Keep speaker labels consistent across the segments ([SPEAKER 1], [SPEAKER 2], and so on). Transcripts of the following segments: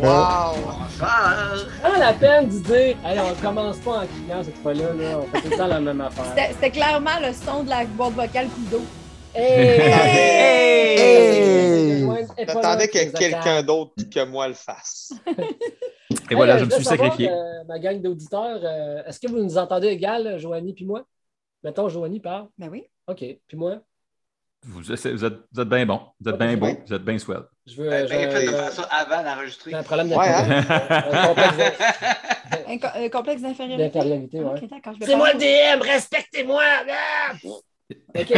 [SPEAKER 1] Prends Ah, la peine de dire, hey, on commence pas en criant cette fois-là, là. on fait tout le temps la même affaire.
[SPEAKER 2] C'était c'était clairement le son de la boîte vocale coup d'eau.
[SPEAKER 1] Hey!
[SPEAKER 3] Hey!
[SPEAKER 1] J'attendais
[SPEAKER 3] J'attendais que quelqu'un d'autre que moi le fasse.
[SPEAKER 4] Et voilà, je me suis sacrifié.
[SPEAKER 1] ma gang d'auditeurs, euh, est-ce que vous nous entendez égal, euh, Joanie puis moi? Mettons, Joanie parle.
[SPEAKER 2] Ben oui.
[SPEAKER 1] OK, puis moi,
[SPEAKER 4] Vous, vous êtes, vous êtes bien bon, vous êtes bien beau, vous êtes bien swell.
[SPEAKER 1] je veux...
[SPEAKER 5] Ben,
[SPEAKER 1] euh, je-
[SPEAKER 5] bien fait de
[SPEAKER 1] euh,
[SPEAKER 5] faire ça avant d'enregistrer.
[SPEAKER 1] j'ai un problème
[SPEAKER 3] Ouais, hein?
[SPEAKER 1] Un complexe
[SPEAKER 2] Un, co- un complexe d'infériorité.
[SPEAKER 1] d'infériorité, ouais.
[SPEAKER 2] Ok, d'accord, je vais
[SPEAKER 1] C'est moi
[SPEAKER 2] parler-
[SPEAKER 1] le DM, respectez-moi! Ah! OK.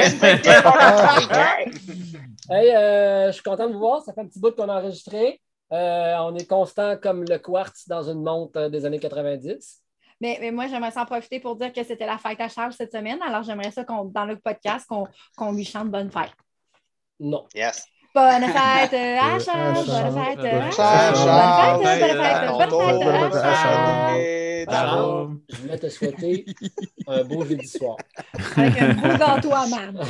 [SPEAKER 1] Hey, euh, je suis content de vous voir. Ça fait un petit bout qu'on a enregistré. Euh, on est constant comme le quartz dans une montre euh, des années 90.
[SPEAKER 2] Mais, mais moi, j'aimerais s'en profiter pour dire que c'était la fête à Charles cette semaine. Alors, j'aimerais ça qu'on, dans le podcast, qu'on, qu'on lui chante bonne fête.
[SPEAKER 1] Non.
[SPEAKER 3] Yes.
[SPEAKER 2] Bonne fête euh, à Charles! Bonne fête euh, à Charles!
[SPEAKER 3] Charles, Charles,
[SPEAKER 2] Bonne fête, euh, bonne fête, euh, bonne
[SPEAKER 3] Charles,
[SPEAKER 2] fête euh, à Charles!
[SPEAKER 3] Et dans-
[SPEAKER 1] Alors, je voulais te souhaiter un beau jeudi soir.
[SPEAKER 2] Avec un gros gâteau à marbre.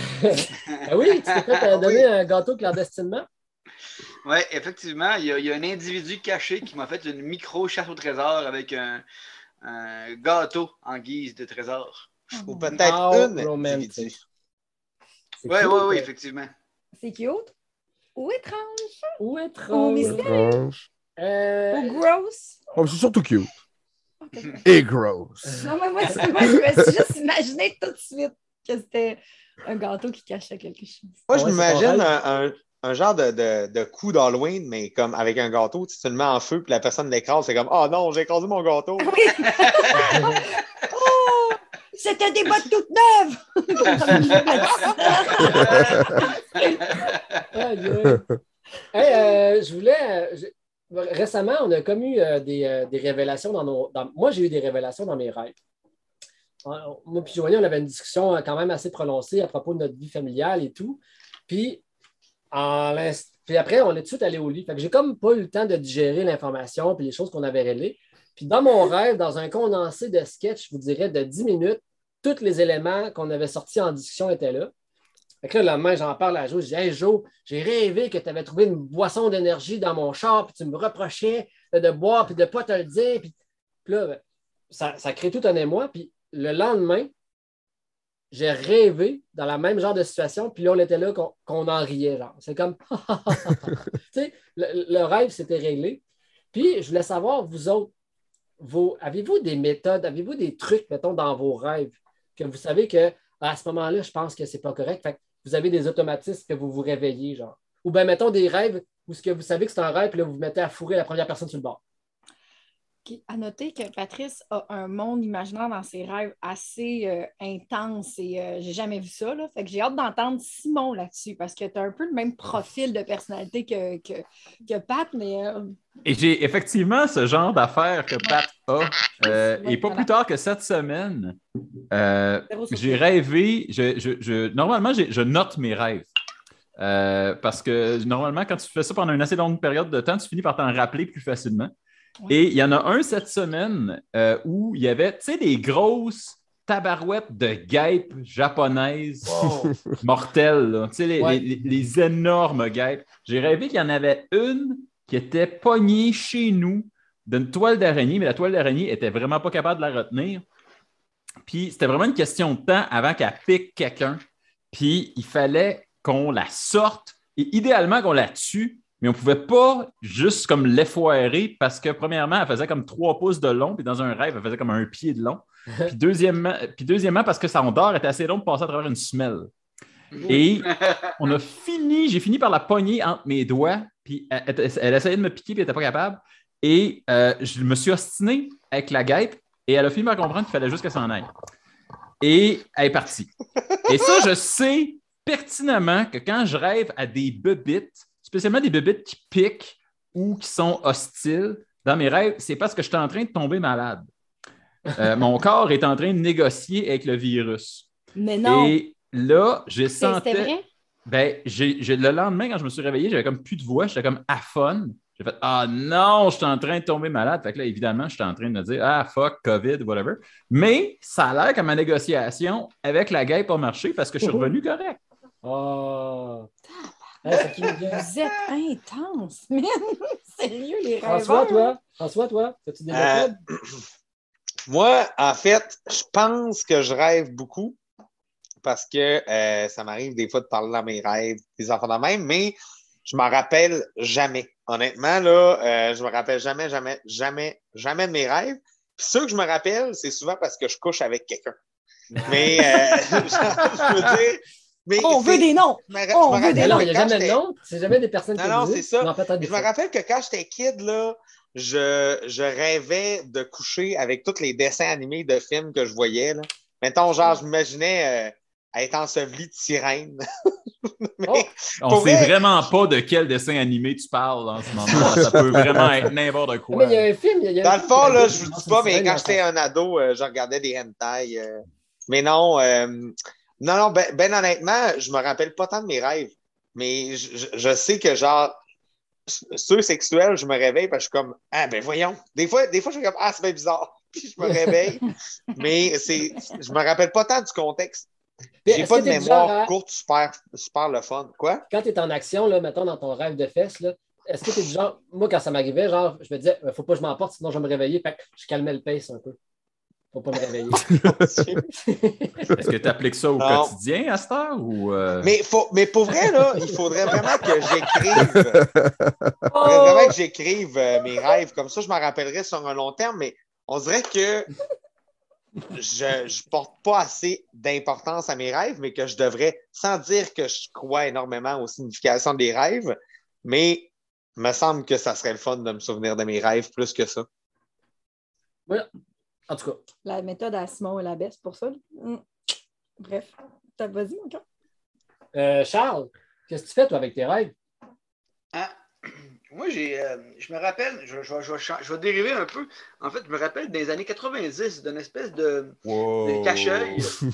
[SPEAKER 1] Ah oui, tu t'es fait euh, donner un gâteau clandestinement.
[SPEAKER 5] Oui, effectivement, il y, a, il y a un individu caché qui m'a fait une micro chasse au trésor avec un, un gâteau en guise de trésor.
[SPEAKER 3] Ou peut-être
[SPEAKER 1] How
[SPEAKER 3] une
[SPEAKER 1] romantic.
[SPEAKER 3] individu.
[SPEAKER 1] C'est
[SPEAKER 5] Oui,
[SPEAKER 1] cool,
[SPEAKER 5] oui, oui,
[SPEAKER 1] euh,
[SPEAKER 5] effectivement.
[SPEAKER 2] C'est cute. Ou étrange. Euh,
[SPEAKER 1] Où
[SPEAKER 2] Ou
[SPEAKER 1] est-ce
[SPEAKER 2] mystère.
[SPEAKER 6] Grosse.
[SPEAKER 2] Ou gross.
[SPEAKER 6] Oh, c'est surtout cute. Et grosse.
[SPEAKER 2] Non, mais moi, c'est- moi, je me suis juste imaginé tout de suite que c'était un gâteau qui cachait quelque chose.
[SPEAKER 1] Ah
[SPEAKER 3] Moi, je
[SPEAKER 1] ouais, c'est
[SPEAKER 3] m'imagine
[SPEAKER 1] ton
[SPEAKER 3] un, un- un genre de, de, de coup d'Halloween, mais comme avec un gâteau, tu, sais, tu le mets en feu, puis la personne l'écrase, c'est comme Oh non, j'ai écrasé mon gâteau.
[SPEAKER 2] Ah oui! oh! C'était des bottes toutes neuves! Comme je l'ai dit.
[SPEAKER 1] Ah, yeah. Hey, euh, je voulais. euh, je- Récemment, on a comme eu euh, des, euh, des révélations dans nos. dans- Moi, j'ai eu des révélations dans mes rêves. Euh, Moi puis Joanie, on avait une discussion euh, quand même assez prononcée à propos de notre vie familiale et tout. Puis, en l'inst- puis après, on est tout de suite allé au lit. Fait que j'ai comme pas eu le temps de digérer l'information puis les choses qu'on avait révélées. Puis dans mon rêve, dans un condensé de sketch, je vous dirais, de 10 minutes, tous les éléments qu'on avait sortis en discussion étaient là. Fait que là, le lendemain, j'en parle à Joe. Je dis Hey Joe, j'ai rêvé que tu avais trouvé une boisson d'énergie dans mon char, puis tu me reprochais de, de boire, puis de ne pas te le dire. Puis, puis là, ben, ça, ça crée tout un émoi. Puis le lendemain, j'ai rêvé dans la même genre de situation, puis là, on était là qu'on qu'on en riait. genre. C'est comme. tu sais, le, le rêve, c'était réglé. Puis je voulais savoir, vous autres, vos- avez-vous des méthodes, avez-vous des trucs, mettons, dans vos rêves, que vous savez que à ce moment-là, je pense que c'est pas correct. Fait que vous avez des automatismes que vous vous réveillez, genre. Ou bien, mettons des rêves où ce que vous savez que c'est un rêve, puis là, vous vous mettez à fourrer la première personne sur le bord.
[SPEAKER 2] Ok, À noter que Patrice a un monde imaginaire dans ses rêves assez euh, intense et euh, j'ai jamais vu ça. Là. Fait que j'ai hâte d'entendre Simon là-dessus parce que tu as un peu le même profil de personnalité que, que, que Pat, mais euh,
[SPEAKER 4] Et j'ai effectivement ce genre d'affaires que Pat
[SPEAKER 2] Ah,
[SPEAKER 4] a. euh, et pas plus tard que cette semaine, euh,
[SPEAKER 2] zéro surprise.
[SPEAKER 4] j'ai rêvé. Je, je- je- normalement, j'ai- je note mes rêves. Euh, parce que normalement, quand tu fais ça pendant une assez longue période de temps, tu finis par t'en rappeler plus facilement.
[SPEAKER 2] Ouais.
[SPEAKER 4] Et il y en a un cette semaine euh, où il y avait, tu sais, des grosses tabarouettes de guêpes japonaises mortelles. là. Tu sais, les,
[SPEAKER 1] Ouais.
[SPEAKER 4] les- les énormes guêpes. J'ai rêvé qu'il y en avait une qui était pognée chez nous d'une toile d'araignée, mais la toile d'araignée était vraiment pas capable de la retenir. Puis c'était vraiment une question de temps avant qu'elle pique quelqu'un. Puis il fallait qu'on la sorte et idéalement qu'on la tue, mais on pouvait pas juste comme l'effoirer parce que premièrement, elle faisait comme trois pouces de long, puis dans un rêve, elle faisait comme un pied de long. Puis deuxièmement, puis deuxièmement parce que son dor était assez long pour passer à travers une semelle. Et on a fini, j'ai fini par la pogner entre mes doigts, puis euh, elle, elle- elle essayait de me piquer, puis elle n'était pas capable. Et euh, je me suis ostiné avec la guêpe, et elle a fini par comprendre qu'il fallait juste qu'elle s'en aille. Et elle est partie. Et ça, je sais pertinemment que quand je rêve à des bébites, spécialement des bébites qui piquent ou qui sont hostiles dans mes rêves, c'est parce que je suis en train de tomber malade. Euh, mon corps est en train de négocier avec le virus.
[SPEAKER 2] Mais non,
[SPEAKER 4] Et là, j'ai
[SPEAKER 2] c'est-
[SPEAKER 4] senti.
[SPEAKER 2] c'était vrai?
[SPEAKER 4] Ben, j'ai, j'ai- le lendemain, quand je me suis réveillé, j'avais comme plus de voix, j'étais comme à fun. J'ai fait Ah non, je suis en train de tomber malade. Fait que là, évidemment, j'étais en train de me dire Ah fuck, COVID, whatever. Mais ça a l'air que ma négociation avec la guêpe a marché parce que je suis
[SPEAKER 2] Oh.
[SPEAKER 4] revenu correct.
[SPEAKER 1] Ah. Hein, c'est qui le bien?
[SPEAKER 2] Vous êtes intense, man! Sérieux, les
[SPEAKER 1] François,
[SPEAKER 2] rêveurs! hein?
[SPEAKER 1] toi? François, toi? As-tu des
[SPEAKER 3] Euh,
[SPEAKER 1] méthodes?
[SPEAKER 3] Moi, en fait, je pense que je rêve beaucoup parce que euh, ça m'arrive des fois de parler dans mes rêves des enfants de même, mais je m'en rappelle jamais. Honnêtement, là, euh, je me rappelle jamais, jamais, jamais, jamais de mes rêves. Puis ceux que je me rappelle, c'est souvent parce que je couche avec quelqu'un. Mais euh, je veux dire. Mais
[SPEAKER 2] On veut
[SPEAKER 3] c'est-
[SPEAKER 2] des noms!
[SPEAKER 3] je me ra-
[SPEAKER 2] on
[SPEAKER 3] je me
[SPEAKER 2] veut des
[SPEAKER 3] rappelle
[SPEAKER 1] Mais non,
[SPEAKER 3] que
[SPEAKER 1] il n'y a
[SPEAKER 3] quand
[SPEAKER 1] jamais de
[SPEAKER 3] j'étais-
[SPEAKER 1] nom. C'est jamais des personnes
[SPEAKER 3] Non,
[SPEAKER 1] qui
[SPEAKER 3] non,
[SPEAKER 1] existent.
[SPEAKER 3] c'est ça.
[SPEAKER 1] Non, peut-être des
[SPEAKER 3] je me
[SPEAKER 1] fois.
[SPEAKER 3] rappelle que quand j'étais kid, là, je, je rêvais de coucher avec tous les dessins animés de films que je voyais. Là. Mettons, genre, je m'imaginais euh, être enseveli de sirène. Mais
[SPEAKER 1] Oh,
[SPEAKER 4] On
[SPEAKER 3] Pour
[SPEAKER 4] sait
[SPEAKER 3] vrai?
[SPEAKER 4] vraiment pas de quel dessin animé tu parles en ce moment. ça peut vraiment être n'importe quoi.
[SPEAKER 1] Ah, Mais il y a un film. il y a- il y a
[SPEAKER 3] dans
[SPEAKER 1] un
[SPEAKER 3] le
[SPEAKER 1] film
[SPEAKER 3] fond,
[SPEAKER 1] qui
[SPEAKER 3] là,
[SPEAKER 1] raconte
[SPEAKER 3] je vous
[SPEAKER 1] comment
[SPEAKER 3] dis
[SPEAKER 1] c'est
[SPEAKER 3] pas,
[SPEAKER 1] une
[SPEAKER 3] mais
[SPEAKER 1] sirène
[SPEAKER 3] quand
[SPEAKER 1] dans
[SPEAKER 3] j'étais un ado, euh, je regardais des hentai. euh, mais non, euh, non, non, ben, ben honnêtement, je me rappelle pas tant de mes rêves. Mais je, je- je sais que, genre, s- ceux sexuels, je me réveille parce que je suis comme, ah, ben voyons. Des fois, des fois je suis comme, ah, c'est bien bizarre. Puis je me réveille. mais c'est, je me rappelle pas tant du contexte.
[SPEAKER 1] Puis
[SPEAKER 3] J'ai
[SPEAKER 1] est-ce
[SPEAKER 3] pas
[SPEAKER 1] que
[SPEAKER 3] de
[SPEAKER 1] t'es du genre
[SPEAKER 3] mémoire
[SPEAKER 1] à-
[SPEAKER 3] courte, super, super le fun. Quoi?
[SPEAKER 1] quand tu es en action, là, mettons, dans ton rêve de fesses, là, est-ce que tu es du genre, moi, quand ça m'arrivait, genre, je me disais, euh, faut pas que je m'emporte, sinon je vais me réveiller. Fait que je calmais le pace un peu. Faut pas me réveiller.
[SPEAKER 4] Est-ce que tu appliques ça au
[SPEAKER 3] Non.
[SPEAKER 4] quotidien à cette heure ou. euh,
[SPEAKER 3] Mais, faut, mais pour vrai, là, il faudrait vraiment que j'écrive. Il faudrait vraiment que j'écrive euh, mes rêves. Comme ça, je m'en rappellerai sur un long terme, mais on dirait que je ne porte pas assez d'importance à mes rêves, mais que je devrais, sans dire que je crois énormément aux significations des rêves, mais il me semble que ça serait le fun de me souvenir de mes rêves plus que ça.
[SPEAKER 1] En tout cas,
[SPEAKER 2] La méthode à Simon et la baisse pour ça. là. Mm. Bref, t'as vas-y, mon gars.
[SPEAKER 1] euh, Charles, qu'est-ce que tu fais, toi, avec tes rêves?
[SPEAKER 5] Moi, j'ai, euh, je me rappelle, je, je, je, je- je vais dériver un peu. En fait, je me rappelle des années 90, d'une espèce de,
[SPEAKER 4] wow.
[SPEAKER 5] de cache-œil qui-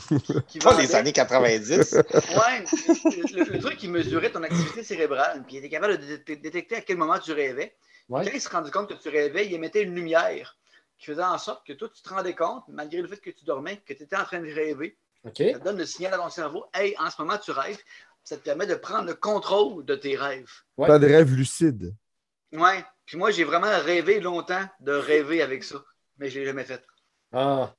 [SPEAKER 5] qui
[SPEAKER 3] Pas
[SPEAKER 5] vendait-
[SPEAKER 3] les années 90.
[SPEAKER 5] Ouais, le, le- le truc qui mesurait ton activité cérébrale, puis il était capable de dé- détecter à quel moment tu rêvais.
[SPEAKER 1] Ouais.
[SPEAKER 5] Quand il se rendait compte que tu rêvais, il émettait une lumière qui faisait en sorte que toi, tu te rendais compte, malgré le fait que tu dormais, que tu étais en train de rêver.
[SPEAKER 1] OK?
[SPEAKER 5] Ça te donne le signal à ton cerveau Hey, en ce moment, tu rêves. Ça te permet de prendre le contrôle de tes rêves.
[SPEAKER 1] Ouais.
[SPEAKER 6] Pas de rêve lucide.
[SPEAKER 5] Ouais. Puis moi, j'ai vraiment rêvé longtemps de rêver avec ça, mais je l'ai jamais fait.
[SPEAKER 1] Ah,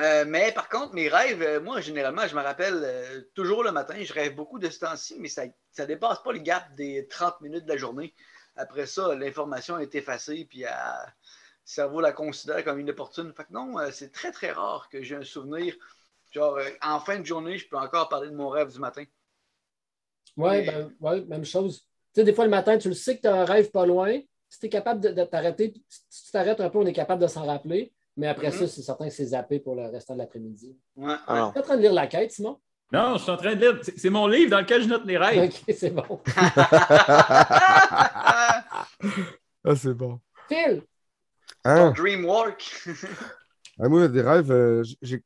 [SPEAKER 5] Euh, mais par contre, mes rêves, euh, moi, généralement, je me rappelle euh, toujours le matin, je rêve beaucoup de ce temps-ci, mais ça ne dépasse pas le gap des 30 minutes de la journée. Après ça, l'information est effacée, puis euh, le cerveau la considère comme inopportune. Fait que non, euh, c'est très, très rare que j'ai un souvenir. Genre, euh, en fin de journée, je peux encore parler de mon rêve du matin.
[SPEAKER 1] ouais,
[SPEAKER 5] Et-
[SPEAKER 1] ben, ouais, même chose. Tu sais, des fois, le matin, tu le sais que tu as un rêve pas loin. Si tu es capable de, de t'arrêter, puis si tu t'arrêtes un peu, on est capable de s'en rappeler. Mais après
[SPEAKER 5] Mhm.
[SPEAKER 1] ça, c'est certain que c'est zappé pour le restant de l'après-midi.
[SPEAKER 5] Ouais,
[SPEAKER 3] Ah non.
[SPEAKER 1] Tu es en train de lire la quête, Simon?
[SPEAKER 4] Non, je suis en train de lire. C'est- C'est mon livre dans lequel je note les rêves.
[SPEAKER 1] OK, c'est bon.
[SPEAKER 6] ah,
[SPEAKER 5] Ah,
[SPEAKER 6] c'est bon.
[SPEAKER 1] Phil!
[SPEAKER 6] Hein?
[SPEAKER 5] Dreamwork.
[SPEAKER 6] Ah, moi, des rêves, euh, j- j'ai-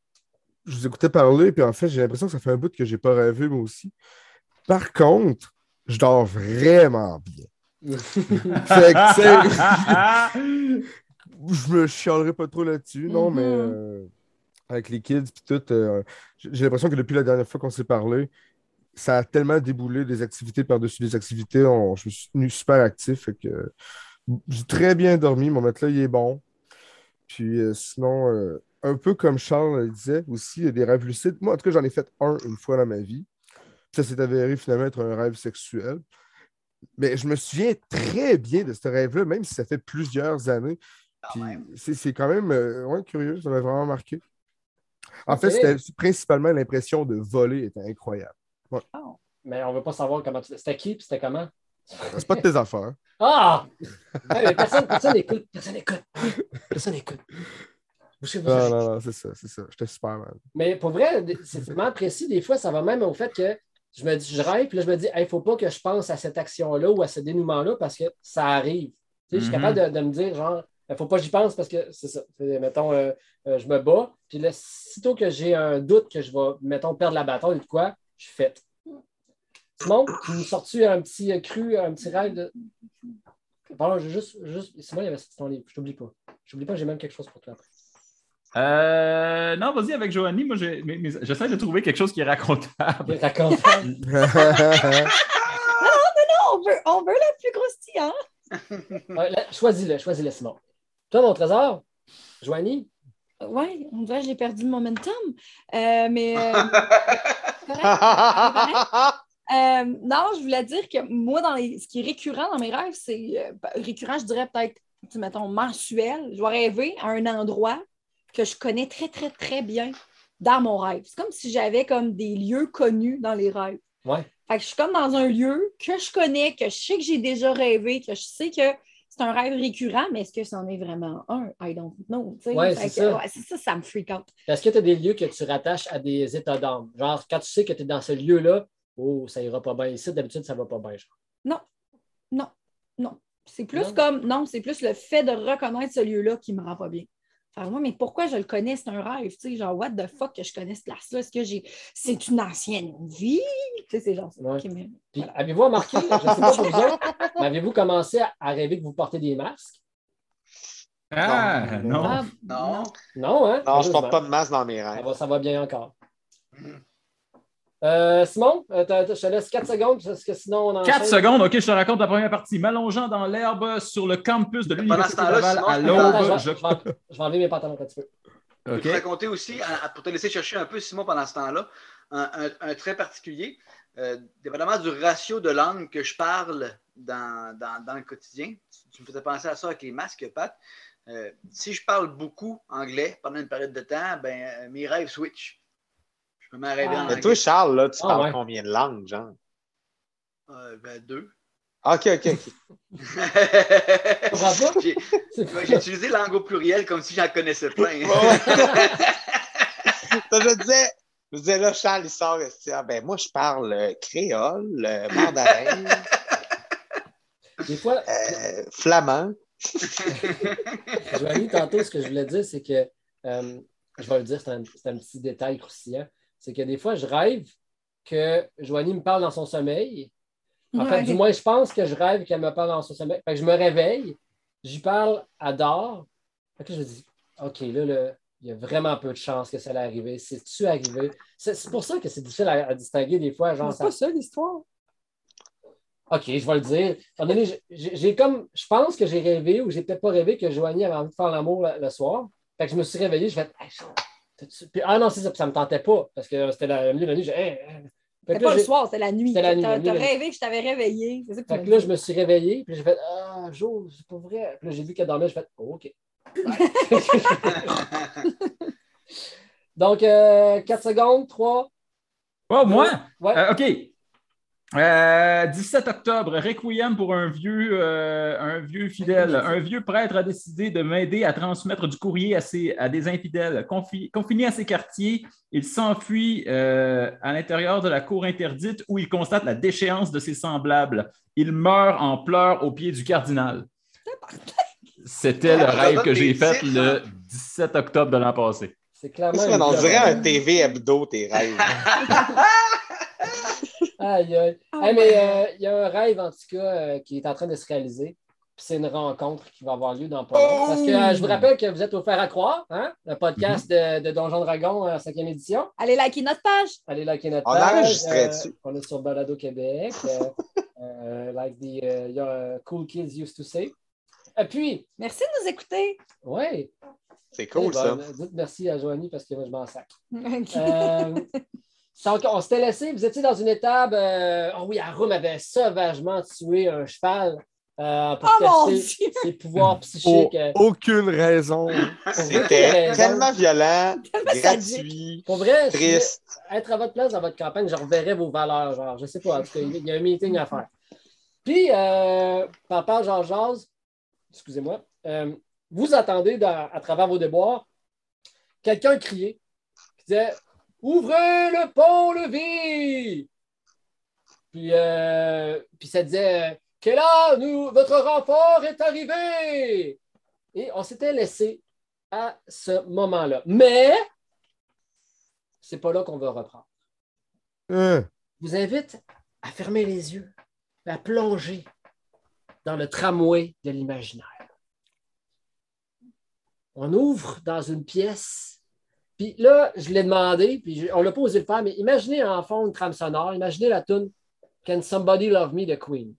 [SPEAKER 6] je vous écoutais parler, puis en fait, j'ai l'impression que ça fait un bout que j'ai pas rêvé, moi aussi. Par contre, je dors vraiment bien. fait que, tu sais, je me chialerai pas trop là-dessus, non,
[SPEAKER 2] Mhm.
[SPEAKER 6] mais euh, avec les kids, puis tout, euh, j- j'ai l'impression que depuis la dernière fois qu'on s'est parlé, ça a tellement déboulé des activités par-dessus des activités. on- je me suis tenu super actif. Fait que euh, j'ai très bien dormi. Mon matelas, il est bon. Puis euh, sinon, euh, un peu comme Charles le disait aussi, il y a des rêves lucides. Moi, en tout cas, j'en ai fait un une fois dans ma vie. Ça s'est avéré finalement être un rêve sexuel. Mais je me souviens très bien de ce rêve-là, même si ça fait plusieurs années.
[SPEAKER 1] Ah
[SPEAKER 6] Puis c'est c'est quand même euh, ouais, curieux, ça m'a vraiment marqué. En fait,
[SPEAKER 1] Ok.
[SPEAKER 6] c'était principalement l'impression de voler était incroyable.
[SPEAKER 1] Mais on veut pas savoir comment tu... C'était qui, puis c'était comment?
[SPEAKER 6] C'est pas de tes affaires. hein.
[SPEAKER 1] Ah! Ouais, mais personne personne n'écoute. Personne n'écoute. Personne n'écoute. Bouchez-vous
[SPEAKER 6] Non,
[SPEAKER 1] ça.
[SPEAKER 6] non, non, c'est ça, c'est ça. J'étais super mal.
[SPEAKER 1] Mais pour vrai, des- c'est vraiment précis. Des fois, ça va même au fait que je me dis, je rêve, puis là, je me dis, il ne faut pas que je pense à cette action-là ou à ce dénouement-là parce que ça arrive. Tu sais, Je suis
[SPEAKER 4] Mhm.
[SPEAKER 1] capable de, de me dire, genre, il ne faut pas que j'y pense parce que c'est ça. Fait, Mettons, euh, euh, je me bats, puis là, sitôt que j'ai un doute que je vais, mettons, perdre la bataille ou de quoi, je suis faite. Simon, tu nous sortis un petit euh, cru, un petit rêve de. Pardon, j'ai juste, juste. Simon, il y avait ça dans ton livre, je t'oublie pas. Je t'oublie pas, j'ai même quelque chose pour toi après.
[SPEAKER 4] Euh, non, vas-y avec Joanie. Moi, j'ai- mais- mais j'essaie de trouver quelque chose qui est racontable.
[SPEAKER 1] Il raconte.
[SPEAKER 2] Non, on veut, on veut la plus croustillante.
[SPEAKER 1] Ouais, là, Choisis-le, choisis-le, Simon. Toi, mon trésor, Joanie,
[SPEAKER 2] Oui, on dirait que j'ai perdu le momentum. Euh, mais. euh, correct. Euh, non, je voulais dire que moi, dans les- ce qui est récurrent dans mes rêves, c'est euh, bah, récurrent, je dirais peut-être, tu sais, mettons, mensuel. Je vais rêver à un endroit que je connais très, très, très bien dans mon rêve. C'est comme si j'avais comme des lieux connus dans les rêves.
[SPEAKER 1] Ouais.
[SPEAKER 2] Fait que je suis comme dans un lieu que je connais, que je sais que j'ai déjà rêvé, que je sais que c'est un rêve récurrent, mais est-ce que c'en est vraiment un? I don't know. tu sais.
[SPEAKER 1] Ouais,
[SPEAKER 2] Fait
[SPEAKER 1] c'est
[SPEAKER 2] que,
[SPEAKER 1] ça.
[SPEAKER 2] ouais, c'est ça, ça me freak out.
[SPEAKER 1] est-ce que tu as des lieux que tu rattaches à des états d'âme? Genre, quand tu sais que tu es dans ce lieu-là, oh, ça ira pas bien ici, d'habitude, ça va pas bien. genre.
[SPEAKER 2] C'est plus
[SPEAKER 1] Non.
[SPEAKER 2] comme, non, c'est plus le fait de reconnaître ce lieu-là qui me rend pas bien. Enfin, moi, mais pourquoi je le connais? C'est un rêve, tu sais, genre, what the fuck que je connais cette place-là? Est-ce que j'ai. C'est une ancienne vie? Tu sais, c'est genre ça
[SPEAKER 1] Ouais.
[SPEAKER 2] qui me-
[SPEAKER 1] Puis, avez-vous remarqué, je sais pas pour vous autres, mais avez-vous commencé à, à rêver que vous portez des masques?
[SPEAKER 4] Ah, non.
[SPEAKER 2] Ah,
[SPEAKER 5] Non.
[SPEAKER 1] Non, hein?
[SPEAKER 3] Non, je porte pas
[SPEAKER 1] Heureusement.
[SPEAKER 3] de masque dans mes
[SPEAKER 1] Ça
[SPEAKER 3] rêves. Mm.
[SPEAKER 1] va, ça va bien encore. Euh, Simon, euh, t'as- t'as- je te laisse 4 secondes parce que sinon on en
[SPEAKER 4] 4 secondes, OK, je te raconte la première partie. M'allongeant dans l'herbe sur le campus de l'Université
[SPEAKER 5] Pendant ce temps-là,
[SPEAKER 4] Laval à
[SPEAKER 5] Simon,
[SPEAKER 4] l'aube.
[SPEAKER 1] je...
[SPEAKER 4] Je...
[SPEAKER 1] vais- je vais- je vais enlever mes pantalons un petit peu.
[SPEAKER 5] Je vais te
[SPEAKER 4] OK.
[SPEAKER 5] raconter aussi, à- à- pour te laisser chercher un peu, Simon, pendant ce temps-là, un, un- un trait particulier, euh, dépendamment du ratio de langue que je parle dans, dans- dans le quotidien. Tu, tu me faisais penser à ça avec les masques, Pat. Euh, si je parle beaucoup anglais pendant une période de temps, ben, euh, mes rêves switch. Je me mets à rêver
[SPEAKER 2] Ah.
[SPEAKER 5] en
[SPEAKER 3] Mais
[SPEAKER 5] anglais.
[SPEAKER 3] toi, Charles, là, tu
[SPEAKER 1] Ah,
[SPEAKER 3] parles
[SPEAKER 1] ouais.
[SPEAKER 3] combien de langues, genre? Ah,
[SPEAKER 5] Euh, ben, deux.
[SPEAKER 3] OK, OK, OK.
[SPEAKER 1] Bravo.
[SPEAKER 5] J'ai-
[SPEAKER 1] C'est-
[SPEAKER 5] Ouais, J'ai utilisé langue au pluriel comme si j'en connaissais plein.
[SPEAKER 3] Ça, je disais, je disais, là, Charles, il sort, il se dit, ah, ben, moi, je parle euh, créole, euh, mandarin,
[SPEAKER 1] Des fois,
[SPEAKER 3] euh, flamand.
[SPEAKER 1] Joanie, tantôt, ce que je voulais dire, c'est que, euh, je vais le dire, c'est un, c'est un petit détail croustillant, c'est que des fois, je rêve que Joanie me parle dans son sommeil. En fait,
[SPEAKER 2] Ouais.
[SPEAKER 1] du moins, je pense que je rêve qu'elle me parle dans son sommeil. Fait que je me réveille, j'y parle, elle dort. Fait que je me dis, OK, là, là, il y a vraiment peu de chances que ça l'est arrivé. C'est-tu arrivé? C'est c'est pour ça que c'est difficile à, à distinguer des fois. Genre,
[SPEAKER 2] C'est
[SPEAKER 1] ça-
[SPEAKER 2] pas ça l'histoire.
[SPEAKER 1] OK, je vais le dire. Étant donné, j'ai- j'ai comme, je pense que j'ai rêvé ou j'ai peut-être pas rêvé que Joanie avait envie de faire l'amour le, le soir. Fait que je me suis réveillé, je vais ah non, c'est ça, puis ça me tentait pas parce que c'était la milieu de la nuit. j'ai- hey, hey. Fait que là,
[SPEAKER 2] C'était pas le
[SPEAKER 1] j'ai-
[SPEAKER 2] soir, c'est la nuit.
[SPEAKER 1] C'était la nuit,
[SPEAKER 2] T'as
[SPEAKER 1] la
[SPEAKER 2] t'as
[SPEAKER 1] nuit, la
[SPEAKER 2] rêvé que je t'avais réveillé. C'est ça que tu
[SPEAKER 1] fait
[SPEAKER 2] m'as
[SPEAKER 1] que là,
[SPEAKER 2] dit.
[SPEAKER 1] je me suis réveillé, puis j'ai fait Ah, Jo, c'est pas vrai. Puis là, j'ai vu qu'elle dormait, j'ai fait Oh, OK. Donc, 4 secondes, 3.
[SPEAKER 4] Oh, moi?
[SPEAKER 1] Ouais.
[SPEAKER 4] Euh, OK. Euh, 17 octobre, Requiem pour un vieux, euh, un vieux fidèle. Un vieux prêtre a décidé de m'aider à transmettre du courrier à, ses- à des infidèles. Confi- confiné à ses quartiers, il s'enfuit euh, à l'intérieur de la cour interdite où il constate la déchéance de ses semblables. Il meurt en pleurs aux pieds du cardinal. C'était le
[SPEAKER 5] Ah,
[SPEAKER 4] rêve
[SPEAKER 5] ça
[SPEAKER 4] que
[SPEAKER 5] donne
[SPEAKER 4] j'ai
[SPEAKER 5] des
[SPEAKER 4] fait
[SPEAKER 5] titres,
[SPEAKER 4] le
[SPEAKER 5] hein.
[SPEAKER 4] 17 octobre de l'an passé.
[SPEAKER 1] C'est clairement.
[SPEAKER 3] Chris, man, On
[SPEAKER 1] une-
[SPEAKER 3] dirait un TV hebdo, tes rêves.
[SPEAKER 1] Aïe, aïe.
[SPEAKER 2] Ah
[SPEAKER 1] Hey, mais
[SPEAKER 2] ouais.
[SPEAKER 1] euh, il y a un rêve, en tout cas, euh, qui est en train de se réaliser. Puis c'est une rencontre qui va avoir lieu dans pas longtemps. Parce que euh,
[SPEAKER 2] Oh!
[SPEAKER 1] je vous rappelle que vous êtes au Faire à Croire, hein, le podcast
[SPEAKER 2] Mm-hmm.
[SPEAKER 1] de, de Donjon Dragon euh, 5e édition.
[SPEAKER 2] Allez liker notre page.
[SPEAKER 1] Allez liker notre
[SPEAKER 3] On
[SPEAKER 1] page.
[SPEAKER 3] enregistrait-tu?
[SPEAKER 1] euh, on est sur Balado Québec. euh, euh, like the euh, your, euh, cool kids used to say. Et puis,
[SPEAKER 2] Merci de nous écouter.
[SPEAKER 1] ouais.
[SPEAKER 3] C'est cool, ça.
[SPEAKER 1] Ben, Dites merci à Joanie parce que moi, je m'en sac.
[SPEAKER 2] Ok.
[SPEAKER 1] Euh, donc, on s'était laissé, vous étiez dans une étable. euh, oh oui, Arum avait sauvagement tué un cheval euh, pour
[SPEAKER 2] oh mon
[SPEAKER 1] tester
[SPEAKER 2] Dieu!
[SPEAKER 1] ses
[SPEAKER 3] Oh.
[SPEAKER 1] pouvoirs
[SPEAKER 6] Pour
[SPEAKER 1] psychiques. euh,
[SPEAKER 6] aucune raison.
[SPEAKER 3] C'était
[SPEAKER 1] raison.
[SPEAKER 3] tellement violent,
[SPEAKER 2] sadique.
[SPEAKER 3] gratuit,
[SPEAKER 1] Pour vrai, je-
[SPEAKER 3] triste.
[SPEAKER 1] être à votre place dans votre campagne, je reverrai vos valeurs. Genre, je sais pas, en tout cas, il y a un meeting à faire. Puis, euh, papa Georges Jazz, excusez-moi, euh, vous attendez dans- à travers vos déboires quelqu'un crier qui disait Ouvrez le pont-levis Puis, euh, puis ça disait euh, Kella, nous, votre renfort est arrivé! Et on s'était laissé à ce moment-là. Mais c'est pas là qu'on va reprendre.
[SPEAKER 6] Hein.
[SPEAKER 1] Je vous invite à fermer les yeux, à plonger dans le tramway de l'imaginaire. On ouvre dans une pièce, puis là, je l'ai demandé, puis je- on l'a pas osé le faire, mais imaginez en fond une trame sonore, imaginez la tune Can Somebody Love Me de Queen.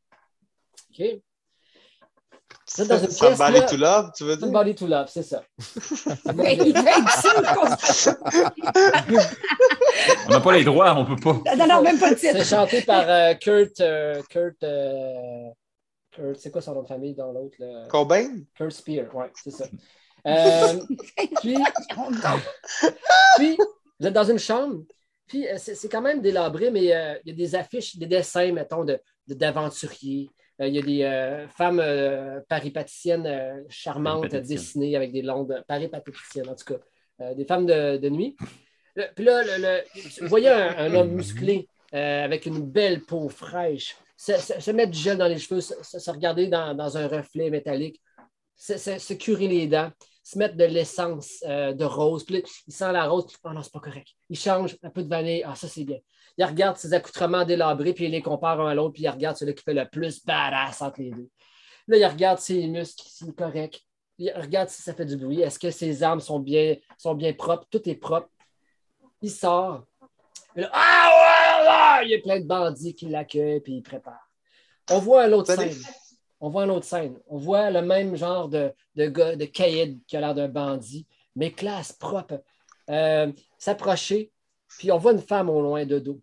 [SPEAKER 1] OK? Vous êtes dans une pièce,
[SPEAKER 3] Somebody
[SPEAKER 1] là.
[SPEAKER 3] to love, tu veux dire?
[SPEAKER 1] Somebody to Love, c'est ça.
[SPEAKER 2] Mais il fait ça,
[SPEAKER 4] On n'a pas les droits, on peut pas.
[SPEAKER 2] qu'on- Non, non, même pas de
[SPEAKER 1] C'est
[SPEAKER 2] titre.
[SPEAKER 1] chanté par euh, Kurt. euh, Kurt. euh, Kurt, c'est quoi son nom de famille dans l'autre? là?
[SPEAKER 3] Cobain?
[SPEAKER 1] Kurt Spear, ouais, c'est ça. Euh, puis, puis, vous êtes dans une chambre, puis euh, c'est c'est quand même délabré, mais euh, il y a des affiches, des dessins, mettons, de- de- d'aventuriers. De, il y a des euh, femmes euh, paripaticiennes euh, charmantes
[SPEAKER 4] Paripaticiennes.
[SPEAKER 1] dessinées avec des longues paripaticiennes, en tout cas, Euh, des femmes de, de nuit. Le- puis là, le- le- vous voyez un, un homme musclé euh, avec une belle peau fraîche se, se- se mettre du gel dans les cheveux, se, se- se regarder dans, dans un reflet métallique, se, se- se curer les dents, se mettre de l'essence euh, de rose. Puis là, il sent la rose. Oh non, c'est pas correct. Il change un peu de vanille. Ah, ça, c'est bien. Il regarde ses accoutrements délabrés, puis il les compare un à l'autre, puis il regarde celui qui fait le plus badass entre les deux. Là, il regarde ses muscles, s'il est correct. Il regarde si ça fait du bruit. Est-ce que ses armes sont bien, sont bien propres? Tout est propre. Il sort. Et là, ah ouais, ouais! Il y a plein de bandits qui l'accueillent puis ils préparent. On voit un autre
[SPEAKER 3] Salut.
[SPEAKER 1] scène. On voit un autre scène. On voit le même genre de, de gars, de caïd qui a l'air d'un bandit, mais classe propre, euh, s'approcher. Puis on voit une femme au loin de dos.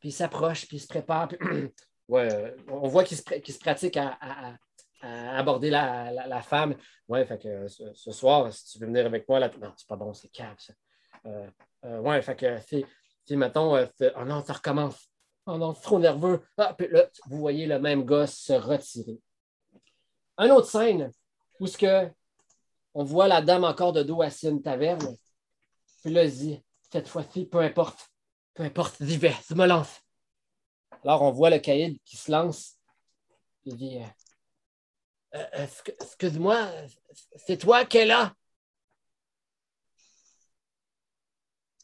[SPEAKER 1] Puis il s'approche, puis il se prépare. puis ouais, euh, on voit qu'il se, pr- qu'il se pratique à, à- à- à aborder la, la- la femme. Ouais, fait que euh, ce, ce soir, si tu veux venir avec moi, là. Non, c'est pas bon, c'est cave, ça. Euh, euh, ouais, fait que, fais, fais, mettons, euh, fais- oh non, ça recommence. Oh non, c'est trop nerveux. Ah, puis là, vous voyez le même gars se retirer. Un autre scène où ce que on voit la dame encore de dos assise à une taverne. Puis là, elle dit, cette fois-ci, peu importe, peu importe, j'y vais, je me lance. Alors, on voit le caïd qui se lance. Il dit, euh, Euh, est-ce que- excuse-moi, c'est toi qui es là?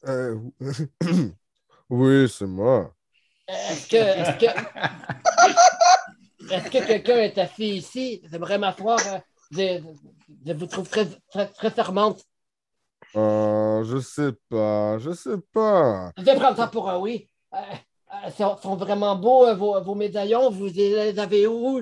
[SPEAKER 6] Euh, oui, c'est moi.
[SPEAKER 1] Est-ce que, est-ce que, est-ce que quelqu'un est assis ici? J'aimerais m'asseoir. euh, Je, je vous trouve très, très, très charmante.
[SPEAKER 6] Ah, je sais pas, je sais pas.
[SPEAKER 1] Je vais prendre ça pour un oui. Euh, euh, sont, sont vraiment beaux, euh, vos, vos médaillons. Vous les avez où?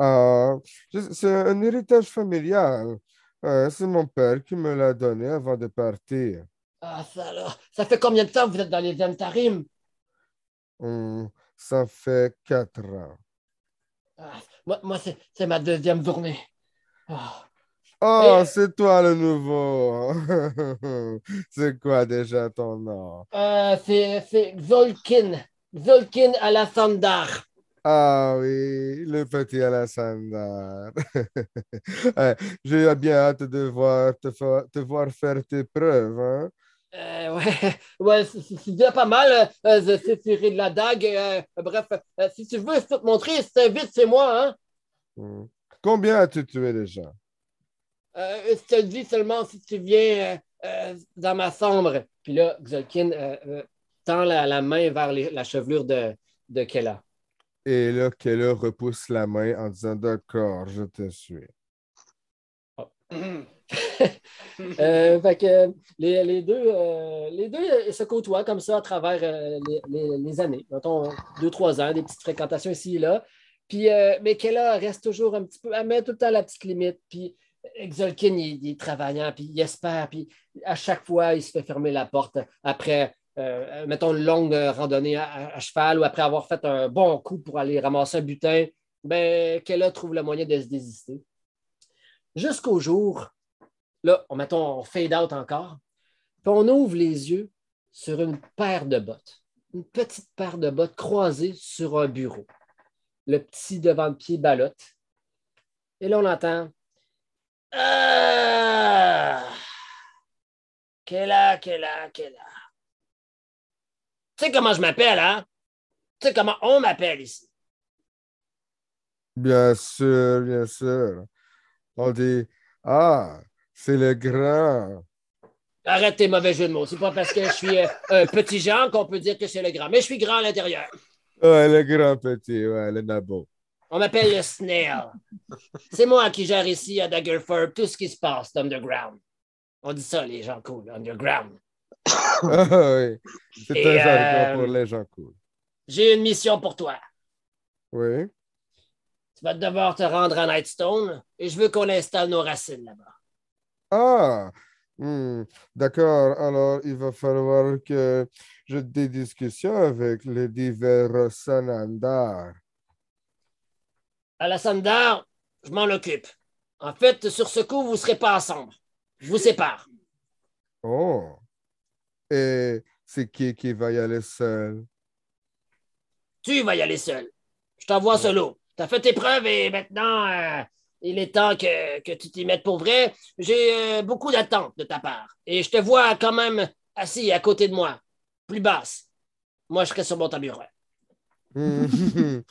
[SPEAKER 6] Ah, je- c'est un héritage familial. Ah, c'est mon père qui me l'a donné avant de partir.
[SPEAKER 1] Ah, ça, là. ça fait combien de temps que vous êtes dans les Amtarim?
[SPEAKER 6] Hum, ça fait quatre ans.
[SPEAKER 1] Ah, moi, moi, c'est c'est ma deuxième journée. Ah.
[SPEAKER 6] Oh,
[SPEAKER 1] Et-
[SPEAKER 6] c'est toi le nouveau. c'est quoi déjà ton nom?
[SPEAKER 1] Euh, c'est c'est Zolkin. Zolkin à la Sandar.
[SPEAKER 6] Ah oui, le petit Alassandar. Ouais, J'ai bien hâte de voir te, fa- te voir faire tes preuves, hein?
[SPEAKER 1] Euh, ouais, ouais c'est- c'est c'est déjà pas mal. euh, euh, je sais tirer de la dague. euh, bref, euh, si tu veux, je peux te montrer. Si t'invites, c'est moi. Hein?
[SPEAKER 6] Hmm. Combien as-tu tué déjà?
[SPEAKER 1] Euh, je te le dis seulement si tu viens euh, euh, dans ma chambre. Puis là, Zolkin euh, euh, tend la, la main vers les- la chevelure de, de Kella.
[SPEAKER 6] Et là, Kella repousse la main en disant D'accord, je te suis.
[SPEAKER 5] Hum.
[SPEAKER 1] Euh, fait que euh, les, les deux, euh, les deux euh, se côtoient comme ça à travers euh, les, les- les années. Mettons, euh, deux, trois ans, des petites fréquentations ici et là. Puis, euh, mais Kella reste toujours un petit peu, elle met tout le temps la petite limite. Puis, Exolkin, il, il est travaillant, puis il espère. Puis, à chaque fois, il se fait fermer la porte après, euh, mettons, une longue euh, randonnée à, à- à cheval ou après avoir fait un bon coup pour aller ramasser un butin. Ben, Kella trouve le moyen de se désister. Jusqu'au jour Là, on, mettons, on fade out encore. Puis on ouvre les yeux sur une paire de bottes. Une petite paire de bottes croisées sur un bureau. Le petit devant de pied ballotte. Et là, on entend. Ah! Kella, Kella, Kella. Tu sais comment je m'appelle, hein?
[SPEAKER 7] Tu sais comment on m'appelle ici?
[SPEAKER 6] Bien sûr, bien sûr. On dit Ah, c'est le grand.
[SPEAKER 7] Arrête tes mauvais jeux de mots. C'est pas parce que je suis euh, un petit genre qu'on peut dire que c'est le grand. Mais je suis grand à l'intérieur.
[SPEAKER 6] Ouais, le grand petit, ouais, le nabo.
[SPEAKER 7] On m'appelle le Snail. C'est moi qui gère ici à Daggerford tout ce qui se passe underground. On dit ça, les gens cool, underground.
[SPEAKER 6] Ah oui. C'est
[SPEAKER 7] Et,
[SPEAKER 6] un jargon
[SPEAKER 7] euh,
[SPEAKER 6] pour les gens cool.
[SPEAKER 7] J'ai une mission pour toi.
[SPEAKER 6] Oui.
[SPEAKER 7] Tu vas devoir te rendre à Nightstone et je veux qu'on installe nos racines là-bas.
[SPEAKER 6] Ah, hmm, d'accord. Alors, il va falloir que j'ai des discussions avec les divers Sanandar.
[SPEAKER 7] À la Sandar, je m'en occupe. En fait, sur ce coup, vous ne serez pas ensemble. Je vous sépare.
[SPEAKER 6] Oh. Et c'est qui qui va y aller seul?
[SPEAKER 7] Tu vas y aller seul. Je t'envoie solo. T'as fait tes preuves et maintenant, euh, il est temps que, que tu t'y mettes pour vrai. J'ai euh, beaucoup d'attentes de ta part. Et je te vois quand même assis à côté de moi, plus basse. Moi, je serai sur mon tabouret.
[SPEAKER 6] Hmm.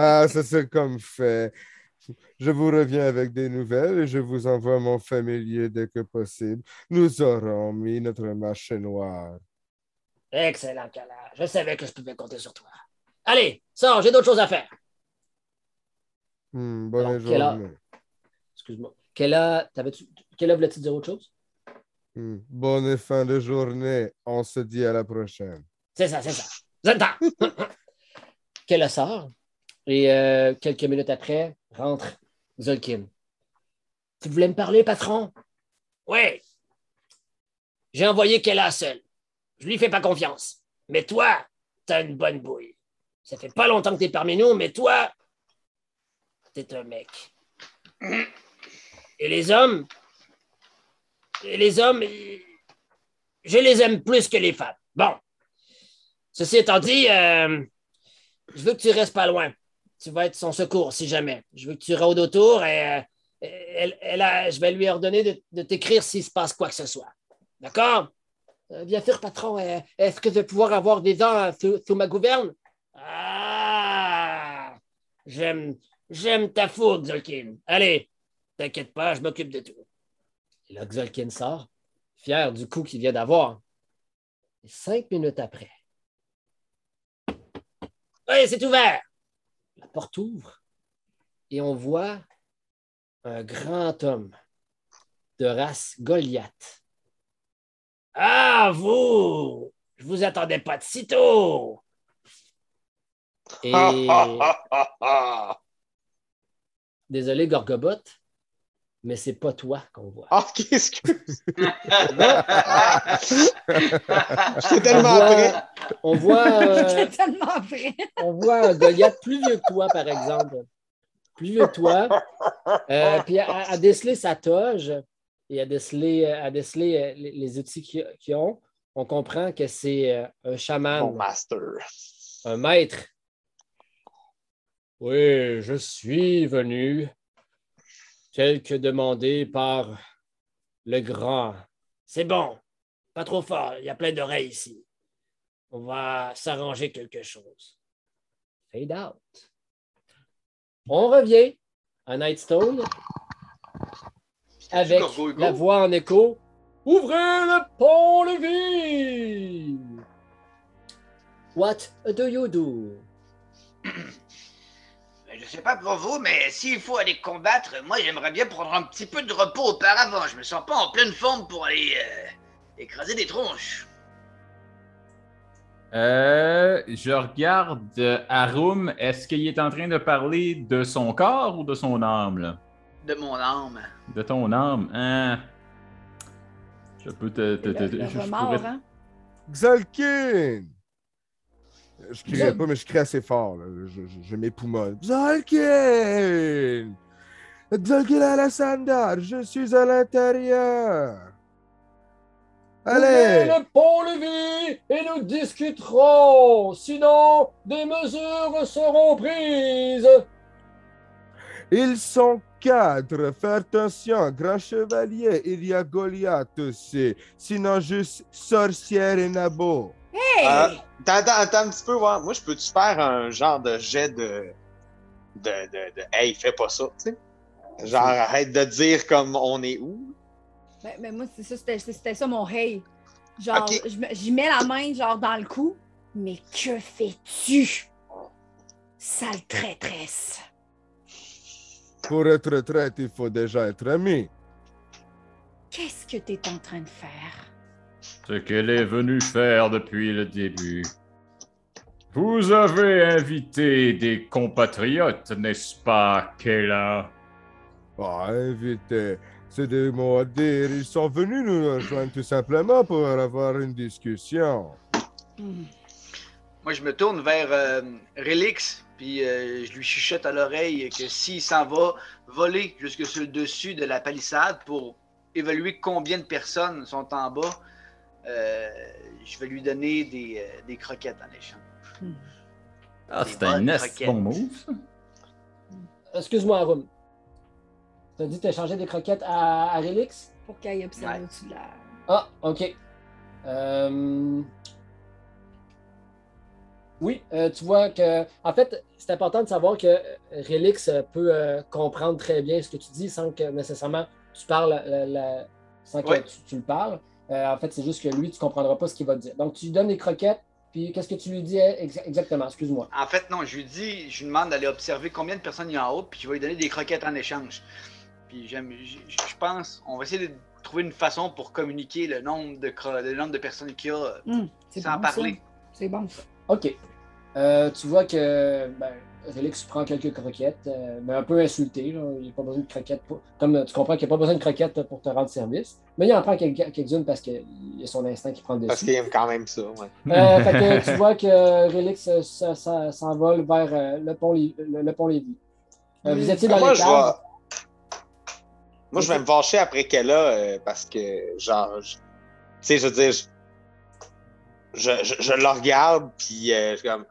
[SPEAKER 6] Ah, ça c'est comme fait. Je vous reviens avec des nouvelles et je vous envoie mon familier dès que possible. Nous aurons mis notre marché noir.
[SPEAKER 7] Excellent, Kala. Je savais que je pouvais compter sur toi. Allez, sors, j'ai d'autres choses à faire.
[SPEAKER 6] Hmm, bonne
[SPEAKER 7] Alors, quelle heure-
[SPEAKER 6] journée.
[SPEAKER 7] Excuse-moi. Kella, t'avais-tu- Kella voulait-tu dire autre chose?
[SPEAKER 6] Hmm, Bonne fin de journée. On se dit à la prochaine.
[SPEAKER 7] C'est ça, c'est ça. Zenta! Kella sort. Et euh, quelques minutes après, rentre Zolkin. Tu voulais me parler, patron? Oui. J'ai envoyé Kella seule. Je lui fais pas confiance. Mais toi, t'as une bonne bouille. Ça fait pas longtemps que t'es parmi nous, mais toi, t'es un mec. Et les hommes, et les hommes, ils- je les aime plus que les femmes. Bon. Ceci étant dit, euh, je veux que tu restes pas loin. Tu vas être son secours si jamais. Je veux que tu rôdes autour et euh, elle- elle a- je vais lui ordonner de, de t'écrire s'il se passe quoi que ce soit. D'accord? Euh, bien sûr, patron. euh, Est-ce que je vais pouvoir avoir des ans euh, sous, sous ma gouverne? Ah! J'aime, j'aime ta fougue, Zolkin. Allez, t'inquiète pas, je m'occupe de tout. Et là, Zolkin sort, fier du coup qu'il vient d'avoir. Et Cinq minutes après, oui, c'est ouvert. La porte ouvre et on voit un grand homme de race Goliath. Ah, vous! Je vous attendais pas de si tôt! Et...
[SPEAKER 1] Ah,
[SPEAKER 7] Désolé, Gorgobot, mais c'est pas toi qu'on voit.
[SPEAKER 1] Ah, qu'est-ce que. J'étais tellement après.
[SPEAKER 7] On voit- On voit, euh,
[SPEAKER 5] C'est tellement vrai.
[SPEAKER 7] on voit un Goliath plus vieux que toi, par exemple. Plus vieux que toi. Euh, puis à, à déceler sa toge et à déceler, à déceler, euh, les, les outils qu'ils qu'ils ont, on comprend que c'est euh, un chaman,
[SPEAKER 1] Mon master.
[SPEAKER 7] un maître. Oui, je suis venu, tel que demandé par le grand. C'est bon, pas trop fort, il y a plein d'oreilles ici. On va s'arranger quelque chose. Fade out. On revient à Nightstone avec
[SPEAKER 8] Gorgo Hugo?
[SPEAKER 7] la voix en écho. Ouvrez le pont-levis! What do you do?
[SPEAKER 8] Je sais pas pour vous, mais s'il faut aller combattre, moi j'aimerais bien prendre un petit peu de repos auparavant. Je me sens pas en pleine forme pour aller euh, écraser des tronches.
[SPEAKER 4] Euh, je regarde euh, Arum. Est-ce qu'il est en train de parler de son corps ou de son âme? Là?
[SPEAKER 8] De mon âme.
[SPEAKER 4] De ton âme? Hein? Je peux te. te-
[SPEAKER 5] Le,
[SPEAKER 4] te-
[SPEAKER 5] le
[SPEAKER 4] je- je
[SPEAKER 5] remords,
[SPEAKER 4] pourrais-
[SPEAKER 5] hein?
[SPEAKER 6] Xalkin! Je crierai
[SPEAKER 7] Xal-
[SPEAKER 6] pas, mais je crie assez fort. là. Je, je, je m'époumonne. Xalkin! Xalkin Alassandar, je suis à l'intérieur! Allez!
[SPEAKER 7] Ouvrez le pont-levis et nous discuterons. Sinon, des mesures seront prises.
[SPEAKER 6] Ils sont quatre. Fais attention, grand chevalier. Il y a Goliath aussi. Sinon, juste sorcière et nabo.
[SPEAKER 2] Hey!
[SPEAKER 3] Euh, Attends, attends un petit peu, voir. Moi, je peux-tu faire un genre de jet de. de, de, de- Hey, fais pas ça, tu sais? Genre, arrête de dire comme on est où.
[SPEAKER 2] Ben, ben, moi, c'est ça, c'était- c'était ça mon hey. Genre,
[SPEAKER 3] Ok.
[SPEAKER 2] je me- j'y mets la main, genre, dans le cou. Mais que fais-tu? Sale traîtresse.
[SPEAKER 6] Pour être retraité, il faut déjà être ami.
[SPEAKER 2] Qu'est-ce que t'es en train de faire?
[SPEAKER 4] Ce qu'elle est venue faire depuis le début. Vous avez invité des compatriotes, n'est-ce pas, Kayla?
[SPEAKER 6] Ah, invité. C'est des mots à dire. Ils sont venus nous rejoindre tout simplement pour avoir une discussion.
[SPEAKER 2] Hmm.
[SPEAKER 5] Moi, je me tourne vers euh, Relix, puis euh, je lui chuchote à l'oreille que s'il s'en va voler jusque sur le dessus de la palissade pour évaluer combien de personnes sont en bas, euh, je vais lui donner des, euh, des croquettes en échange.
[SPEAKER 4] Ah,
[SPEAKER 5] Des
[SPEAKER 4] c'est un
[SPEAKER 5] bonnes
[SPEAKER 4] nest
[SPEAKER 5] croquettes.
[SPEAKER 4] bon move, ça.
[SPEAKER 1] Excuse-moi, Arum. T'as dit que t'as changé des croquettes à, à Relix?
[SPEAKER 2] Pour qu'elle observe
[SPEAKER 5] Ouais.
[SPEAKER 2] au-dessus de la.
[SPEAKER 1] Ah, OK. Euh, Oui, euh, tu vois que. En fait, c'est important de savoir que euh, Relix euh, peut euh, comprendre très bien ce que tu dis sans que nécessairement tu parles, la- la- sans que
[SPEAKER 5] Ouais.
[SPEAKER 1] tu, tu le parles. Euh, en fait, c'est juste que lui, tu ne comprendras pas ce qu'il va te dire. Donc, tu lui donnes des croquettes, puis qu'est-ce que tu lui dis ex- exactement? Excuse-moi.
[SPEAKER 5] En fait, non, je lui dis, je lui demande d'aller observer combien de personnes il y a en haut, puis je vais lui donner des croquettes en échange. Puis j'aime, j- j- je pense, on va essayer de trouver une façon pour communiquer le nombre de, cro- le nombre de personnes qu'il y a euh,
[SPEAKER 2] Hmm, c'est
[SPEAKER 5] sans
[SPEAKER 2] bon,
[SPEAKER 5] parler.
[SPEAKER 2] ça. C'est bon, ça.
[SPEAKER 1] OK. Euh, tu vois que ben, Relix prend quelques croquettes, euh, mais un peu insulté. là. Il n'y a pas besoin de croquettes. pour- Comme euh, tu comprends qu'il n'y a pas besoin de croquettes pour te rendre service. Mais il en prend quelques- quelques-unes parce qu'il y a son instinct qui prend le
[SPEAKER 3] Parce
[SPEAKER 1] dessus.
[SPEAKER 3] qu'il aime quand même ça, ouais.
[SPEAKER 1] Euh, fait que tu vois que Relix euh, s- s- s'envole vers euh, le pont, Lé- le, le pont Lévis. Euh, vous étiez dans
[SPEAKER 3] Ah, Moi,
[SPEAKER 1] les
[SPEAKER 3] je
[SPEAKER 1] caves.
[SPEAKER 3] vais. Moi, je vais me fâcher après qu'elle a, euh, parce que, genre, je- tu sais, je veux dire, je, je, je- je la regarde, puis euh, je suis comme.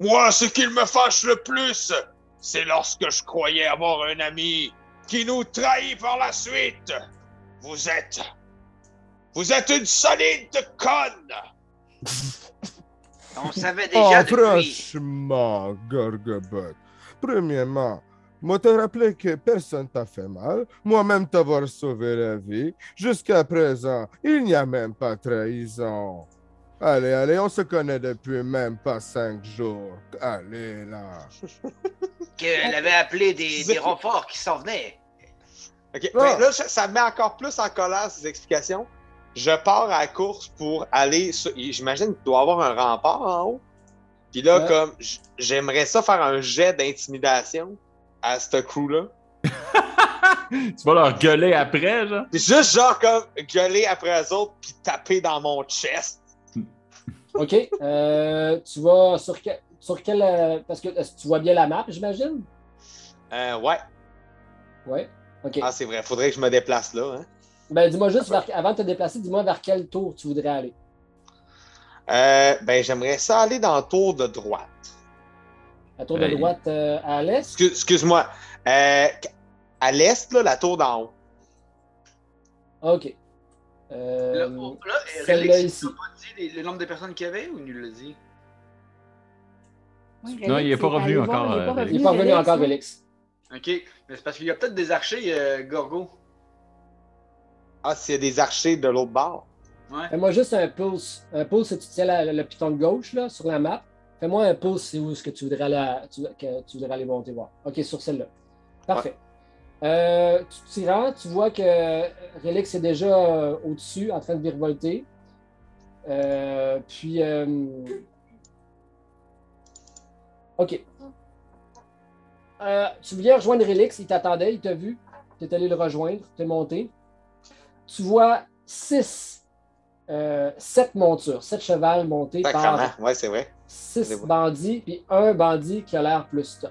[SPEAKER 3] Moi, ce qu'il me fâche le plus, c'est lorsque je croyais avoir un ami qui nous trahit par la suite. Vous êtes. Vous êtes une solide conne!
[SPEAKER 5] On savait déjà
[SPEAKER 6] Oh,
[SPEAKER 5] depuis.
[SPEAKER 6] franchement, Gorgobot. Premièrement, moi te rappeler que personne t'a fait mal, moi-même t'avoir sauvé la vie. Jusqu'à présent, il n'y a même pas trahison. Allez, allez, on se connaît depuis même pas cinq jours. Allez là.
[SPEAKER 5] qu'elle avait appelé des,
[SPEAKER 3] C'est-
[SPEAKER 5] des renforts qui s'en venaient.
[SPEAKER 3] OK.
[SPEAKER 6] Ah.
[SPEAKER 3] ben là, ça, ça me met encore plus en colère, ces explications. Je pars à la course pour aller. sur- J'imagine qu'il doit y avoir un rempart en haut. Puis là,
[SPEAKER 1] Ouais.
[SPEAKER 3] comme, j- j'aimerais ça faire un jet d'intimidation à ce crew-là.
[SPEAKER 4] tu vas leur gueuler après, genre.
[SPEAKER 3] Puis juste, genre, comme, gueuler après eux autres, puis taper dans mon chest.
[SPEAKER 1] OK. Euh, tu vas sur, que- sur quel. euh, parce que est-ce que tu vois bien la map, j'imagine?
[SPEAKER 3] Euh, ouais.
[SPEAKER 1] Oui. OK.
[SPEAKER 3] Ah, c'est vrai. Faudrait que je me déplace là. Hein.
[SPEAKER 1] Ben, dis-moi juste, vers- avant de te déplacer, dis-moi vers quel tour tu voudrais aller.
[SPEAKER 3] Euh, ben, j'aimerais ça aller dans le tour de droite.
[SPEAKER 1] La tour de
[SPEAKER 4] Hey.
[SPEAKER 1] droite euh, à l'est?
[SPEAKER 3] Excuse- Excuse-moi. Euh, à l'est, là, la tour d'en haut.
[SPEAKER 1] OK. Euh,
[SPEAKER 5] Là, oh, là,
[SPEAKER 1] celle-là
[SPEAKER 5] Relix,
[SPEAKER 1] ici.
[SPEAKER 5] il n'a pas dit les- le nombre de personnes qu'il y avait ou il nous l'a dit?
[SPEAKER 2] Oui,
[SPEAKER 4] Non, il est pas
[SPEAKER 2] c'est
[SPEAKER 4] revenu
[SPEAKER 2] allé
[SPEAKER 4] encore,
[SPEAKER 2] voir,
[SPEAKER 4] euh,
[SPEAKER 1] il est pas revenu
[SPEAKER 2] Félix,
[SPEAKER 1] encore,
[SPEAKER 2] hein.
[SPEAKER 1] Félix.
[SPEAKER 5] OK. Mais c'est parce qu'il y a peut-être des archers, euh, Gorgo.
[SPEAKER 3] Ah, c'est des archers de l'autre bord.
[SPEAKER 5] Ouais.
[SPEAKER 1] Fais-moi juste un pulse. Un pulse, c'est tu tiens la- le piton de gauche là, sur la map. Fais-moi un pulse, c'est où est-ce que tu voudrais aller, à- tu, que tu voudrais aller monter voir. OK, sur celle-là. Parfait. Euh, tu t'y rends, tu vois que Relix est déjà euh, au-dessus, en train de virevolter. Euh, puis. euh, OK. Euh, tu viens rejoindre Relix, il t'attendait, il t'a vu. Tu es allé le rejoindre, tu es monté. Tu vois six euh, sept montures, sept chevals montés
[SPEAKER 3] Sacrement.
[SPEAKER 1] par
[SPEAKER 3] Ouais, c'est vrai.
[SPEAKER 1] six
[SPEAKER 3] C'est bon.
[SPEAKER 1] bandits, puis un bandit qui a l'air plus tough.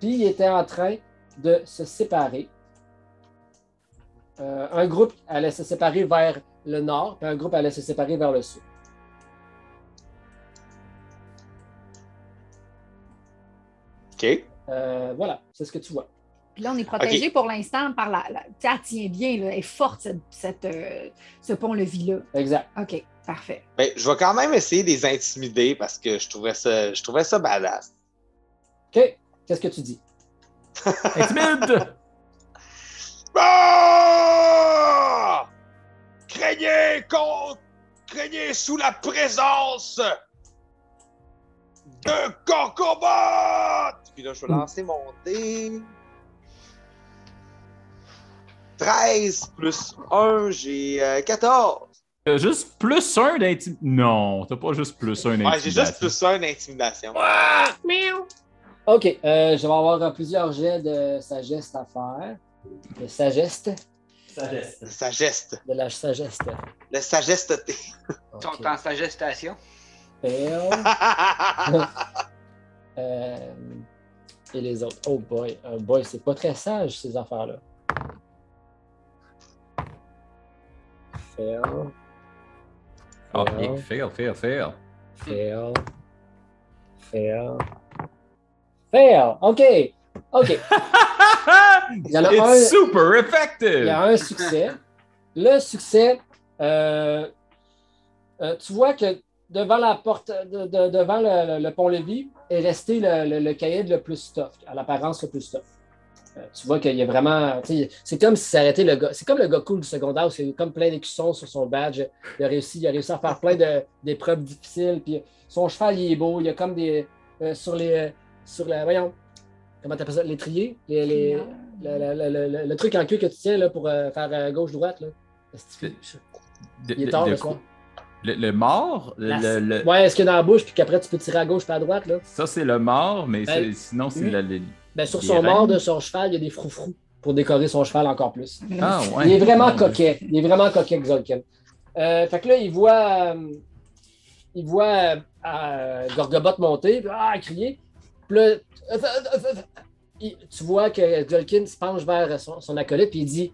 [SPEAKER 1] Puis il était en train de se séparer. Euh, un groupe allait se séparer vers le nord, puis un groupe allait se séparer vers le sud.
[SPEAKER 3] OK.
[SPEAKER 1] Euh, voilà, c'est ce que tu vois.
[SPEAKER 2] Puis là, on est protégé pour l'instant par la. la- tu sais, elle tient bien, là, elle est forte, cette, cette, euh, ce pont-levis-là.
[SPEAKER 1] Exact.
[SPEAKER 2] OK. Parfait.
[SPEAKER 3] Ben, je vais quand même essayer de les intimider parce que je trouvais ça, je trouvais ça badass.
[SPEAKER 1] OK. Qu'est-ce que tu dis?
[SPEAKER 4] Intimide!
[SPEAKER 3] Ah! Craignez contre, craignez sous la présence de Corcobot! Puis là, je vais lancer mon dé. 13 plus 1, j'ai euh, 14.
[SPEAKER 4] T'as juste plus un d'intimidation. Non, t'as pas juste plus un d'intimidation.
[SPEAKER 3] Ouais, j'ai juste plus 1 d'intimidation.
[SPEAKER 1] OK. euh, je vais avoir euh, plusieurs jets de sagesse à faire. De sagesse.
[SPEAKER 3] Le sagesse.
[SPEAKER 1] De la sagesse.
[SPEAKER 3] Le sagesse.
[SPEAKER 5] Ils sont en sagestation.
[SPEAKER 1] Fail. Euh, et les autres. Oh boy, oh boy, c'est pas très sage ces affaires-là. Fail,
[SPEAKER 4] Ah, ok, fail, fail, fail.
[SPEAKER 1] fail, fail, fail. OK, OK. Il y en a un-
[SPEAKER 4] It's super
[SPEAKER 1] Il y
[SPEAKER 4] effective!
[SPEAKER 1] a un succès. Le succès, euh, euh, tu vois que devant la porte, de- de- devant le, le- le pont-levis, est resté le, le, le caïd le plus tough, à l'apparence le plus tough. Euh, tu vois qu'il y a vraiment. tu sais, C'est comme si s'arrêtait le gars. C'est comme le gars cool du secondaire où c'est comme plein d'écussons sur son badge. Il a réussi, il a réussi à faire plein de- d'épreuves difficiles. Puis son cheval, il est beau. Il y a comme des. euh, sur les. Sur la. Voyons. Comment t'appelles ça? L'étrier? Les, les, le, le- le- le- le truc en queue que tu tiens là, pour euh, faire euh, gauche-droite. là. Est-ce que-
[SPEAKER 4] De-
[SPEAKER 1] Il est
[SPEAKER 4] de-
[SPEAKER 1] tard
[SPEAKER 4] de
[SPEAKER 1] le
[SPEAKER 4] quoi?
[SPEAKER 1] soir.
[SPEAKER 4] Le, le mort? le-
[SPEAKER 1] La-
[SPEAKER 4] le- le-
[SPEAKER 1] Ouais, est-ce qu'il y a dans la bouche, puis qu'après tu peux tirer à gauche puis à droite. Là.
[SPEAKER 4] Ça, c'est le mort, mais c'est-
[SPEAKER 1] Ben,
[SPEAKER 4] sinon, c'est
[SPEAKER 1] lui-
[SPEAKER 4] la. le-
[SPEAKER 1] Ben, sur
[SPEAKER 4] Des
[SPEAKER 1] son mort
[SPEAKER 4] reines.
[SPEAKER 1] de son cheval, il y a des froufrous pour décorer son cheval encore plus.
[SPEAKER 4] Ah, ouais.
[SPEAKER 1] Il est vraiment coquet. Il est vraiment coquet, Xolken. Euh, fait que là, il voit, euh, il voit euh, euh, Gorgobot monter, puis, ah, crier. Puis là, euh, euh, euh, il- tu vois que Xolkin se penche vers son, son acolyte, puis il dit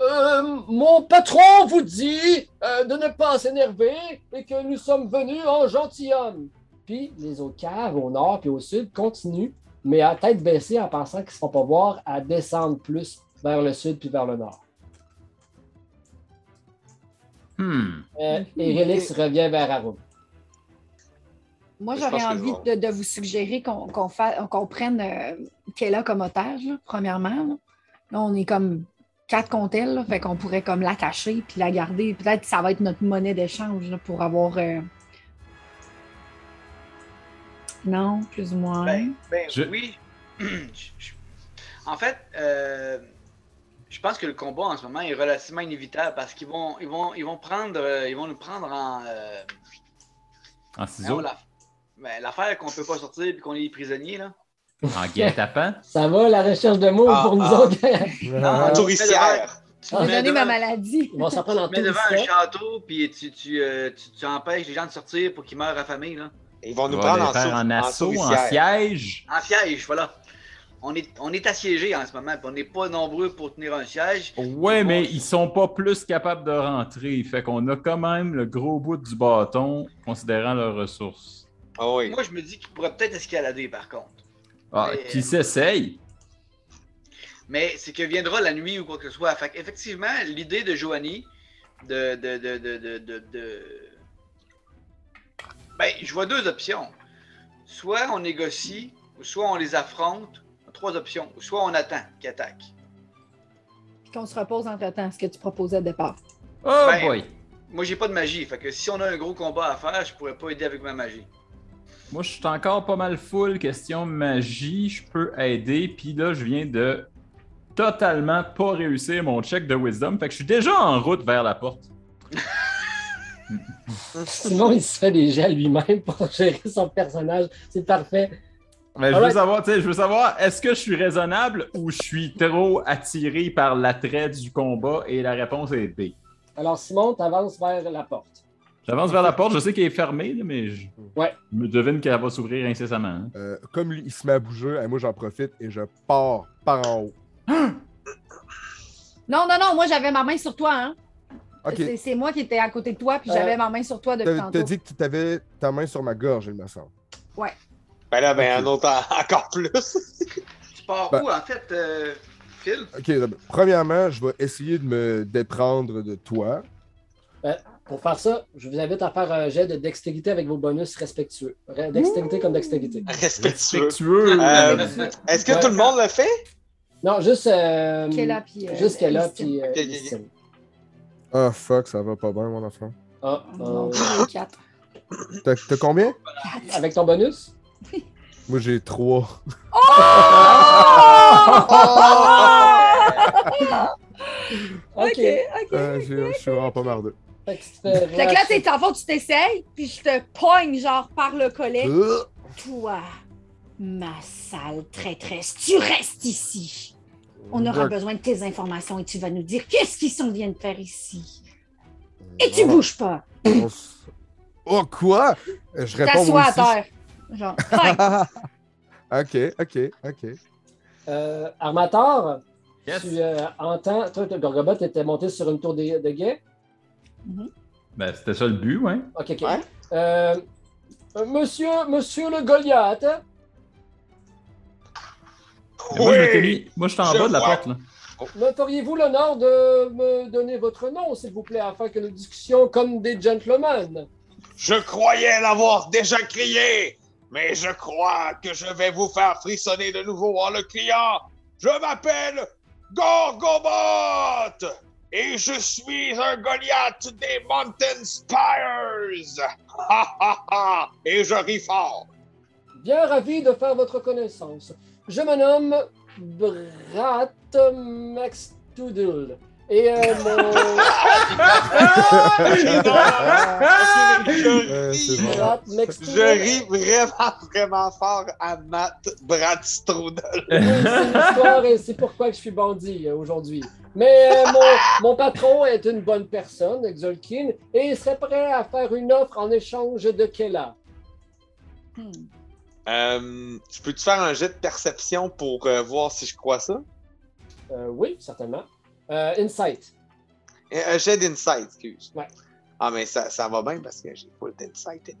[SPEAKER 1] Euh, Mon patron vous dit euh, de ne pas s'énerver et que nous sommes venus en gentilhomme. Puis les autres caves au nord puis au sud continuent mais à tête baissée en pensant qu'ils ne se font pas voir, à descendre plus vers le sud puis vers le nord.
[SPEAKER 4] Hmm.
[SPEAKER 1] Euh, et Relix revient vers Arum.
[SPEAKER 2] Moi,
[SPEAKER 3] Je pense
[SPEAKER 2] j'aurais
[SPEAKER 3] que
[SPEAKER 2] envie
[SPEAKER 3] je
[SPEAKER 2] de, de vous suggérer qu'on qu'on fa- qu'on prenne euh, Kella comme otage, là, premièrement. Là. Là, on est comme quatre contre elle, là, fait qu'on pourrait comme l'attacher puis la garder. Peut-être que ça va être notre monnaie d'échange là, pour avoir. euh, Non, plus ou moins.
[SPEAKER 5] Ben, ben
[SPEAKER 4] Je-
[SPEAKER 5] oui. Je- je- En fait, euh, je pense que le combat en ce moment est relativement inévitable parce qu'ils vont, ils vont, ils vont prendre, euh, ils vont nous prendre en. euh,
[SPEAKER 4] En
[SPEAKER 5] non,
[SPEAKER 4] ciseaux?
[SPEAKER 5] la- ben, L'affaire qu'on peut pas sortir puis qu'on est prisonnier là.
[SPEAKER 4] En guet-apens?
[SPEAKER 1] Ça va, la recherche de mots
[SPEAKER 3] Ah,
[SPEAKER 1] pour nous
[SPEAKER 3] ah.
[SPEAKER 1] autres?
[SPEAKER 3] En
[SPEAKER 5] Ah.
[SPEAKER 3] touricière.
[SPEAKER 5] Tu
[SPEAKER 1] Ah,
[SPEAKER 5] te
[SPEAKER 2] J'ai
[SPEAKER 5] mets
[SPEAKER 2] donné ma
[SPEAKER 5] devant-
[SPEAKER 2] maladie.
[SPEAKER 1] Ils vont s'en prendre en
[SPEAKER 5] tu te mets
[SPEAKER 1] tout
[SPEAKER 5] devant un château puis tu, tu, euh, tu, tu empêches les gens de sortir pour qu'ils meurent affamés là.
[SPEAKER 3] Ils vont nous
[SPEAKER 4] On va
[SPEAKER 3] prendre
[SPEAKER 4] les faire en
[SPEAKER 3] en,
[SPEAKER 4] assaut,
[SPEAKER 3] sou- en,
[SPEAKER 4] en
[SPEAKER 3] souricière.
[SPEAKER 4] siège?
[SPEAKER 5] En siège, voilà. On est, on est assiégés en ce moment, puis on n'est pas nombreux pour tenir un siège.
[SPEAKER 4] Ouais, mais ils sont pas plus capables de rentrer. Fait qu'on a quand même le gros bout du bâton, considérant leurs ressources.
[SPEAKER 3] Ah oui.
[SPEAKER 5] Moi, je me dis qu'ils pourraient peut-être escalader, par contre.
[SPEAKER 4] Ah,
[SPEAKER 5] Mais-
[SPEAKER 4] qui s'essaye?
[SPEAKER 5] Mais c'est que viendra la nuit ou quoi que ce soit. Fait effectivement, l'idée de Joanie, de. de, de, de, de, de- de- Ben, je vois deux options. Soit on négocie, ou soit on les affronte. Trois options. Ou soit on attend qu'ils attaquent.
[SPEAKER 2] Puis qu'on se repose entre-temps, ce que tu proposais au départ.
[SPEAKER 4] Oh
[SPEAKER 5] Ben-
[SPEAKER 4] boy!
[SPEAKER 5] Moi, j'ai pas de magie. Fait que si on a un gros combat à faire, je pourrais pas aider avec ma magie.
[SPEAKER 4] Moi, je suis encore pas mal full question magie. Je peux aider. Puis là, je viens de totalement pas réussir mon check de wisdom. Fait que je suis déjà en route vers la porte.
[SPEAKER 1] Simon, il se fait des jets lui-même pour gérer son personnage. C'est parfait.
[SPEAKER 4] Mais je veux
[SPEAKER 1] Alright.
[SPEAKER 4] savoir, tu sais, je veux savoir, est-ce que je suis raisonnable ou je suis trop attiré par l'attrait du combat? Et la réponse est B.
[SPEAKER 1] Alors, Simon, tu avances vers la porte.
[SPEAKER 4] J'avance vers la porte, je sais qu'elle est fermée, là, mais je...
[SPEAKER 1] Ouais.
[SPEAKER 4] je me devine qu'elle va s'ouvrir incessamment. hein.
[SPEAKER 6] Euh, comme lui, il se met à bouger, et Eh, moi j'en profite et je pars par en haut.
[SPEAKER 2] Non, non, non, moi j'avais ma main sur toi. Hein.
[SPEAKER 6] Ok,
[SPEAKER 2] C'est- C'est moi qui étais à côté de toi, puis
[SPEAKER 1] Euh,
[SPEAKER 2] j'avais ma main sur toi depuis
[SPEAKER 6] t'as t'as
[SPEAKER 2] tantôt.
[SPEAKER 6] dit que tu avais ta main sur ma gorge, il me semble.
[SPEAKER 3] Ben là, ben
[SPEAKER 6] Ok.
[SPEAKER 3] un autre en- encore plus.
[SPEAKER 5] Tu pars
[SPEAKER 6] Ben-
[SPEAKER 5] où, en fait, euh, Phil?
[SPEAKER 6] Ok, d'abord, premièrement, je vais essayer de me déprendre de toi.
[SPEAKER 1] Euh, pour faire ça, je vous invite à faire un jet de dextérité avec vos bonus respectueux. Re- Dextérité comme dextérité.
[SPEAKER 9] Respectueux.
[SPEAKER 4] Respectueux.
[SPEAKER 9] Euh, Est-ce que
[SPEAKER 1] Ouais.
[SPEAKER 9] tout le monde le fait?
[SPEAKER 1] Non, juste. euh,
[SPEAKER 2] Qu'elle a, puis, euh,
[SPEAKER 1] Juste qu'elle a, puis.
[SPEAKER 2] Christine.
[SPEAKER 1] euh,
[SPEAKER 9] Ok, ok, ok.
[SPEAKER 1] Christine.
[SPEAKER 6] Ah, fuck, ça va pas bien, mon enfant.
[SPEAKER 1] Ah,
[SPEAKER 2] Non,
[SPEAKER 1] euh,
[SPEAKER 2] j'ai quatre.
[SPEAKER 6] T'as t'as combien?
[SPEAKER 1] avec ton bonus?
[SPEAKER 6] Moi, j'ai trois.
[SPEAKER 9] Ah!
[SPEAKER 2] Ah!
[SPEAKER 1] Ok.
[SPEAKER 6] Ah, j'ai- je suis vraiment pas mardeux.
[SPEAKER 1] Fait que tu te fais
[SPEAKER 2] Fait que là,
[SPEAKER 1] racheter.
[SPEAKER 2] t'es en fond, tu t'essayes, puis je te pogne, genre, par le collet.
[SPEAKER 6] Euh,
[SPEAKER 2] Toi, ma sale traîtresse, tu restes ici. On aura
[SPEAKER 6] Ouais.
[SPEAKER 2] besoin de tes informations et tu vas nous dire qu'est-ce qu'ils s'en viennent faire ici. Et tu bouges pas.
[SPEAKER 6] On s- Oh, quoi? Euh, Je réponds
[SPEAKER 2] T'assois
[SPEAKER 6] moi
[SPEAKER 2] à
[SPEAKER 6] aussi.
[SPEAKER 2] terre. Genre, fine.
[SPEAKER 6] ok, ok, ok.
[SPEAKER 1] Euh, Armator,
[SPEAKER 4] Yes.
[SPEAKER 1] tu euh, entends. Toi, le Gorgobot était monté sur une tour de, de guet.
[SPEAKER 4] Ben, c'était ça le but, ouais.
[SPEAKER 1] Ok, ok.
[SPEAKER 9] Ouais.
[SPEAKER 1] Euh, euh, monsieur, monsieur le Goliath, hein?
[SPEAKER 4] Mais Eh, Moi, je m'étais
[SPEAKER 9] Oui!
[SPEAKER 4] mis. Moi, j'étais en
[SPEAKER 9] Je
[SPEAKER 4] bas de la
[SPEAKER 9] vois.
[SPEAKER 4] porte, là.
[SPEAKER 1] me feriez-vous l'honneur de me donner votre nom, s'il vous plaît, afin que nous discutions comme des gentlemen?
[SPEAKER 9] Je croyais l'avoir déjà crié, mais je crois que je vais vous faire frissonner de nouveau en le criant. Je m'appelle Gorgobot et je suis un Goliath des Mountain Spires. Ha, ha, ha. et je ris fort.
[SPEAKER 1] Bien ravi de faire votre connaissance. Je me nomme Brat Max Toodle. Et euh, mon
[SPEAKER 9] je
[SPEAKER 3] Ah,
[SPEAKER 6] Euh, c'est
[SPEAKER 9] ris.
[SPEAKER 6] bon.
[SPEAKER 1] Brat Max
[SPEAKER 9] Je ris vraiment, vraiment fort à Matt Bradstrode.
[SPEAKER 1] Oui, c'est l'histoire et c'est pourquoi que je suis bandit euh, aujourd'hui. Mais euh, mon, mon patron est une bonne personne, Exolkin, et il serait prêt à faire une offre en échange de Kella.
[SPEAKER 2] Hmm.
[SPEAKER 9] Euh, je peux-tu faire un jet de perception pour euh, voir si je crois ça?
[SPEAKER 1] Euh, oui, certainement. Euh, insight.
[SPEAKER 9] Et Un jet d'insight, excuse.
[SPEAKER 1] Ouais.
[SPEAKER 9] Ah, mais ça, ça va bien parce que j'ai pas d'insight.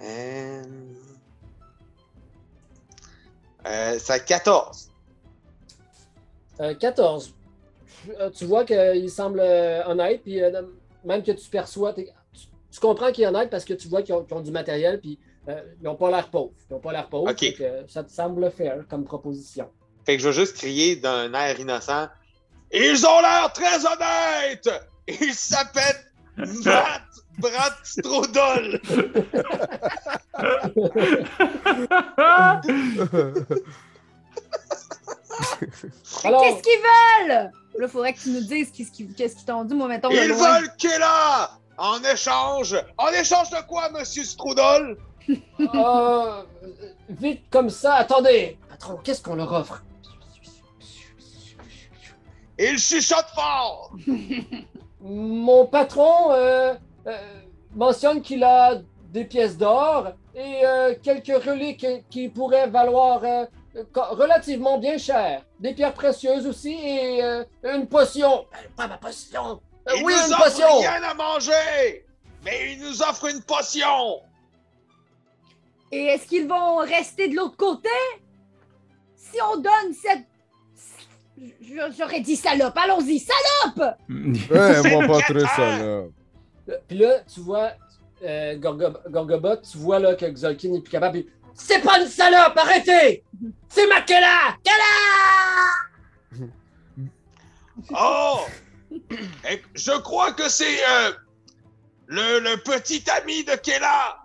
[SPEAKER 9] anyway. Euh... Euh, c'est à 14.
[SPEAKER 1] Euh, 14. Euh, tu vois qu'il semble euh, honnête, puis euh, même que tu perçois, t'es- tu, tu comprends qu'il est honnête parce que tu vois qu'ils ont, qu'ils ont du matériel, puis euh, ils n'ont pas l'air pauvres. Ils n'ont pas l'air pauvres.
[SPEAKER 9] Ok.
[SPEAKER 1] fait que ça te semble fair comme proposition.
[SPEAKER 9] Fait que je vais juste crier d'un air innocent. Ils ont l'air très honnêtes! Ils s'appellent Matt Bradstrodol!
[SPEAKER 1] Alors,
[SPEAKER 2] Qu'est-ce qu'ils veulent? Là, faudrait que tu nous dises qu'est-ce qu'ils qu'est-ce qu'ils t'ont dit. Moi, mettons, de
[SPEAKER 9] Ils
[SPEAKER 2] loin.
[SPEAKER 9] veulent Kella! En échange! En échange de quoi, monsieur Strudol?
[SPEAKER 1] euh, vite comme ça, attendez. Patron, qu'est-ce qu'on leur offre?
[SPEAKER 9] Il chuchote fort!
[SPEAKER 1] Mon patron euh, euh, mentionne qu'il a des pièces d'or et euh, quelques reliques qui pourraient valoir euh, co- relativement bien cher. Des pierres précieuses aussi et euh, une potion. Euh, Pas ma potion. Euh,
[SPEAKER 9] il
[SPEAKER 1] oui,
[SPEAKER 9] nous
[SPEAKER 1] une
[SPEAKER 9] offre
[SPEAKER 1] potion.
[SPEAKER 9] rien à manger! Mais il nous offre une potion!
[SPEAKER 2] Et est-ce qu'ils vont rester de l'autre côté? Si on donne cette. Je- J'aurais dit salope. Allons-y, salope!
[SPEAKER 6] Ouais, moi, pas trop ça, là.
[SPEAKER 1] Euh, Puis là, tu vois, euh, Gorgo- Gorgobot, tu vois là que Xolkin n'est plus capable. puis, C'est pas une salope, arrêtez! C'est ma Kella! Kella!
[SPEAKER 9] Oh! Et je crois que c'est euh, le, le petit ami de Kella!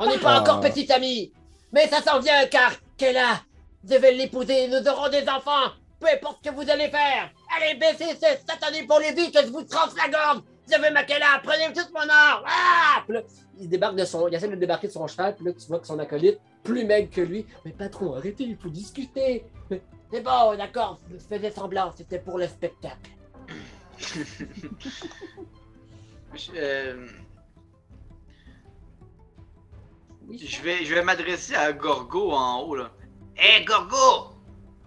[SPEAKER 1] On n'est pas
[SPEAKER 6] Ah.
[SPEAKER 1] encore petit ami, mais ça s'en vient car Kella, vous devez l'épouser, nous aurons des enfants, peu importe ce que vous allez faire. Allez, baissez ces satanés pour les vies que je vous tranche la gorge. Vous avez ma Kella, prenez tout mon or. Ah! Puis là, il débarque de son, il essaie de débarquer de son cheval, puis là tu vois que son acolyte, plus maigre que lui, mais patron, arrêtez, il faut discuter. C'est bon, d'accord, je faisais semblant, c'était pour le spectacle.
[SPEAKER 8] Je, euh, je vais, je vais m'adresser à Gorgo en haut. là. Hé Gorgo,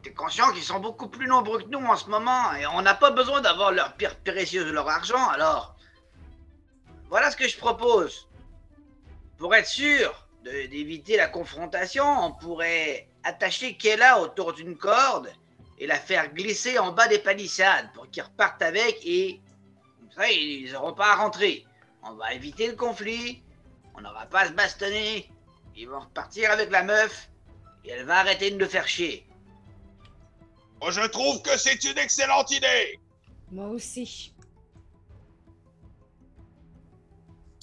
[SPEAKER 8] t'es conscient qu'ils sont beaucoup plus nombreux que nous en ce moment et on n'a pas besoin d'avoir leurs pierres précieuses, leur argent alors. Voilà ce que je propose. Pour être sûr de- d'éviter la confrontation, on pourrait attacher Kella autour d'une corde et la faire glisser en bas des palissades pour qu'ils repartent avec et
[SPEAKER 5] Comme ça, ils n'auront pas à rentrer. On va éviter le conflit. On n'aura pas à se bastonner. Ils vont repartir avec la meuf. Et elle va arrêter de nous faire chier.
[SPEAKER 3] Moi, je trouve que c'est une excellente idée.
[SPEAKER 2] Moi aussi.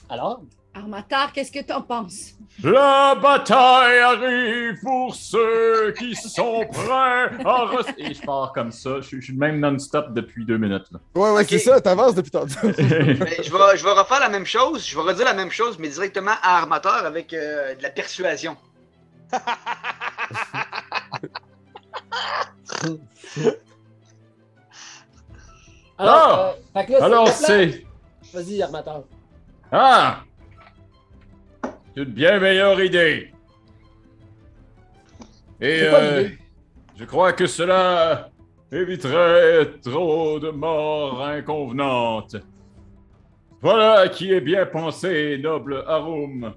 [SPEAKER 1] Alors,
[SPEAKER 2] Armatar, qu'est-ce que t'en penses?
[SPEAKER 4] La bataille arrive pour ceux qui sont prêts à rester. Et je pars comme ça. Je, je suis le même non-stop depuis deux minutes. là.
[SPEAKER 6] Ouais, ouais,
[SPEAKER 5] Ok.
[SPEAKER 6] c'est ça, t'avances depuis tantôt.
[SPEAKER 5] Ben, je, vais, je vais refaire la même chose. Je vais redire la même chose, mais directement à Armateur avec euh, de la persuasion.
[SPEAKER 4] Ah!
[SPEAKER 1] alors, euh, fait que là,
[SPEAKER 4] Alors,
[SPEAKER 1] la place.
[SPEAKER 4] c'est.
[SPEAKER 1] Vas-y, armateur.
[SPEAKER 4] Ah! C'est une bien meilleure idée. Et
[SPEAKER 1] C'est quoi
[SPEAKER 4] euh,
[SPEAKER 1] l'idée?
[SPEAKER 4] je crois que cela éviterait trop de morts inconvenantes. Voilà qui est bien pensé, noble Harum.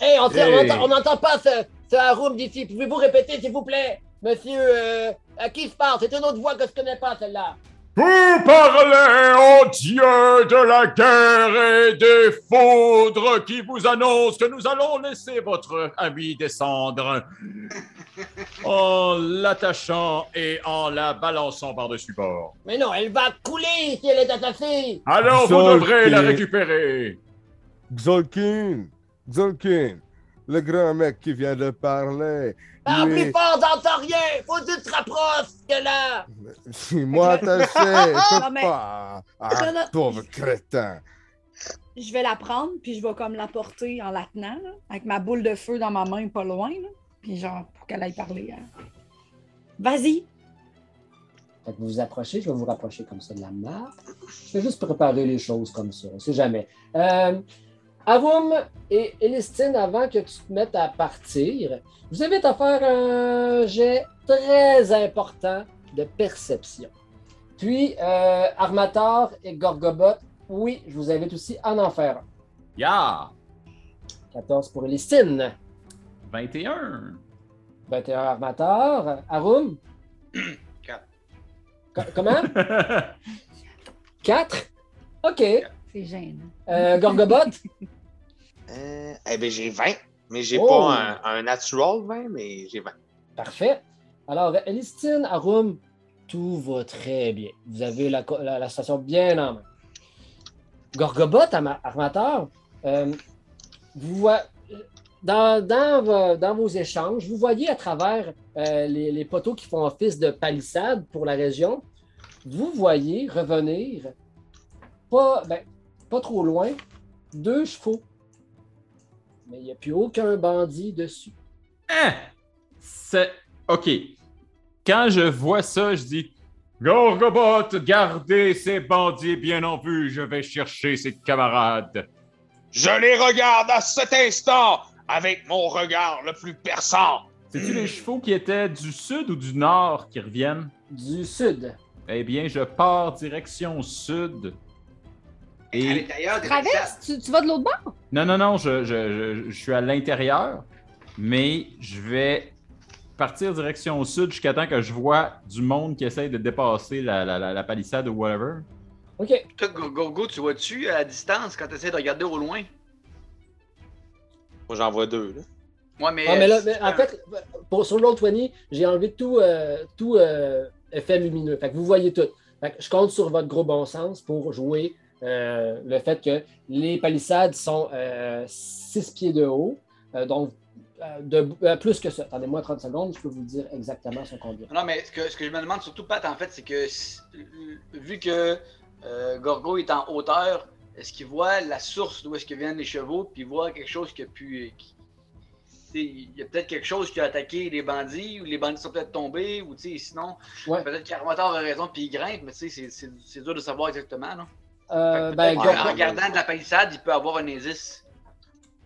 [SPEAKER 1] Hé, Eh, on t-
[SPEAKER 4] Hey.
[SPEAKER 1] on entend- on n'entend pas ce, ce harum d'ici. Pouvez-vous répéter, s'il vous plaît? Monsieur, euh, à qui je parle? C'est une autre voix que je connais pas, celle-là.
[SPEAKER 4] Vous parlez au dieu de la guerre et des foudres qui vous annonce que nous allons laisser votre ami descendre en l'attachant et en la balançant par-dessus bord.
[SPEAKER 1] Mais non, elle va couler si elle est attaquée.
[SPEAKER 4] Alors vous
[SPEAKER 6] Zolkin.
[SPEAKER 4] devrez la récupérer.
[SPEAKER 6] Xolkin! Xolkin! Le grand mec qui vient de parler.
[SPEAKER 7] Bah,
[SPEAKER 1] Parle
[SPEAKER 6] Lui-
[SPEAKER 1] plus fort, j'entends rien. Faut que tu te rapproches, que là.
[SPEAKER 6] Moi, attaché,
[SPEAKER 2] Non,
[SPEAKER 6] peux
[SPEAKER 2] mais-
[SPEAKER 6] pas.
[SPEAKER 2] Non, non.
[SPEAKER 6] Ah, pauvre crétin.
[SPEAKER 2] Je vais la prendre, puis je vais comme la porter en la tenant, là, avec ma boule de feu dans ma main, pas loin, là, puis genre pour qu'elle aille parler. hein. Vas-y,
[SPEAKER 1] Fait que vous vous approchez, je vais vous rapprocher comme ça de la mare. Je vais juste préparer les choses comme ça, on sait jamais. Euh, Arum et Elistine, avant que tu te mettes à partir, je vous invite à faire un jet très important de perception. Puis, euh, Armator et Gorgobot, oui, je vous invite aussi à en faire un.
[SPEAKER 4] Ya!
[SPEAKER 1] 14 pour Elistine,
[SPEAKER 4] 21.
[SPEAKER 1] 21 Armator, Arum.
[SPEAKER 5] Quatre.
[SPEAKER 1] Co- comment? 4? OK.
[SPEAKER 2] c'est gênant.
[SPEAKER 1] Euh, Gorgobot?
[SPEAKER 3] Euh, eh
[SPEAKER 9] ben,
[SPEAKER 3] bien, j'ai 20. Mais j'ai
[SPEAKER 1] Oh.
[SPEAKER 3] pas un, un natural 20, mais j'ai 20.
[SPEAKER 1] Parfait. Alors, Elistine, Arum, tout va très bien. Vous avez la, co- la- la situation bien en main. Gorgobot, ama- armateur, euh, vous voi- dans, dans vo- dans vos échanges, vous voyez à travers euh, les, les poteaux qui font office de palissade pour la région, vous voyez revenir, pas, ben, pas trop loin, deux chevaux. Mais il n'y a plus aucun bandit dessus.
[SPEAKER 4] Hein? C'est. OK. Quand je vois ça, je dis Gorgobot, gardez ces bandits bien en vue, je vais chercher ses camarades.
[SPEAKER 3] Je les regarde à cet instant avec mon regard le plus perçant.
[SPEAKER 4] C'est-tu les chevaux qui étaient du sud ou du nord qui reviennent?
[SPEAKER 1] Du sud.
[SPEAKER 4] Eh bien, je pars direction sud.
[SPEAKER 5] À
[SPEAKER 4] Et.
[SPEAKER 5] l'intérieur des
[SPEAKER 2] Traverse, tu, tu vas de l'autre bord?
[SPEAKER 4] Non, non, non, je, je- je- je suis à l'intérieur, mais je vais partir direction sud jusqu'à temps que je vois du monde qui essaye de dépasser la, la- la- la palissade ou whatever.
[SPEAKER 1] OK.
[SPEAKER 5] Toi, Go- Gorgo, tu vois-tu à la distance quand tu essaies de regarder au loin?
[SPEAKER 3] Moi, j'en vois deux. Là.
[SPEAKER 5] Ouais, mais.
[SPEAKER 1] Ah, mais là,
[SPEAKER 5] euh,
[SPEAKER 1] mais en fait, pour, sur le Roll 20, j'ai enlevé tout, euh, tout euh, effet lumineux. Fait que vous voyez tout. Fait que je compte sur votre gros bon sens pour jouer euh, le fait que les palissades sont 6 pieds de haut. Euh, donc, euh, de, euh, plus que ça. Attendez-moi 30 secondes, je peux vous dire exactement ce combien.
[SPEAKER 5] Non, mais ce que, ce que je me demande surtout, Pat, en fait, c'est que si- vu que euh, Gorgo est en hauteur, est-ce qu'il voit la source d'où est-ce que viennent les chevaux, puis il voit quelque chose qui a pu. euh, qui- tu sais, il y a peut-être quelque chose qui a attaqué les bandits, ou les bandits sont peut-être tombés, ou tu sais, sinon,
[SPEAKER 1] Ouais.
[SPEAKER 5] peut-être qu'Armator a raison, puis il grimpe, mais tu sais, c'est- c'est c'est dur de savoir exactement. là.
[SPEAKER 1] Euh,
[SPEAKER 5] Fait que
[SPEAKER 1] ben,
[SPEAKER 5] peut-être
[SPEAKER 1] Gorgo-
[SPEAKER 5] qu'en regardant de la palissade, il peut avoir un indice.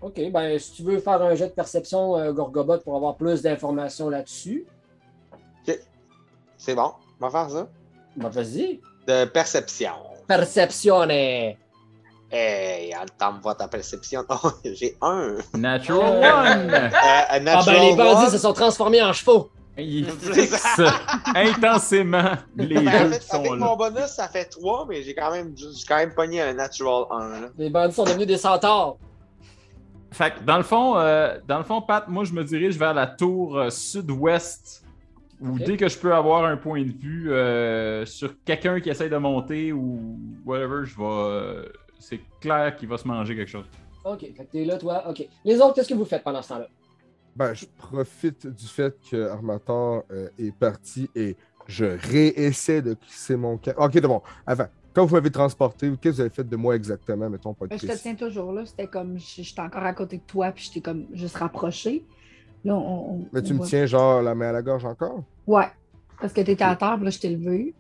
[SPEAKER 1] OK, ben, si tu veux faire un jet de perception, euh, Gorgobot, pour avoir plus d'informations là-dessus,
[SPEAKER 3] C'est bon. On va faire ça.
[SPEAKER 1] ben, vas-y.
[SPEAKER 3] De perception.
[SPEAKER 1] Perception est.
[SPEAKER 3] Hey, entends voir ta perception. Oh, j'ai un. Euh,
[SPEAKER 4] Natural
[SPEAKER 3] un
[SPEAKER 1] Ah, ben, les
[SPEAKER 9] Euh,
[SPEAKER 3] natural
[SPEAKER 1] bandits
[SPEAKER 3] one.
[SPEAKER 1] se sont transformés en chevaux.
[SPEAKER 4] Il fixe intensément les
[SPEAKER 3] Ben, en
[SPEAKER 4] jeux
[SPEAKER 3] fait,
[SPEAKER 4] qui sont
[SPEAKER 3] avec
[SPEAKER 4] là.
[SPEAKER 3] mon bonus, ça fait 3, mais j'ai quand même, j'ai quand même pogné un natural 1. Là.
[SPEAKER 1] Les bandits sont devenus des centaures.
[SPEAKER 4] Fait que dans le fond, euh, dans le fond, Pat, moi je me dirige vers la tour euh, sud-ouest où
[SPEAKER 1] Ok.
[SPEAKER 4] dès que je peux avoir un point de vue euh, sur quelqu'un qui essaye de monter ou whatever, je vais. euh, c'est clair qu'il va se manger quelque chose.
[SPEAKER 1] OK, fait que t'es là, toi. OK. Les autres, qu'est-ce que vous faites pendant ce temps-là?
[SPEAKER 6] Ben, je profite du fait que Armator euh, est parti et je réessaie de crisser mon camp. Ok, c'est bon. Avant, quand vous m'avez transporté, qu'est-ce que vous avez fait de moi exactement, mettons, pas de
[SPEAKER 2] Ben, je te
[SPEAKER 6] précis.
[SPEAKER 2] tiens toujours là. C'était comme j- j'étais encore à côté de toi, puis j'étais comme juste rapproché. Là, on. on-
[SPEAKER 6] Mais tu
[SPEAKER 2] on
[SPEAKER 6] me
[SPEAKER 2] va-
[SPEAKER 6] tiens genre la main à la gorge encore?
[SPEAKER 2] Ouais. Parce que t'étais à terre, puis là, je t'ai levé.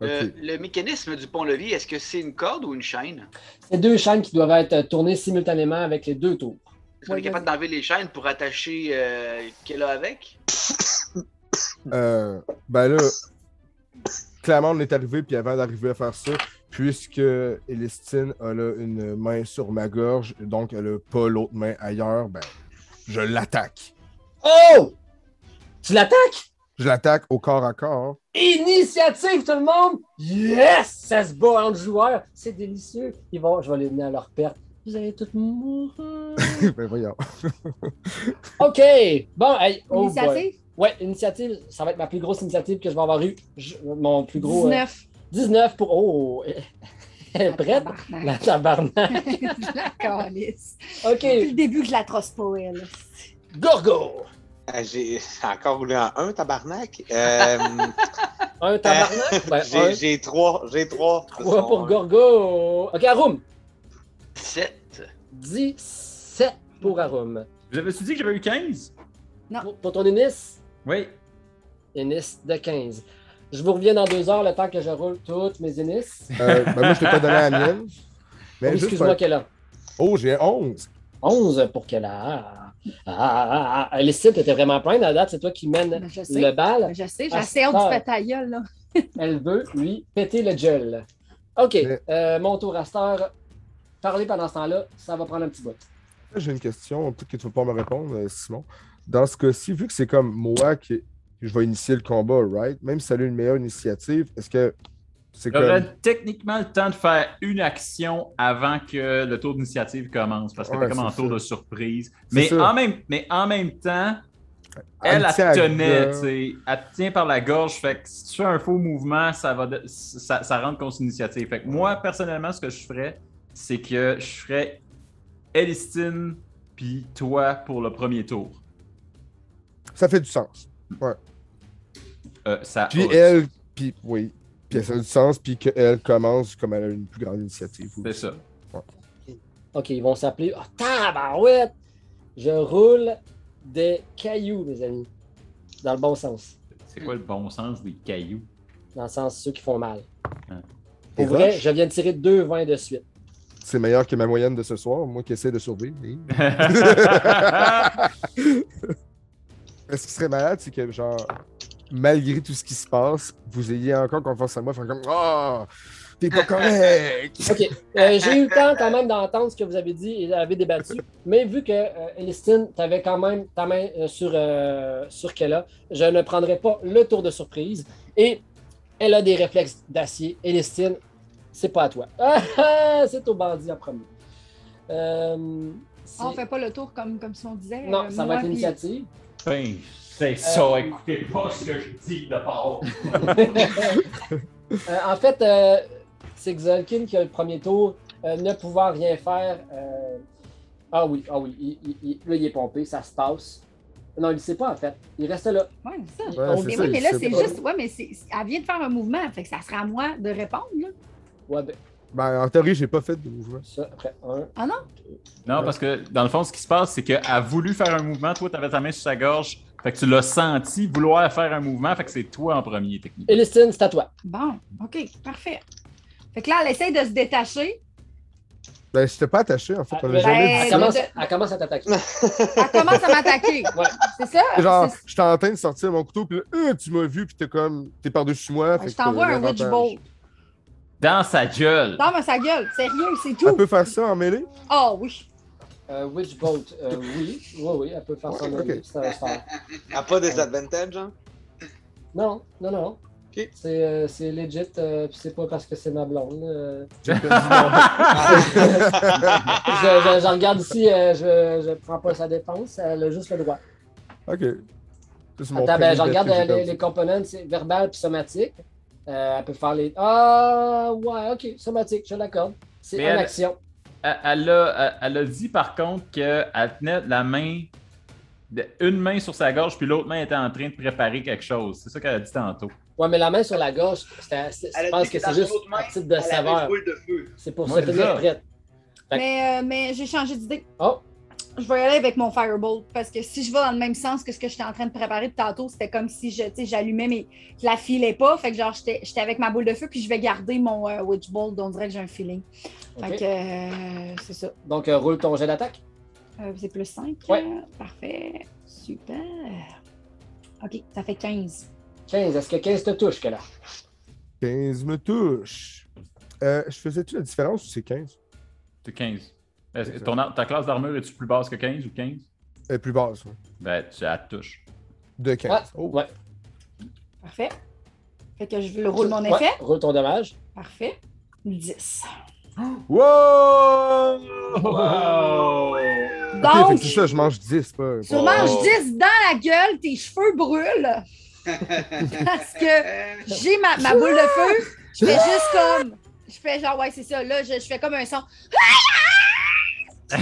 [SPEAKER 6] Ok.
[SPEAKER 5] Euh, le mécanisme du pont-levis, est-ce que c'est une corde ou une chaîne?
[SPEAKER 1] C'est deux chaînes qui doivent être euh, tournées simultanément avec les deux tours.
[SPEAKER 5] Est-ce qu'on
[SPEAKER 2] Ouais,
[SPEAKER 5] est capable d'enlever les chaînes pour attacher euh, qu'elle a avec?
[SPEAKER 6] Euh, ben là, clairement, on est arrivé, puis avant d'arriver à faire ça, puisque Elistine a là une main sur ma gorge, donc elle a pas l'autre main ailleurs, ben, je l'attaque.
[SPEAKER 1] Oh! Tu l'attaques?
[SPEAKER 6] Je l'attaque au corps à corps.
[SPEAKER 1] Initiative, tout le monde! Yes! Ça se bat entre joueurs. C'est délicieux. Ils vont, je vais les mener à leur perte. Vous allez tous mourir.
[SPEAKER 6] ben voyons.
[SPEAKER 1] OK. Bon, hey, oh boy.
[SPEAKER 2] Initiative
[SPEAKER 1] Ouais, initiative, ça va être ma plus grosse initiative que je vais avoir eue. Je- mon plus gros. euh,
[SPEAKER 2] 19.
[SPEAKER 1] 19 pour. Oh! Elle est prête?
[SPEAKER 2] Tabarnak.
[SPEAKER 1] La tabarnak.
[SPEAKER 2] La calisse.
[SPEAKER 1] OK. Ah,
[SPEAKER 2] Depuis le début que je la trosse pas, elle.
[SPEAKER 1] Gorgo!
[SPEAKER 3] Ah, J'ai encore roulé un 1, tabarnak. Euh,
[SPEAKER 1] Un tabarnak? Ben, un,
[SPEAKER 3] j'ai- j'ai 3. J'ai 3.
[SPEAKER 1] trois pour Gorgo. OK, Arum.
[SPEAKER 5] 7.
[SPEAKER 1] 17 pour Arum.
[SPEAKER 4] Vous avez-tu dit que j'avais eu 15?
[SPEAKER 1] Pour, pour ton Ennis,
[SPEAKER 4] Oui.
[SPEAKER 1] Ennis de 15. Je vous reviens dans deux heures, le temps que je roule toutes mes Ennis.
[SPEAKER 6] Euh, ben moi, je t'ai pas donné la mienne.
[SPEAKER 1] Oh,
[SPEAKER 6] Mais juste
[SPEAKER 1] Excuse-moi,
[SPEAKER 6] pour-
[SPEAKER 1] qu'elle a
[SPEAKER 6] Oh, j'ai 11.
[SPEAKER 1] 11 pour qu'elle a. Ah, ah, ah, ah. Les sites étaient vraiment pleins à date, c'est toi qui mène
[SPEAKER 2] Ben, je sais.
[SPEAKER 1] le bal.
[SPEAKER 2] Ben, Je sais,
[SPEAKER 1] Ah,
[SPEAKER 2] j'essaie hâte
[SPEAKER 1] ça.
[SPEAKER 2] du pétaïeul, là.
[SPEAKER 1] Elle veut lui péter le gel. OK,
[SPEAKER 6] Mais-
[SPEAKER 1] euh, mon tour à cette heure. Parler pendant ce temps-là, ça va prendre un petit bout.
[SPEAKER 6] J'ai une question, peut-être que tu ne vas pas me répondre, euh, Simon. Dans ce cas-ci, vu que c'est comme moi qui je vais initier le combat, right? Même si elle a une meilleure initiative, est-ce que c'est
[SPEAKER 4] J'aurais
[SPEAKER 6] comme.
[SPEAKER 4] techniquement le temps de faire une action avant que le tour d'initiative commence parce que
[SPEAKER 6] Ouais,
[SPEAKER 4] t'es comme en
[SPEAKER 6] c'est
[SPEAKER 4] tour
[SPEAKER 6] ça.
[SPEAKER 4] de surprise.
[SPEAKER 6] C'est
[SPEAKER 4] Mais
[SPEAKER 6] ça.
[SPEAKER 4] en, même, mais en même temps, elle,
[SPEAKER 6] me
[SPEAKER 4] elle,
[SPEAKER 6] tient à
[SPEAKER 4] te tenait,
[SPEAKER 6] gueule.
[SPEAKER 4] tu sais. Elle te tient par la gorge. Fait que si tu fais un faux mouvement, ça, va de- ça, ça rentre contre une initiative. Fait que moi, personnellement, ce que je ferais, c'est que je ferais Elistine puis toi pour le premier tour.
[SPEAKER 6] Ça fait du sens.
[SPEAKER 4] Euh, ça
[SPEAKER 6] Puis
[SPEAKER 4] a-
[SPEAKER 6] elle, puis oui. Puis ça a du sens, puis qu'elle commence comme elle a une plus grande initiative.
[SPEAKER 4] C'est ça.
[SPEAKER 1] OK, ils vont s'appeler. Ah, tabarouette! Je roule des cailloux, mes amis. Dans le bon sens.
[SPEAKER 4] C'est quoi le bon sens des cailloux?
[SPEAKER 1] Dans le sens ceux qui font mal.
[SPEAKER 6] Des
[SPEAKER 1] Pour vrai,
[SPEAKER 6] roches?
[SPEAKER 1] je viens de tirer deux vins de suite.
[SPEAKER 6] C'est meilleur que ma moyenne de ce soir, moi qui essaie de survivre. Et- Ce qui serait malade, c'est que, genre, malgré tout ce qui se passe, vous ayez encore confiance en moi, faire comme Ah, t'es pas correct!
[SPEAKER 1] OK. Euh, J'ai eu le temps quand même d'entendre ce que vous avez dit et avez débattu. Mais vu que, euh, Elistine, tu avais quand même ta main euh, sur, euh, sur Kella, je ne prendrai pas le tour de surprise. Et elle a des réflexes d'acier. Elistine, c'est pas à toi. Ah, ah, c'est au bandit en premier. Euh, c'est-
[SPEAKER 2] Ah, On fait pas le tour comme, comme si on disait.
[SPEAKER 1] Non,
[SPEAKER 2] euh,
[SPEAKER 1] ça
[SPEAKER 2] moi,
[SPEAKER 1] va être
[SPEAKER 2] puis-
[SPEAKER 1] l'initiative.
[SPEAKER 4] Ben, c'est ça, écoutez pas ce que je dis de part.
[SPEAKER 1] Euh, en fait, euh, c'est Xolkin qui a le premier tour, euh, ne pouvant rien faire. euh, Ah oui, ah oui, il, il- il- là, il est pompé, ça se passe. Non, il ne sait pas, en fait. Il reste là.
[SPEAKER 2] Ouais, c'est ça.
[SPEAKER 6] Ouais,
[SPEAKER 2] Mais
[SPEAKER 6] c'est
[SPEAKER 2] oui,
[SPEAKER 6] ça,
[SPEAKER 2] mais
[SPEAKER 6] il
[SPEAKER 2] là,
[SPEAKER 6] sait
[SPEAKER 2] c'est
[SPEAKER 6] pas.
[SPEAKER 2] juste. Ouais, mais c'est- elle vient de faire un mouvement, fait que ça sera à moi de répondre, là.
[SPEAKER 1] Ouais, ben,
[SPEAKER 6] Ben, en théorie, j'ai pas fait de mouvement.
[SPEAKER 1] ça, après, un.
[SPEAKER 2] Ah
[SPEAKER 4] Non, parce que dans le fond, ce qui se passe, c'est qu'elle a voulu faire un mouvement, toi, t'avais ta main sur sa gorge, fait que tu l'as senti vouloir faire un mouvement, fait que c'est toi en premier, techniquement.
[SPEAKER 1] Elistine, c'est à toi.
[SPEAKER 2] Bon, OK, parfait. Fait que là, elle essaie de se détacher.
[SPEAKER 6] Ben, j'étais pas attaché, en fait. On
[SPEAKER 1] Elle,
[SPEAKER 4] Euh,
[SPEAKER 6] l'a jamais
[SPEAKER 2] Ben,
[SPEAKER 6] dit.
[SPEAKER 1] elle Ah, commence,
[SPEAKER 2] de-
[SPEAKER 1] elle commence à t'attaquer.
[SPEAKER 2] Elle commence à m'attaquer.
[SPEAKER 1] Ouais.
[SPEAKER 2] C'est ça? Ah,
[SPEAKER 6] Genre,
[SPEAKER 2] C'est-
[SPEAKER 6] j'étais en train de sortir mon couteau, puis là, Euh, tu m'as vu, puis t'es comme, t'es par-dessus moi. fait
[SPEAKER 2] Ah, je
[SPEAKER 6] que euh,
[SPEAKER 2] t'envoie
[SPEAKER 6] t'as
[SPEAKER 2] un Witch
[SPEAKER 6] l'avantage.
[SPEAKER 2] Bolt.
[SPEAKER 4] Dans sa gueule!
[SPEAKER 2] Non, mais sa gueule, sérieux, c'est
[SPEAKER 6] Elle
[SPEAKER 2] tout.
[SPEAKER 6] peut faire ça en mêlée?
[SPEAKER 2] Ah oui.
[SPEAKER 1] Euh, Witchbolt, euh, oui. Oui, oui, elle peut faire
[SPEAKER 6] Ouais,
[SPEAKER 1] son
[SPEAKER 6] ok.
[SPEAKER 1] ami, ça va se faire.
[SPEAKER 3] Ah, pas des advantages, hein?
[SPEAKER 1] Non, non, non.
[SPEAKER 3] Ok.
[SPEAKER 1] C'est euh, c'est legit, euh, puis c'est pas parce que c'est ma blonde. euh.
[SPEAKER 6] J'ai perdu mon-
[SPEAKER 1] je, je- je regarde ici, euh, je, je prends pas sa dépense, elle a juste le droit.
[SPEAKER 6] Ok. Ça, c'est mon
[SPEAKER 1] Attends, ben,
[SPEAKER 6] premier
[SPEAKER 1] je regarde
[SPEAKER 6] bête que
[SPEAKER 1] euh,
[SPEAKER 6] j'ai
[SPEAKER 1] les,
[SPEAKER 6] perdu.
[SPEAKER 1] les components c'est verbal puis somatique. Euh, elle peut faire les. Ah, ouais, ok, somatique, je l'accorde. C'est
[SPEAKER 4] Mais
[SPEAKER 1] en
[SPEAKER 4] elle-
[SPEAKER 1] action.
[SPEAKER 4] Elle, elle a, elle- elle a dit par contre qu'elle tenait la main, de- une main sur sa gorge, puis l'autre main était en train de préparer quelque chose. C'est ça qu'elle a dit tantôt.
[SPEAKER 1] Ouais, mais la main sur la gauche, c'est- c'est-
[SPEAKER 5] Elle a
[SPEAKER 1] je pense
[SPEAKER 5] dit
[SPEAKER 1] que
[SPEAKER 5] que dans
[SPEAKER 1] c'est juste
[SPEAKER 5] l'autre main,
[SPEAKER 1] un titre de
[SPEAKER 5] Elle avait une
[SPEAKER 1] saveur.
[SPEAKER 5] boule de feu.
[SPEAKER 1] C'est pour
[SPEAKER 4] Ouais,
[SPEAKER 1] se
[SPEAKER 4] c'est
[SPEAKER 1] tenir
[SPEAKER 4] ça.
[SPEAKER 1] prête. Fait que-
[SPEAKER 2] Mais, euh, mais j'ai changé d'idée.
[SPEAKER 1] Oh.
[SPEAKER 2] Je vais y aller avec mon Firebolt parce que si je vais dans le même sens que ce que j'étais en train de préparer de tantôt, c'était comme si je, tu sais, j'allumais mais je la filais pas. Fait que genre, j'étais j'étais avec ma boule de feu puis je vais garder mon euh, Witch Bolt. On dirait que j'ai un feeling. Fait
[SPEAKER 1] Ok.
[SPEAKER 2] que euh, c'est ça.
[SPEAKER 1] Donc, euh, roule ton jet d'attaque.
[SPEAKER 2] Euh, c'est plus 5.
[SPEAKER 1] Ouais.
[SPEAKER 2] Parfait. Super. OK, ça fait 15.
[SPEAKER 1] 15. Est-ce que 15 te touche, que là?
[SPEAKER 6] 15 me touche. Euh, je faisais-tu la différence ou c'est 15?
[SPEAKER 4] C'est 15. Est-ce que
[SPEAKER 6] C'est ça.
[SPEAKER 4] ton ar- ta classe d'armure est-tu plus basse que 15 ou 15?
[SPEAKER 6] Euh, plus basse, ouais.
[SPEAKER 4] Ben, tu la touches.
[SPEAKER 6] De 15.
[SPEAKER 1] Ah,
[SPEAKER 6] oh.
[SPEAKER 1] ouais.
[SPEAKER 2] Parfait. Fait que je le roule mon
[SPEAKER 1] Ouais,
[SPEAKER 2] effet.
[SPEAKER 1] Roule ton dommage.
[SPEAKER 2] Parfait. 10.
[SPEAKER 4] Wow! Wow!
[SPEAKER 6] Ok, fait
[SPEAKER 2] Donc,
[SPEAKER 6] que c'est ça, je mange 10. Pas,
[SPEAKER 2] Tu manges
[SPEAKER 4] Oh.
[SPEAKER 2] 10 dans la gueule, tes cheveux brûlent. Parce que
[SPEAKER 5] Euh,
[SPEAKER 2] j'ai ma, ma boule de feu, je fais juste comme. Je fais genre, ouais, c'est ça. Là, je, je fais comme un son.
[SPEAKER 1] Euh,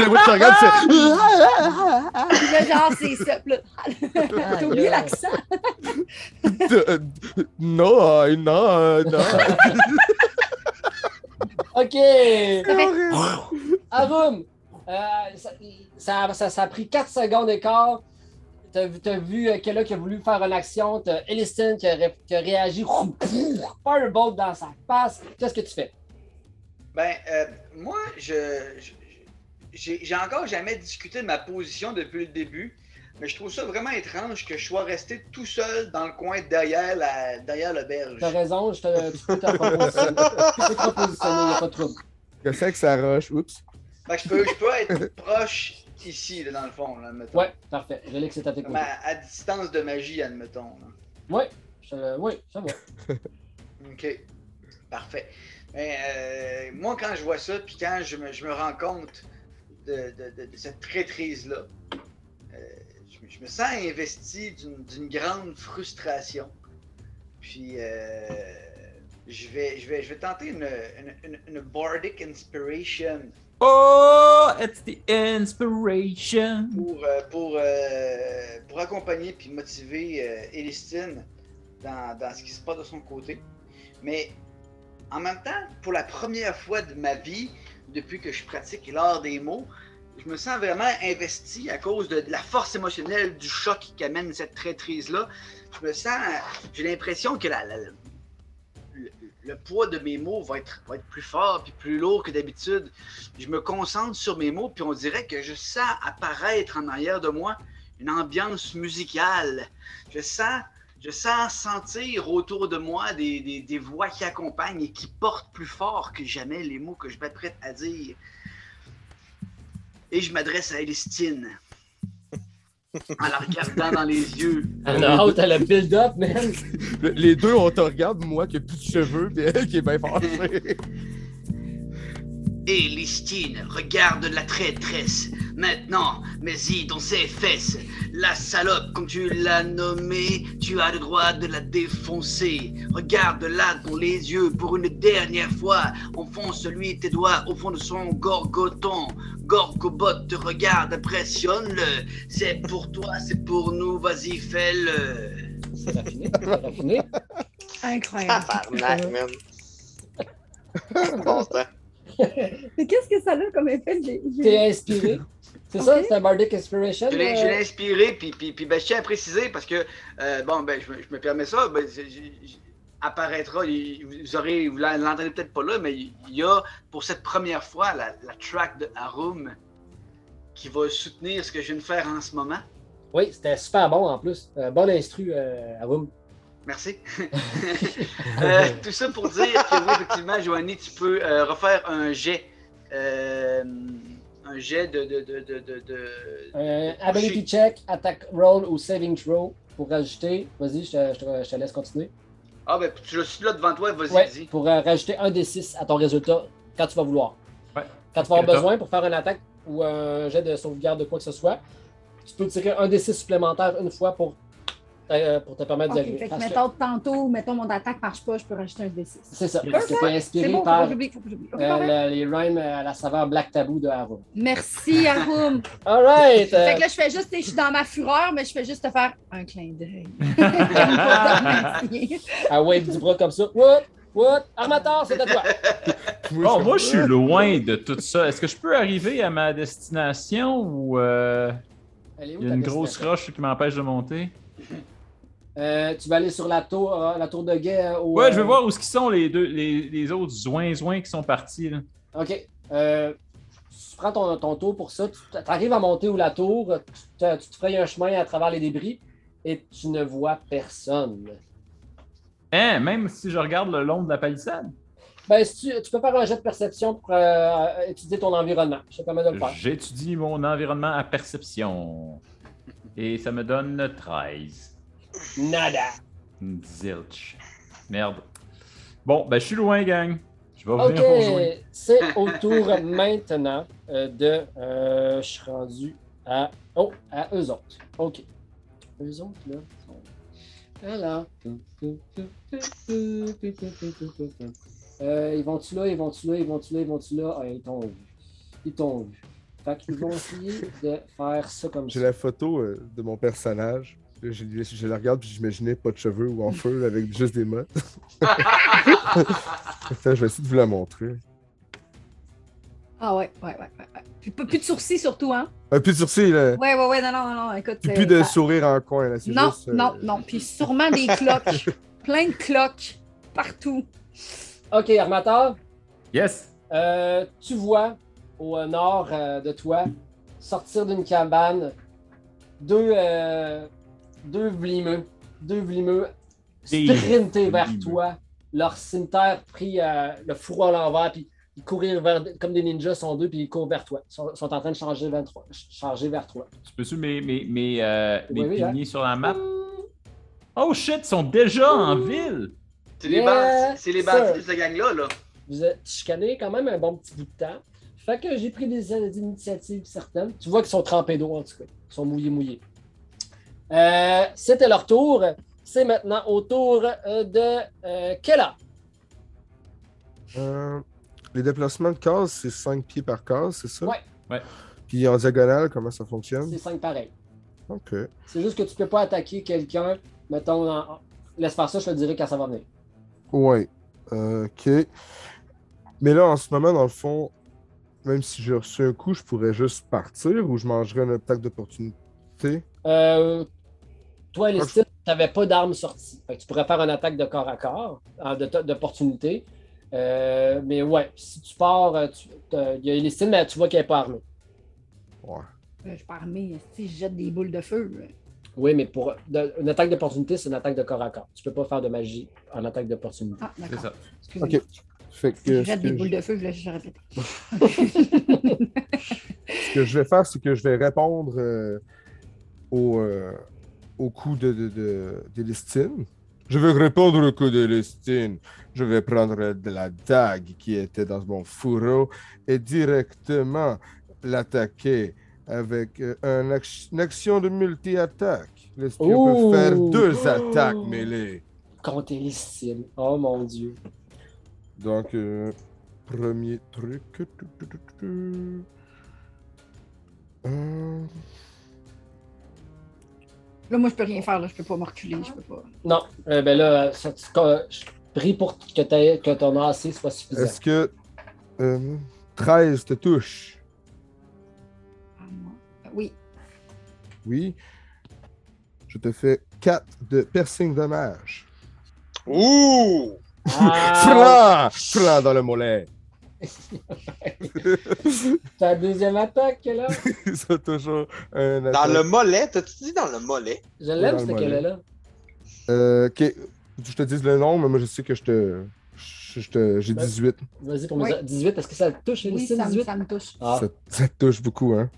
[SPEAKER 6] Le bruit que tu regardes, c'est.
[SPEAKER 2] Puis là, genre, c'est ça. Puis là, T'as oublié
[SPEAKER 1] yeah.
[SPEAKER 2] l'accent.
[SPEAKER 6] Euh, Non, euh, non, euh,
[SPEAKER 2] Ah!
[SPEAKER 6] non.
[SPEAKER 1] OK!
[SPEAKER 2] Ça fait-
[SPEAKER 1] Arum! euh, ça, ça, ça- ça a pris 4 secondes et quart. T'as vu, t'as vu euh, Kella qui a voulu faire une action. T'as Elliston qui a, ré- qui a réagi. Firebolt dans sa face. Qu'est-ce que tu fais?
[SPEAKER 5] ben, euh, moi, je, je- j'ai j'ai encore jamais discuté de ma position depuis le début, mais je trouve ça vraiment étrange que je sois resté tout seul dans le coin derrière la derrière l'auberge.
[SPEAKER 1] T'as raison, je te, tu peux te repositionner. Tu peux te repositionner, y a pas de trouble.
[SPEAKER 6] Le sexe, ça roche. Oups.
[SPEAKER 5] Fait que je peux, je peux être proche ici, là, dans le fond, là, admettons.
[SPEAKER 1] Ouais, parfait. Relix est à tes
[SPEAKER 5] Comme
[SPEAKER 1] côtés.
[SPEAKER 5] à, à distance de magie, admettons. là.
[SPEAKER 1] Je- oui, ça va.
[SPEAKER 5] OK. Parfait. Mais euh, moi, quand je vois ça, puis quand je me, je me rends compte de, de- de- de cette traîtrise-là, euh, je, me- je me sens investi d'une d'une grande frustration. Puis euh, je, vais, je, vais, je vais tenter une, une, une- une Bardic Inspiration
[SPEAKER 4] Oh, it's the inspiration.
[SPEAKER 5] pour, euh, pour, euh, pour accompagner puis motiver euh, Elistine dans, dans ce qui se passe de son côté. Mais en même temps, pour la première fois de ma vie, depuis que je pratique l'art des mots, je me sens vraiment investi à cause de, de la force émotionnelle, du choc qu'amène cette traîtrise-là. Je me sens, j'ai l'impression que la- la- le, le poids de mes mots va être, va être plus fort puis plus lourd que d'habitude je me concentre sur mes mots, puis on dirait que je sens apparaître en arrière de moi une ambiance musicale. Je sens, je sens sentir autour de moi des, des- des voix qui accompagnent et qui portent plus fort que jamais les mots que je m'apprête à dire. Et je m'adresse à Elistine en la regardant dans les yeux.
[SPEAKER 1] Elle a hâte, elle a build-up, man.
[SPEAKER 6] Le- les deux, on te regarde, moi qui ai plus de cheveux, puis elle qui est bien fâchée.
[SPEAKER 5] Et Listine, regarde la traîtresse. Maintenant, mais y dans ses fesses. La salope, comme tu l'as nommée, tu as le droit de la défoncer. Regarde-la dans les yeux pour une dernière fois. Enfonce-lui tes doigts au fond de son gorgoton. Gorgobot te regarde, impressionne-le. C'est pour toi, c'est pour nous, vas-y, fais-le.
[SPEAKER 1] C'est raffiné, c'est raffiné. Ah.
[SPEAKER 2] Incroyable.
[SPEAKER 3] Tabarnak, man. Bon sang.
[SPEAKER 2] Mais qu'est-ce que ça a comme effet? J'ai- j'ai-
[SPEAKER 1] T'es inspiré. C'est
[SPEAKER 2] Ok.
[SPEAKER 1] ça, c'est un Bardic Inspiration.
[SPEAKER 5] Je l'ai je l'ai
[SPEAKER 1] euh,
[SPEAKER 5] inspiré, puis, puis, puis ben, je tiens à préciser parce que, euh, bon, ben, je, me- je me permets ça, ben, c'est- j- j- apparaîtra, il- vous aurez, vous l'en- l'entendez peut-être pas là, mais il y a pour cette première fois la, la track de Harum qui va soutenir ce que je viens de faire en ce moment.
[SPEAKER 1] Oui, c'était super bon en plus. Euh, bon instru, euh, Arum.
[SPEAKER 5] Merci. Euh, tout ça pour dire que oui, effectivement, Joanie, tu peux euh, refaire un jet euh, un jet de. de, de, de, de- de-
[SPEAKER 1] Euh, ability check, attack roll ou saving throw pour rajouter. Vas-y, je te, je te- je te laisse continuer.
[SPEAKER 5] Ah, ben, tu- je suis là devant toi, vas-y,
[SPEAKER 1] Ouais,
[SPEAKER 5] vas-y.
[SPEAKER 1] pour euh, rajouter un des 6 à ton résultat quand tu vas vouloir.
[SPEAKER 4] Ouais.
[SPEAKER 1] Quand tu vas avoir
[SPEAKER 4] Skeletor.
[SPEAKER 1] besoin pour faire une attaque ou un jet de sauvegarde de quoi que ce soit, tu peux tirer un des 6 supplémentaire une fois pour, euh, pour te permettre
[SPEAKER 9] Ok,
[SPEAKER 1] d'y
[SPEAKER 9] fait
[SPEAKER 1] arriver.
[SPEAKER 9] que
[SPEAKER 1] Parce que-
[SPEAKER 9] mettons tantôt, mettons mon attaque marche pas, je peux rajouter un D6.
[SPEAKER 1] C'est ça,
[SPEAKER 4] Yes.
[SPEAKER 1] parce que t'es
[SPEAKER 9] C'est
[SPEAKER 1] inspiré
[SPEAKER 9] bon, faut pas
[SPEAKER 1] par
[SPEAKER 9] que j'oublie, faut pas que j'oublie. Ok,
[SPEAKER 1] euh,
[SPEAKER 9] parfait.
[SPEAKER 1] la- les rhymes euh, à la saveur Black Tabou de Haru.
[SPEAKER 9] Merci, Arum.
[SPEAKER 1] All right! euh,
[SPEAKER 9] Fait que là, je fais juste, je suis dans ma fureur, mais je fais juste te faire un clin d'œil. Merci.
[SPEAKER 1] à wave Ah du bras comme ça. What? What? Armateur, c'est à toi!
[SPEAKER 4] Oh, moi, je suis loin de tout ça. Est-ce que je peux arriver à ma destination ou euh,
[SPEAKER 1] Elle est où,
[SPEAKER 4] il y a
[SPEAKER 1] ta
[SPEAKER 4] une grosse
[SPEAKER 1] destination?
[SPEAKER 4] roche qui m'empêche de monter?
[SPEAKER 1] Euh, tu vas aller sur la tour, euh, la tour de guet euh, au.
[SPEAKER 4] Ouais, je
[SPEAKER 1] euh,
[SPEAKER 4] veux voir où ce qu'ils sont les deux, les, les autres zoins-zoins qui sont partis. là.
[SPEAKER 1] OK. Euh, tu prends ton, ton tour pour ça. Tu arrives à monter où la tour, tu, te- tu te frayes un chemin à travers les débris et tu ne vois personne.
[SPEAKER 4] Hein, même si je regarde le long de la palissade,
[SPEAKER 1] Ben, si tu, tu peux faire un jet de perception pour euh, étudier ton environnement. Je te permets de le faire.
[SPEAKER 4] j'étudie mon environnement à perception. Et ça me donne 13.
[SPEAKER 1] Nada.
[SPEAKER 4] Zilch. Merde. Bon, ben, je suis loin, gang. Je vais revenir pour jouer.
[SPEAKER 1] OK, c'est au tour maintenant euh, de. euh, je suis rendu à. Oh, à eux autres. OK. Eux autres, là. sont- Alors. Euh, ils vont-tu là, ils vont-tu là, ils vont-tu là, ils vont-tu là? Ah, ils t'ont vu. Ils t'ont vu. Fait qu'ils vont essayer de faire ça comme ça.
[SPEAKER 6] J'ai la photo euh, de mon personnage. Je, je- je la regarde puis j'imaginais pas de cheveux ou en feu avec juste des mottes. Attends, je vais essayer de vous la montrer.
[SPEAKER 9] Ah ouais, ouais, ouais, ouais. ouais. Puis pas- plus de sourcils surtout, hein?
[SPEAKER 6] Ah, plus de sourcils, là.
[SPEAKER 9] Ouais, ouais, ouais, non, non, non, non, écoute.
[SPEAKER 6] Puis
[SPEAKER 9] euh,
[SPEAKER 6] plus de
[SPEAKER 9] ça-
[SPEAKER 6] sourire en coin, là. c'est
[SPEAKER 9] Non,
[SPEAKER 6] juste, euh,
[SPEAKER 9] non, non. Puis sûrement des cloques. Plein de cloques. Partout.
[SPEAKER 1] OK, Armateur,
[SPEAKER 4] Yes!
[SPEAKER 1] euh, tu vois au euh, nord euh, de toi sortir d'une cabane deux, euh, deux vlimeux, deux vlimeux
[SPEAKER 4] Des
[SPEAKER 1] sprinter vers
[SPEAKER 4] vlimeux.
[SPEAKER 1] toi, leur cimetière pris euh, le fourreau à l'envers, puis ils courir vers, comme des ninjas sont deux, puis ils courent vers toi. Ils sont, sont en train de changer, vers toi- changer vers toi.
[SPEAKER 4] Tu peux-tu mes, mes, mes, euh,
[SPEAKER 1] Oui,
[SPEAKER 4] mes
[SPEAKER 1] oui, hein.
[SPEAKER 4] piliers sur la map? Oh shit, ils sont déjà en ville!
[SPEAKER 5] C'est les
[SPEAKER 1] Yeah,
[SPEAKER 5] bandits, c'est les bandits
[SPEAKER 1] sir.
[SPEAKER 5] de cette gang-là, là.
[SPEAKER 1] vous êtes chicané quand même un bon petit bout de temps. Fait que j'ai pris des, des initiatives certaines. Tu vois qu'ils sont trempés d'eau, en tout cas. Ils sont mouillés, mouillés. Euh, C'était leur tour. C'est maintenant au tour euh, de euh, Kella.
[SPEAKER 6] euh, les déplacements de case, c'est 5 pieds par case, c'est ça?
[SPEAKER 1] Ouais.
[SPEAKER 4] Ouais.
[SPEAKER 6] Puis en diagonale, comment ça fonctionne?
[SPEAKER 1] C'est cinq pareils.
[SPEAKER 6] Ok.
[SPEAKER 1] C'est juste que tu peux pas attaquer quelqu'un, mettons, en- en- laisse faire ça, je te le dirai quand ça va venir.
[SPEAKER 6] Ouais. Euh, ok. Mais là, en ce moment, dans le fond, même si j'ai reçu un coup, je pourrais juste partir ou je mangerais une attaque d'opportunité.
[SPEAKER 1] Euh, toi, Elistine, tu n'avais pas d'armes sorties. Fait que tu pourrais faire une attaque de corps à corps, euh, de- d'opportunité. Euh, mais ouais, si tu pars, euh, tu- t'as- il y a Elistine, mais tu vois qu'elle n'est pas armée.
[SPEAKER 6] Ouais.
[SPEAKER 9] Euh, Je suis pas armée, si je jette des boules de feu. Euh,
[SPEAKER 1] Oui, mais pour de- une attaque d'opportunité, c'est une attaque de corps à corps. Tu peux pas faire de magie en attaque d'opportunité.
[SPEAKER 9] Ah,
[SPEAKER 4] C'est
[SPEAKER 9] d'accord.
[SPEAKER 4] ça.
[SPEAKER 9] Excusez-moi.
[SPEAKER 6] Ok. Fait
[SPEAKER 9] Si je
[SPEAKER 6] que ce
[SPEAKER 9] jette des
[SPEAKER 6] que,
[SPEAKER 9] boules
[SPEAKER 6] je,
[SPEAKER 9] de feu, je je répète.
[SPEAKER 6] ce que je vais faire, c'est que je vais répondre euh, au, euh, au coup de, de, de, de Lestine. Je vais répondre au coup de Lestine. Je vais prendre de la dague qui était dans mon fourreau et directement l'attaquer avec euh, un ac- une action de multi-attaque. Lestine
[SPEAKER 1] Ouh.
[SPEAKER 6] peut faire deux
[SPEAKER 1] Oh.
[SPEAKER 6] attaques mêlées.
[SPEAKER 1] Contre Elistine. Oh mon Dieu.
[SPEAKER 6] Donc, euh, premier truc. Tu, tu, tu, tu, tu. Euh,
[SPEAKER 9] Là, moi, je peux rien faire, là. Je peux pas me reculer, je peux pas.
[SPEAKER 1] Non, euh, ben là, ça, tu- co- je prie pour que, t'aies- que ton AC soit suffisant.
[SPEAKER 6] Est-ce que euh, 13 te touche?
[SPEAKER 9] Ah, moi. Euh, Oui.
[SPEAKER 6] Oui. Je te fais 4 de piercing dommage.
[SPEAKER 3] Ouh!
[SPEAKER 1] Ah,
[SPEAKER 6] Flan! Flan dans le mollet!
[SPEAKER 1] ta deuxième attaque, là.
[SPEAKER 6] Ça toujours un
[SPEAKER 3] Dans
[SPEAKER 6] attaque.
[SPEAKER 3] le mollet, t'as-tu dit dans le mollet?
[SPEAKER 1] Je
[SPEAKER 6] Dans
[SPEAKER 1] l'aime,
[SPEAKER 6] le
[SPEAKER 1] cette
[SPEAKER 6] mollet.
[SPEAKER 1] Kella-là.
[SPEAKER 6] Euh, ok. Faut que Je te dis le nom, mais moi je sais que je te. Je Je- je te- J'ai 18.
[SPEAKER 1] Vas-y pour
[SPEAKER 2] Oui.
[SPEAKER 1] mes 18. Est-ce que ça te touche,
[SPEAKER 2] Oui,
[SPEAKER 1] Félicine,
[SPEAKER 2] ça, me-
[SPEAKER 1] 18?
[SPEAKER 2] ça me touche.
[SPEAKER 1] Ah.
[SPEAKER 6] Ça, ça te touche beaucoup, hein?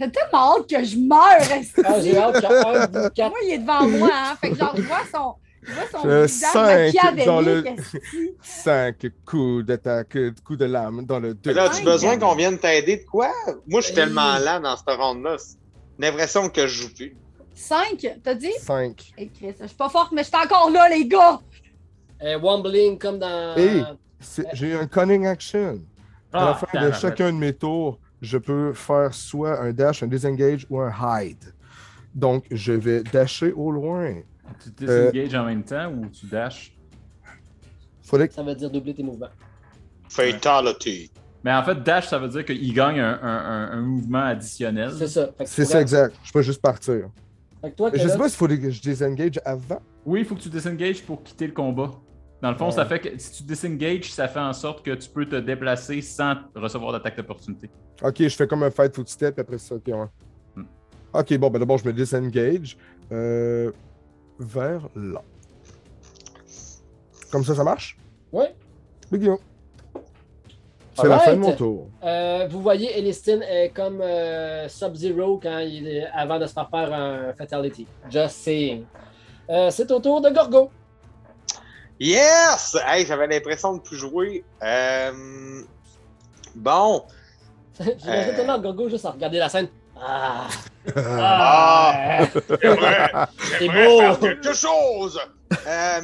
[SPEAKER 2] T'as tellement hâte que je meure, est-ce
[SPEAKER 1] ah, j'ai hâte qu'à un vous quatre.
[SPEAKER 2] Moi, il est devant moi, hein. Fait que genre, je vois son, je vois
[SPEAKER 1] Oh,
[SPEAKER 2] son
[SPEAKER 6] Le
[SPEAKER 2] visage
[SPEAKER 6] Euh, cinq,
[SPEAKER 2] machiavélique,
[SPEAKER 6] dans le-
[SPEAKER 2] est-ce que-
[SPEAKER 6] 5 coups d'attaque, coups de lame dans le 2.
[SPEAKER 3] Là, as-tu
[SPEAKER 2] Ouais,
[SPEAKER 3] besoin
[SPEAKER 2] regarde.
[SPEAKER 3] qu'on vienne t'aider de quoi? Moi, je
[SPEAKER 1] Ben,
[SPEAKER 3] suis tellement lent dans cette ronde-là. J'ai l'impression que je joue plus.
[SPEAKER 2] Cinq, t'as dit?
[SPEAKER 6] 5.
[SPEAKER 2] Eh, Chris, je suis pas forte, mais je suis encore là, les gars!
[SPEAKER 1] Eh, Wambling comme dans.
[SPEAKER 6] Hey. J'ai un cunning action. À la
[SPEAKER 4] Euh, Ah,
[SPEAKER 6] fin de
[SPEAKER 4] tabarouette.
[SPEAKER 6] chacun de mes tours, je peux faire soit un dash, un disengage ou un hide. Donc, je vais dasher au loin. Euh,
[SPEAKER 4] Tu disengages en même temps ou tu dashes?
[SPEAKER 6] Faudrait que...
[SPEAKER 1] Ça veut dire doubler tes mouvements.
[SPEAKER 3] Fatality.
[SPEAKER 4] Mais en fait, dash, ça veut dire qu'il gagne un, un- un- un mouvement additionnel.
[SPEAKER 1] C'est ça. Fait que tu
[SPEAKER 6] C'est ça,
[SPEAKER 1] pourrais-
[SPEAKER 6] exact. Je peux juste partir.
[SPEAKER 1] Fait que toi,
[SPEAKER 6] Je
[SPEAKER 1] Kelos,
[SPEAKER 6] sais pas s'il faudrait que je disengage avant.
[SPEAKER 4] Oui, il faut que tu disengages pour quitter le combat. Dans le fond,
[SPEAKER 6] Ouais.
[SPEAKER 4] ça fait que si tu disengages, ça fait en sorte que tu peux te déplacer sans recevoir d'attaque d'opportunité.
[SPEAKER 6] Ok, je fais comme un fight footstep après ça. Ok, ouais.
[SPEAKER 4] Hmm.
[SPEAKER 6] Ok, bon, ben d'abord, je me disengage euh, vers là. Comme ça, ça marche?
[SPEAKER 1] Ouais.
[SPEAKER 6] Big deal. C'est la
[SPEAKER 1] Alright.
[SPEAKER 6] fin de mon tour.
[SPEAKER 1] euh, vous voyez, Elistine est comme euh, Sub-Zero quand il est- avant de se faire faire un Fatality. Just saying. Euh, c'est au tour de Gorgo.
[SPEAKER 3] Yes! Hey, j'avais l'impression de plus jouer. Euh, Bon.
[SPEAKER 1] J'imagine
[SPEAKER 3] Euh.
[SPEAKER 1] tellement Gorgo juste à regarder la scène. Ah!
[SPEAKER 3] Ah.
[SPEAKER 1] ah.
[SPEAKER 3] J'aimerais
[SPEAKER 1] C'est
[SPEAKER 3] j'aimerais
[SPEAKER 1] beau!
[SPEAKER 3] faire quelque chose! Euh,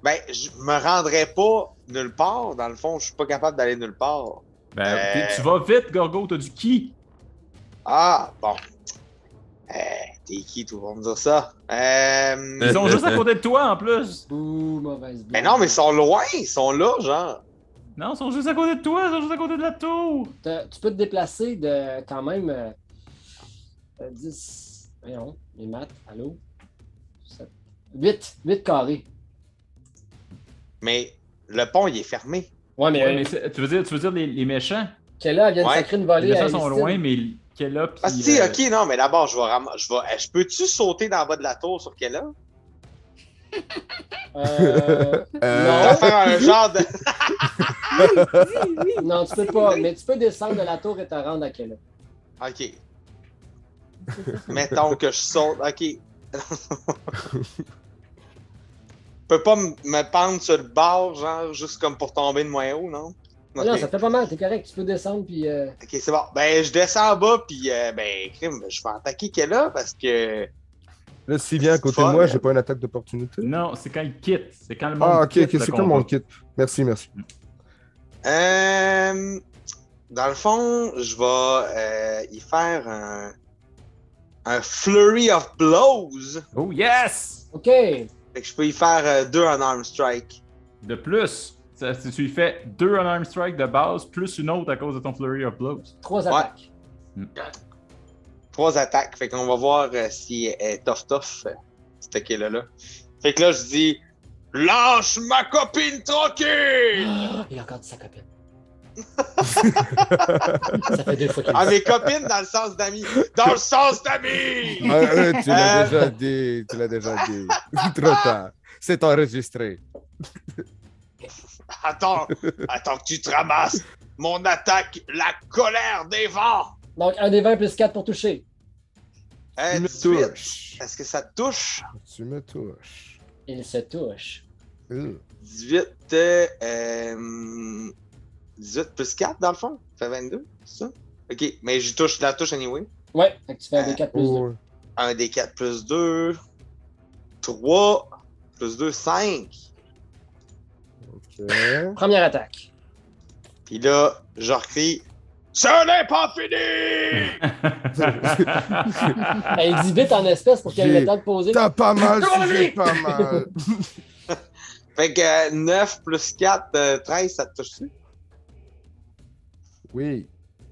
[SPEAKER 3] Ben, je me rendrai pas nulle part. Dans le fond, je suis pas capable d'aller nulle part.
[SPEAKER 4] Ben,
[SPEAKER 3] Euh.
[SPEAKER 4] t'es- tu vas vite, Gorgo, t'as du ki.
[SPEAKER 3] Ah, bon. Euh, T'es qui, tout le monde dire ça? Euh...
[SPEAKER 4] Ils sont juste à côté de toi en plus.
[SPEAKER 1] Bouh, mauvaise
[SPEAKER 3] Mais
[SPEAKER 1] blague.
[SPEAKER 3] non, mais ils sont loin, ils sont là, genre.
[SPEAKER 4] Non, ils sont juste à côté de toi, ils sont juste à côté de la tour.
[SPEAKER 1] T'as- Tu peux te déplacer de quand même euh, euh, 10. Voyons, les maths, allô? 7, 8, 8 carrés.
[SPEAKER 3] Mais le pont, il est fermé.
[SPEAKER 1] Ouais, mais,
[SPEAKER 4] Ouais, mais c'est- tu veux dire, tu veux dire les, les méchants?
[SPEAKER 1] là, vient de
[SPEAKER 3] Ouais.
[SPEAKER 1] sacrer une
[SPEAKER 4] Les
[SPEAKER 1] volée. à
[SPEAKER 4] méchants sont
[SPEAKER 1] Elistine.
[SPEAKER 4] loin, mais Kella puis...
[SPEAKER 3] Ah, si,
[SPEAKER 4] euh,
[SPEAKER 3] ok, non, mais d'abord, je vais. ram- Je vais... eh, Je peux-tu sauter dans le bas de la tour sur quelle heure?
[SPEAKER 1] Euh,
[SPEAKER 3] Je
[SPEAKER 1] Euh.
[SPEAKER 3] vais faire un genre de.
[SPEAKER 1] non, tu peux pas, mais tu peux descendre de la tour et te rendre à Kella.
[SPEAKER 3] Ok. Mettons que je saute. Ok. je peux pas m- me pendre sur le bord, genre, juste comme pour tomber de moins haut, non?
[SPEAKER 1] Mais
[SPEAKER 3] Ok.
[SPEAKER 1] Non, ça fait pas mal, t'es correct, tu peux descendre puis. euh,
[SPEAKER 3] Ok, c'est bon. Ben, je descends en bas, puis euh, ben, crime, je vais attaquer Kella parce que.
[SPEAKER 6] Là, s'il vient à côté de
[SPEAKER 3] Fuck.
[SPEAKER 6] moi, j'ai pas une attaque d'opportunité.
[SPEAKER 4] Non, c'est quand ils quittent. C'est quand le monde
[SPEAKER 6] Ah, ok, ok,
[SPEAKER 4] quitte le
[SPEAKER 6] c'est comme
[SPEAKER 4] combat.
[SPEAKER 6] mon kit. Merci, merci.
[SPEAKER 4] Hmm.
[SPEAKER 3] Euh, dans le fond, je vais euh, y faire un, un flurry of blows.
[SPEAKER 4] Oh yes!
[SPEAKER 1] Ok! Fait
[SPEAKER 3] Fait que je peux y faire euh, deux en arm strike.
[SPEAKER 4] De plus, ça, si tu lui fais deux unarmed strike de base, plus une autre à cause de ton flurry of blows.
[SPEAKER 1] Trois
[SPEAKER 3] Ouais.
[SPEAKER 1] attaques.
[SPEAKER 3] Trois attaques. Fait qu'on va voir euh, si elle est tough tough, euh, cette kill là Fait que là, je dis Lâche ma copine tranquille!
[SPEAKER 1] Ah, Il a encore dit sa copine. ça fait deux fois qu'il
[SPEAKER 3] Ah,
[SPEAKER 1] le dit.
[SPEAKER 3] mes copines dans le sens d'amis! Dans le sens d'amis!
[SPEAKER 6] Ah, euh, tu l'as déjà
[SPEAKER 3] Euh.
[SPEAKER 6] dit, tu l'as déjà dit. Trop tard. C'est enregistré.
[SPEAKER 3] Attends, attends que tu te ramasses! Mon attaque, la colère des vents!
[SPEAKER 1] Donc, un des 20 plus 4 pour toucher.
[SPEAKER 3] Euh,
[SPEAKER 6] Tu me
[SPEAKER 3] 18.
[SPEAKER 6] touches.
[SPEAKER 3] Est-ce que ça te touche?
[SPEAKER 6] Tu me touches.
[SPEAKER 1] Il se touche.
[SPEAKER 6] Euh.
[SPEAKER 3] 18, euh, euh, 18 plus 4 dans le fond? Ça fait 22, c'est ça? Ok, mais je touche, je la touche anyway.
[SPEAKER 1] Ouais, fait que tu fais un des 4 plus 2.
[SPEAKER 6] Oh,
[SPEAKER 3] 1 des 4 plus 2, 3 plus 2, 5.
[SPEAKER 6] ok.
[SPEAKER 1] Première attaque.
[SPEAKER 3] Puis là, je recris Ce n'est pas fini!
[SPEAKER 1] Elle Ben, dit vite en espèce pour qu'elle ait le temps de poser.
[SPEAKER 6] Ah, T'as pas mal, tu fais pas mal.
[SPEAKER 3] fait que 9 plus 4, 13, ça te touche-tu?
[SPEAKER 6] Oui.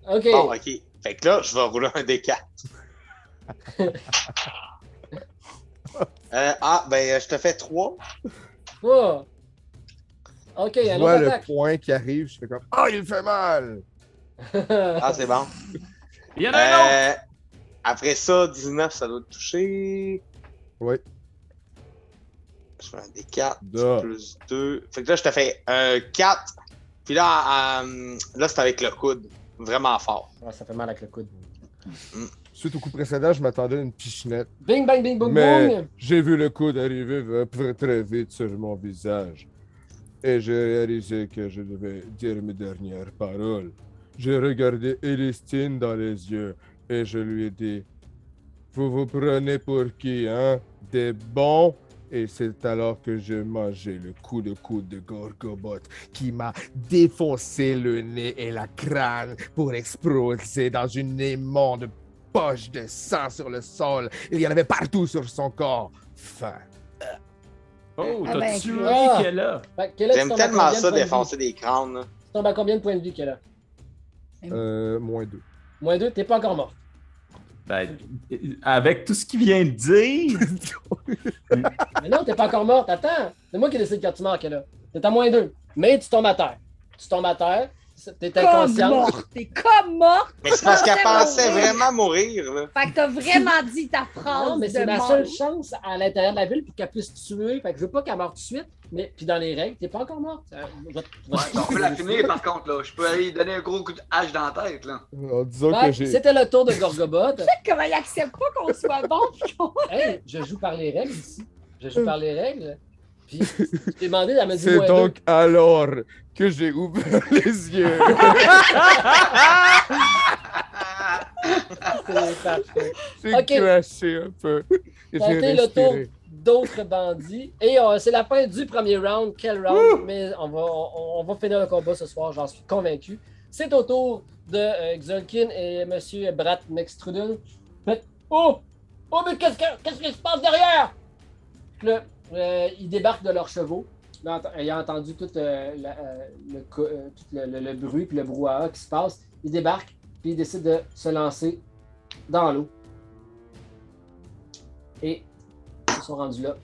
[SPEAKER 1] Ok.
[SPEAKER 3] Bon, ok. Fait que là, je vais rouler un des 4. ah, ben, euh, je te fais 3.
[SPEAKER 1] Oh. Ok,
[SPEAKER 6] Je
[SPEAKER 1] un autre
[SPEAKER 6] vois le
[SPEAKER 1] attaque.
[SPEAKER 6] point qui arrive, je fais comme Ah, il fait mal!
[SPEAKER 3] Ah, c'est bon.
[SPEAKER 4] Il y en a un autre!
[SPEAKER 3] Euh, après ça, 19, ça doit te toucher.
[SPEAKER 6] Ouais.
[SPEAKER 3] Je fais un des 4
[SPEAKER 6] Da.
[SPEAKER 3] plus 2. Fait que là, je te fais un 4. Puis là, euh, là c'est avec le coude. Vraiment fort.
[SPEAKER 1] Ah, ça fait mal avec le coude.
[SPEAKER 4] Hmm.
[SPEAKER 6] Suite au coup précédent, je m'attendais à une pichenette.
[SPEAKER 1] Bing, bang, bing, boum,
[SPEAKER 6] Mais
[SPEAKER 1] boum.
[SPEAKER 6] j'ai vu le coude arriver v- très, très vite sur mon visage. Et j'ai réalisé que je devais dire mes dernières paroles. J'ai regardé Elistine dans les yeux et je lui ai dit Vous vous prenez pour qui, hein Des bons Et c'est alors que j'ai mangé le coup de coude de Gorgobot qui m'a défoncé le nez et la crâne pour exploser dans une immonde poche de sang sur le sol. Il y en avait partout sur son corps. Fin.
[SPEAKER 4] Oh,
[SPEAKER 2] Ah
[SPEAKER 4] t'as
[SPEAKER 2] ben,
[SPEAKER 4] tué
[SPEAKER 1] ah.
[SPEAKER 4] Kella.
[SPEAKER 1] Fait que Kella, tu
[SPEAKER 3] J'aime
[SPEAKER 1] tombes à
[SPEAKER 3] tellement
[SPEAKER 1] combien de
[SPEAKER 3] ça,
[SPEAKER 1] points de vie?
[SPEAKER 3] défoncer des crânes. là.
[SPEAKER 1] Tu tombes à combien de points de vie, Kella?
[SPEAKER 6] Euh, moins deux.
[SPEAKER 1] Moins deux, t'es pas encore mort.
[SPEAKER 4] Ben, avec tout ce qu'il vient de dire,
[SPEAKER 1] Mais non, t'es pas encore morte, attends. C'est moi qui décide quand tu meurs, Kella. T'es à moins deux. Mais tu tombes à terre. Tu tombes à terre, t'es
[SPEAKER 9] Comme
[SPEAKER 1] inconsciente.
[SPEAKER 9] morte. T'es comme morte.
[SPEAKER 3] Mais c'est parce qu'elle
[SPEAKER 9] Vraiment
[SPEAKER 6] Ah,
[SPEAKER 3] pensait
[SPEAKER 9] mourir.
[SPEAKER 3] vraiment mourir. Là.
[SPEAKER 9] Fait que t'as vraiment dit ta
[SPEAKER 1] Non,
[SPEAKER 9] phrase.
[SPEAKER 1] mais c'est
[SPEAKER 9] de
[SPEAKER 1] la
[SPEAKER 9] mort.
[SPEAKER 1] seule chance à l'intérieur de la ville pour qu'elle puisse tuer. Fait que je veux pas qu'elle meure tout de suite. Mais puis dans les règles, t'es pas encore morte. Euh, va- va-
[SPEAKER 5] Ouais, on peut la finir par contre, là. Je peux aller lui donner un gros coup de hache dans la tête, là.
[SPEAKER 6] En disant
[SPEAKER 1] Fait
[SPEAKER 6] que
[SPEAKER 1] que
[SPEAKER 6] j'ai.
[SPEAKER 1] C'était le tour de Gorgobot.
[SPEAKER 9] Comment il accepte pas qu'on soit bon? pis qu'on- Euh.
[SPEAKER 1] hey, je joue par les règles ici. Je joue par les règles. Puis je t'ai demandé, elle m'a dit
[SPEAKER 6] C'est
[SPEAKER 1] moins
[SPEAKER 6] donc alors que j'ai ouvert les yeux.
[SPEAKER 1] deux. C'est parfait.
[SPEAKER 6] J'ai
[SPEAKER 1] Ok.
[SPEAKER 6] craché un peu. Et
[SPEAKER 1] Ça a
[SPEAKER 6] j'ai
[SPEAKER 1] été le tour
[SPEAKER 6] respiré.
[SPEAKER 1] d'autres bandits. Et euh, c'est la fin du premier round. Quel round? Mais on va, on, on va finir le combat ce soir, j'en suis convaincu. C'est au tour de euh, Xulkin et Monsieur Brat Mextrudel. Fait- Oh! Oh, mais qu'est-ce que- qu'est-ce qui se passe derrière? Là, euh, ils débarquent de leurs chevaux, là, ent- ayant entendu tout, euh, la- euh, le, co- euh, tout le, le- le bruit et le brouhaha qui se passe. Ils débarquent, puis ils décident de se lancer dans l'eau. Et ils sont rendus là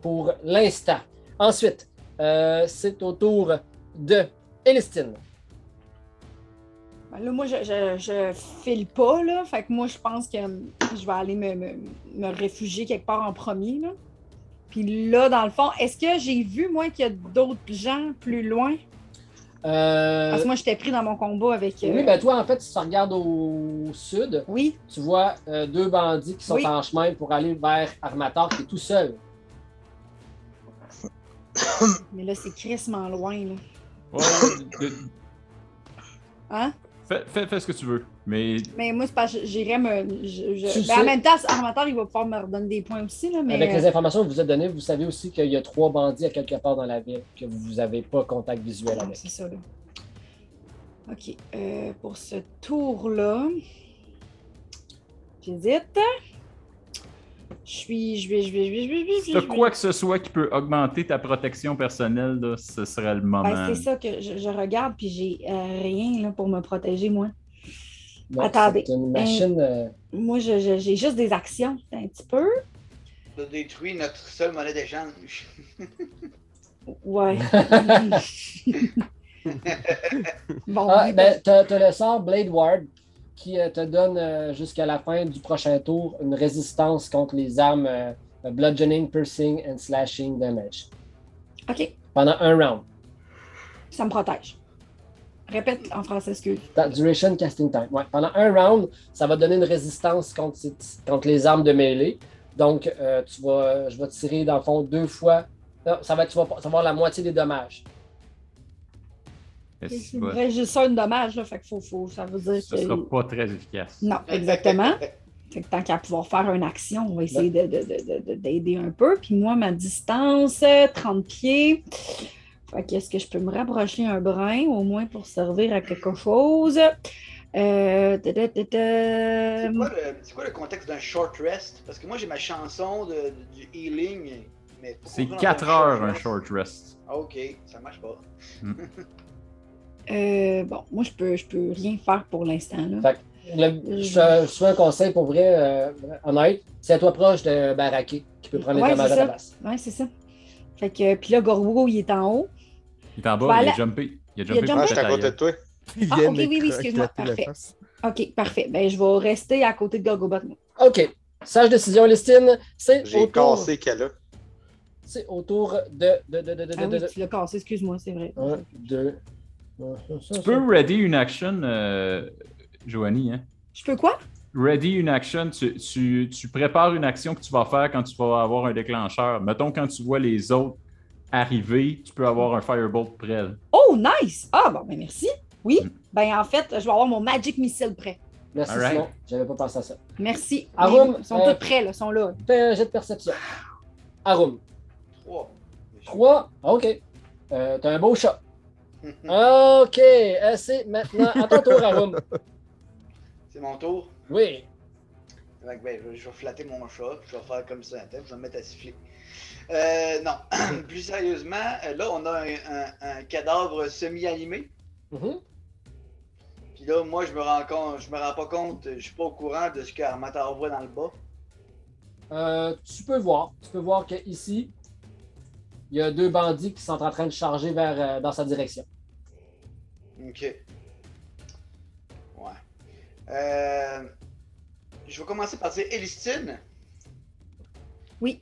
[SPEAKER 1] pour l'instant. Ensuite, euh, c'est au tour de Elistine.
[SPEAKER 2] Ben là, moi, je, je, je file pas, là. Fait que moi, je pense que hum, je vais aller me, me, me réfugier quelque part en premier, là. Puis là, dans le fond, est-ce que j'ai vu, moi, qu'il y a d'autres gens plus loin?
[SPEAKER 1] Euh,
[SPEAKER 2] Parce que moi, j'étais pris dans mon combat avec... euh,
[SPEAKER 1] oui, ben toi, en fait, si tu regardes au sud,
[SPEAKER 2] oui,
[SPEAKER 1] tu vois euh, deux bandits qui sont
[SPEAKER 2] Oui.
[SPEAKER 1] en chemin pour aller vers Armator qui est tout seul.
[SPEAKER 2] mais là, c'est crissement loin, là.
[SPEAKER 4] Ouais, ouais, de-
[SPEAKER 2] Hein?
[SPEAKER 4] fais, fais- fais ce que tu veux. Mais
[SPEAKER 2] Mais moi, c'est parce que j'irais me... je- je-
[SPEAKER 1] Tu
[SPEAKER 2] ben,
[SPEAKER 1] sais-
[SPEAKER 2] en même temps, ce armateur, il va pouvoir me redonner des points aussi, là, mais... euh,
[SPEAKER 1] Avec les informations que vous a données, vous savez aussi qu'il y a trois bandits à quelque part dans la ville que vous n'avez pas contact visuel
[SPEAKER 2] Ouais,
[SPEAKER 1] avec.
[SPEAKER 2] Ah, C'est ça, là. OK. euh, pour ce tour-là, j'hésite. Je suis, je vais, je vais, je vais, je vais, je vais.
[SPEAKER 4] si
[SPEAKER 2] je
[SPEAKER 4] t'as
[SPEAKER 2] vais-
[SPEAKER 4] quoi que ce soit qui peut augmenter ta protection personnelle, là, ce serait le moment.
[SPEAKER 2] Ben, c'est ça que je, je regarde, puis j'ai euh, rien là, pour me protéger, moi.
[SPEAKER 1] Non,
[SPEAKER 2] Attendez.
[SPEAKER 1] C'est une machine. euh,
[SPEAKER 2] Moi, je- je- j'ai juste des actions, un petit peu.
[SPEAKER 5] T'as détruit notre seule monnaie d'échange.
[SPEAKER 2] Ouais. bon,
[SPEAKER 1] Hein? Ah,
[SPEAKER 2] oui,
[SPEAKER 1] ben, t'as t'as le sort Blade Ward qui euh, te donne euh, jusqu'à la fin du prochain tour une résistance contre les armes euh, bludgeoning, piercing and slashing damage
[SPEAKER 2] OK,
[SPEAKER 1] pendant un round.
[SPEAKER 2] ça me protège. Répète en français ce que...
[SPEAKER 1] Ta- Duration casting time. Ouais, pendant un round, ça va donner une résistance contre, ces- contre les armes de mêlée. Donc, euh, tu vas, euh, je vais tirer dans le fond deux fois. Non, ça va, tu vas, ça va avoir la moitié des dommages.
[SPEAKER 4] Est-ce
[SPEAKER 2] C'est
[SPEAKER 4] que-
[SPEAKER 2] vrai, j'ai ça un dommage, là, fait que faut, faut, ça veut dire
[SPEAKER 4] Ce
[SPEAKER 2] que...
[SPEAKER 4] sera pas très efficace.
[SPEAKER 2] Non, exactement. Fait que tant qu'à pouvoir faire une action, on va essayer de- de- de- de- de- d'aider un peu. Puis moi, ma distance, euh, 30 pieds. Fait que est-ce que je peux me rapprocher un brin, au moins pour servir à quelque chose? Euh, ta- ta- ta- ta-
[SPEAKER 5] C'est quoi, le, c'est quoi le contexte d'un short rest? Parce que moi, j'ai ma chanson de, du healing, mais... pourquoi
[SPEAKER 4] C'est
[SPEAKER 5] on
[SPEAKER 4] 4
[SPEAKER 5] entend
[SPEAKER 4] heures hein. Hmm. un short rest.
[SPEAKER 5] Ah, Ok, ça marche pas.
[SPEAKER 2] Euh, bon, moi, je peux, je peux rien faire pour l'instant. là.
[SPEAKER 1] Fait que le- je, je fais un conseil pour vrai, euh, honnête, c'est à toi proche de Baraké qui peut prendre les
[SPEAKER 2] Ouais,
[SPEAKER 1] dommages
[SPEAKER 2] c'est
[SPEAKER 1] à la
[SPEAKER 2] ça.
[SPEAKER 1] base.
[SPEAKER 2] Ouais, c'est ça. Fait que, puis là, Gorgo, il est en haut.
[SPEAKER 4] Il est en bas,
[SPEAKER 2] Voilà.
[SPEAKER 4] il est jumpé. Il a
[SPEAKER 2] Bah, Il a
[SPEAKER 4] jumpé pour
[SPEAKER 2] jumpé.
[SPEAKER 3] Moi,
[SPEAKER 4] ta
[SPEAKER 3] Ah, je suis à côté de
[SPEAKER 4] taille.
[SPEAKER 3] toi.
[SPEAKER 6] Il
[SPEAKER 2] Ah,
[SPEAKER 6] vient
[SPEAKER 2] ok,
[SPEAKER 6] de me
[SPEAKER 2] oui, oui, excuse-moi,
[SPEAKER 6] claquer la
[SPEAKER 2] parfait.
[SPEAKER 6] face.
[SPEAKER 2] OK, parfait. Ben, je vais rester à côté de Gorgobot.
[SPEAKER 1] OK. Sage décision, Listine. C'est au
[SPEAKER 3] J'ai
[SPEAKER 1] tour.
[SPEAKER 3] cassé qu'elle a.
[SPEAKER 1] c'est autour de. de, de, de, de,
[SPEAKER 2] Ah
[SPEAKER 1] de-
[SPEAKER 2] oui,
[SPEAKER 1] de-
[SPEAKER 2] tu l'as cassé, excuse-moi, c'est vrai.
[SPEAKER 1] Un, deux.
[SPEAKER 4] Tu peux ready une action, euh, Joanie. Hein?
[SPEAKER 2] Je peux quoi?
[SPEAKER 4] Ready une action, tu, tu- tu prépares une action que tu vas faire quand tu vas avoir un déclencheur. Mettons, quand tu vois les autres arriver, tu peux avoir un firebolt prêt. là.
[SPEAKER 2] Oh, nice! Ah, bon, ben merci. Oui,
[SPEAKER 6] Mm.
[SPEAKER 2] ben en fait, je vais avoir mon Magic Missile prêt.
[SPEAKER 1] Merci,
[SPEAKER 4] Alright.
[SPEAKER 1] Simon. J'avais pas pensé à ça.
[SPEAKER 2] Merci.
[SPEAKER 1] Arum,
[SPEAKER 2] ils sont
[SPEAKER 1] euh,
[SPEAKER 2] tous prêts, là, ils sont là.
[SPEAKER 1] Fais un jet de perception. Arum.
[SPEAKER 5] Trois.
[SPEAKER 1] 3. Ah, OK. Euh, T'as un beau chat. OK. euh, c'est maintenant. À ton tour, Arum.
[SPEAKER 5] C'est mon tour.
[SPEAKER 1] Oui.
[SPEAKER 5] Fait que, ben, je- je vais flatter mon chat, puis je vais faire comme ça un tête, je vais me mettre à siffler. Euh, non, plus sérieusement, euh, là, on a un, un- un cadavre semi-animé.
[SPEAKER 1] Mhm.
[SPEAKER 5] Puis là, moi, je me rends compte, je me rends pas compte, je suis pas au courant de ce qu'Armateur voit dans le bas.
[SPEAKER 1] Euh, tu peux voir. Tu peux voir qu'ici, il y a deux bandits qui sont en train de charger vers, euh, dans sa direction.
[SPEAKER 5] Ok. Ouais. Euh, je vais commencer par dire Elistine.
[SPEAKER 2] Oui.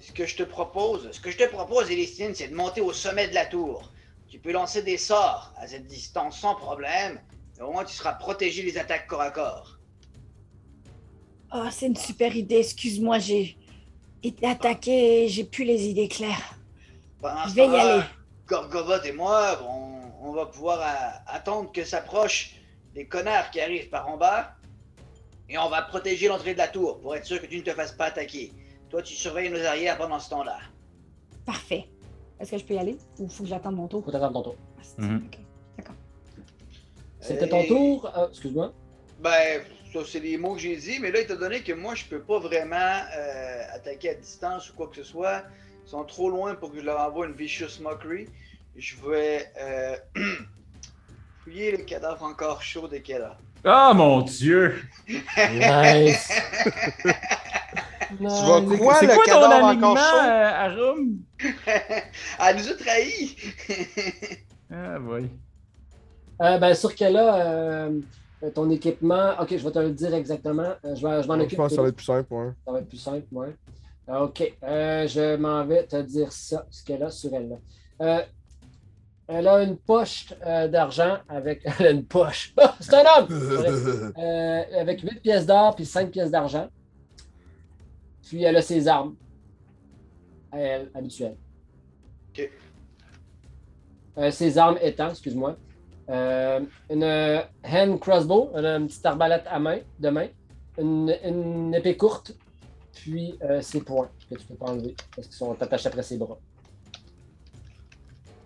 [SPEAKER 5] Ce que je te propose, ce que je te propose, Elistine, c'est de monter au sommet de la tour. Tu peux lancer des sorts à cette distance sans problème. Et au moins, tu seras protégé des attaques corps à corps.
[SPEAKER 2] Ah, c'est une super idée, excuse-moi, j'ai été attaqué, j'ai plus les idées claires.
[SPEAKER 5] Pendant
[SPEAKER 2] Je
[SPEAKER 5] ce
[SPEAKER 2] vais y
[SPEAKER 5] temps-là,
[SPEAKER 2] aller.
[SPEAKER 5] Gorgobot et moi, on, on va pouvoir à- attendre que s'approchent les connards qui arrivent par en bas. Et on va protéger l'entrée de la tour pour être sûr que tu ne te fasses pas attaquer. Toi, tu surveilles nos arrières pendant ce temps-là.
[SPEAKER 2] Parfait. Est-ce que je peux y aller ou faut que j'attende mon tour?
[SPEAKER 1] Faut t'attendre ton tour.
[SPEAKER 4] Mhm.
[SPEAKER 6] Ben,
[SPEAKER 2] Ok.
[SPEAKER 1] C'était ton
[SPEAKER 5] Et-
[SPEAKER 1] tour. euh, Excuse-moi.
[SPEAKER 5] Ben, ça, c'est les mots que j'ai dit, mais là, étant donné que moi, je peux pas vraiment euh, attaquer à distance ou quoi que ce soit, ils sont trop loin pour que je leur envoie une vicious mockery. Je vais euh, fouiller le cadavre encore chaud de Kella.
[SPEAKER 4] Ah mon dieu!
[SPEAKER 1] Nice.
[SPEAKER 3] Tu vas
[SPEAKER 1] Nice.
[SPEAKER 3] quoi,
[SPEAKER 4] Ah, c'est
[SPEAKER 3] le
[SPEAKER 4] quoi ton
[SPEAKER 3] cadavre encore
[SPEAKER 4] alignement,
[SPEAKER 3] chaud?
[SPEAKER 4] euh, Arum?
[SPEAKER 5] Elle nous a trahis!
[SPEAKER 4] Ah oui.
[SPEAKER 1] Euh, ben, sur quel là, ton équipement. Ok, je vais te le dire exactement. Euh, je vais- je m'en
[SPEAKER 6] Je
[SPEAKER 1] occupe.
[SPEAKER 6] pense que ça va être plus simple. ouais.
[SPEAKER 1] Ça va être plus simple, ouais. Ah, OK. Euh, je m'en vais te dire ça, ce qu'elle a sur elle. Euh, elle a une poche euh, d'argent avec. Elle a une poche. Ah, C'est un homme! Euh, avec 8 pièces d'or puis 5 pièces d'argent. Puis elle a ses armes. euh, À Elle, habituelle.
[SPEAKER 5] OK.
[SPEAKER 1] Euh, ses armes étant, excuse-moi, euh, une euh, hand crossbow, une, euh, petite arbalète à main, de main, une, une épée courte, puis euh, ses poings que tu peux pas enlever parce qu'ils sont attachés après ses bras.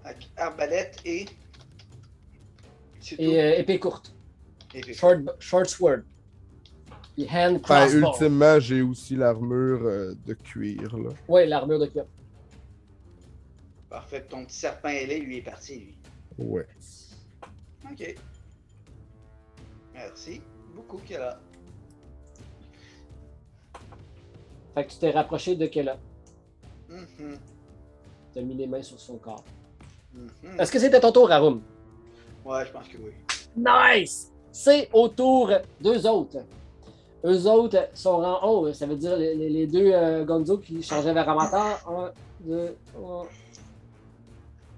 [SPEAKER 5] Avec Arbalète et. C'est
[SPEAKER 1] Et euh, épée courte,
[SPEAKER 5] tout. Et-
[SPEAKER 1] short, short sword. Puis hand
[SPEAKER 6] Enfin,
[SPEAKER 1] crossbow.
[SPEAKER 6] ultimement, j'ai aussi l'armure euh, de cuir. Là.
[SPEAKER 1] ouais, l'armure de cuir.
[SPEAKER 5] Parfait, ton petit serpent ailé, lui, est parti, lui.
[SPEAKER 6] Ouais.
[SPEAKER 5] Ok. Merci beaucoup, Kella.
[SPEAKER 1] Fait que tu t'es rapproché de Kella.
[SPEAKER 5] Mhm,
[SPEAKER 1] Tu as mis les mains sur son corps.
[SPEAKER 4] Hmm.
[SPEAKER 5] mhm.
[SPEAKER 1] Est-ce que c'était ton tour, Arum?
[SPEAKER 5] Ouais, je pense que oui.
[SPEAKER 1] Nice! C'est au tour d'eux autres. Eux autres sont en haut. Ça veut dire les, les- les deux euh, Gonzo qui changeaient vers Amateur. 1, 2, 3,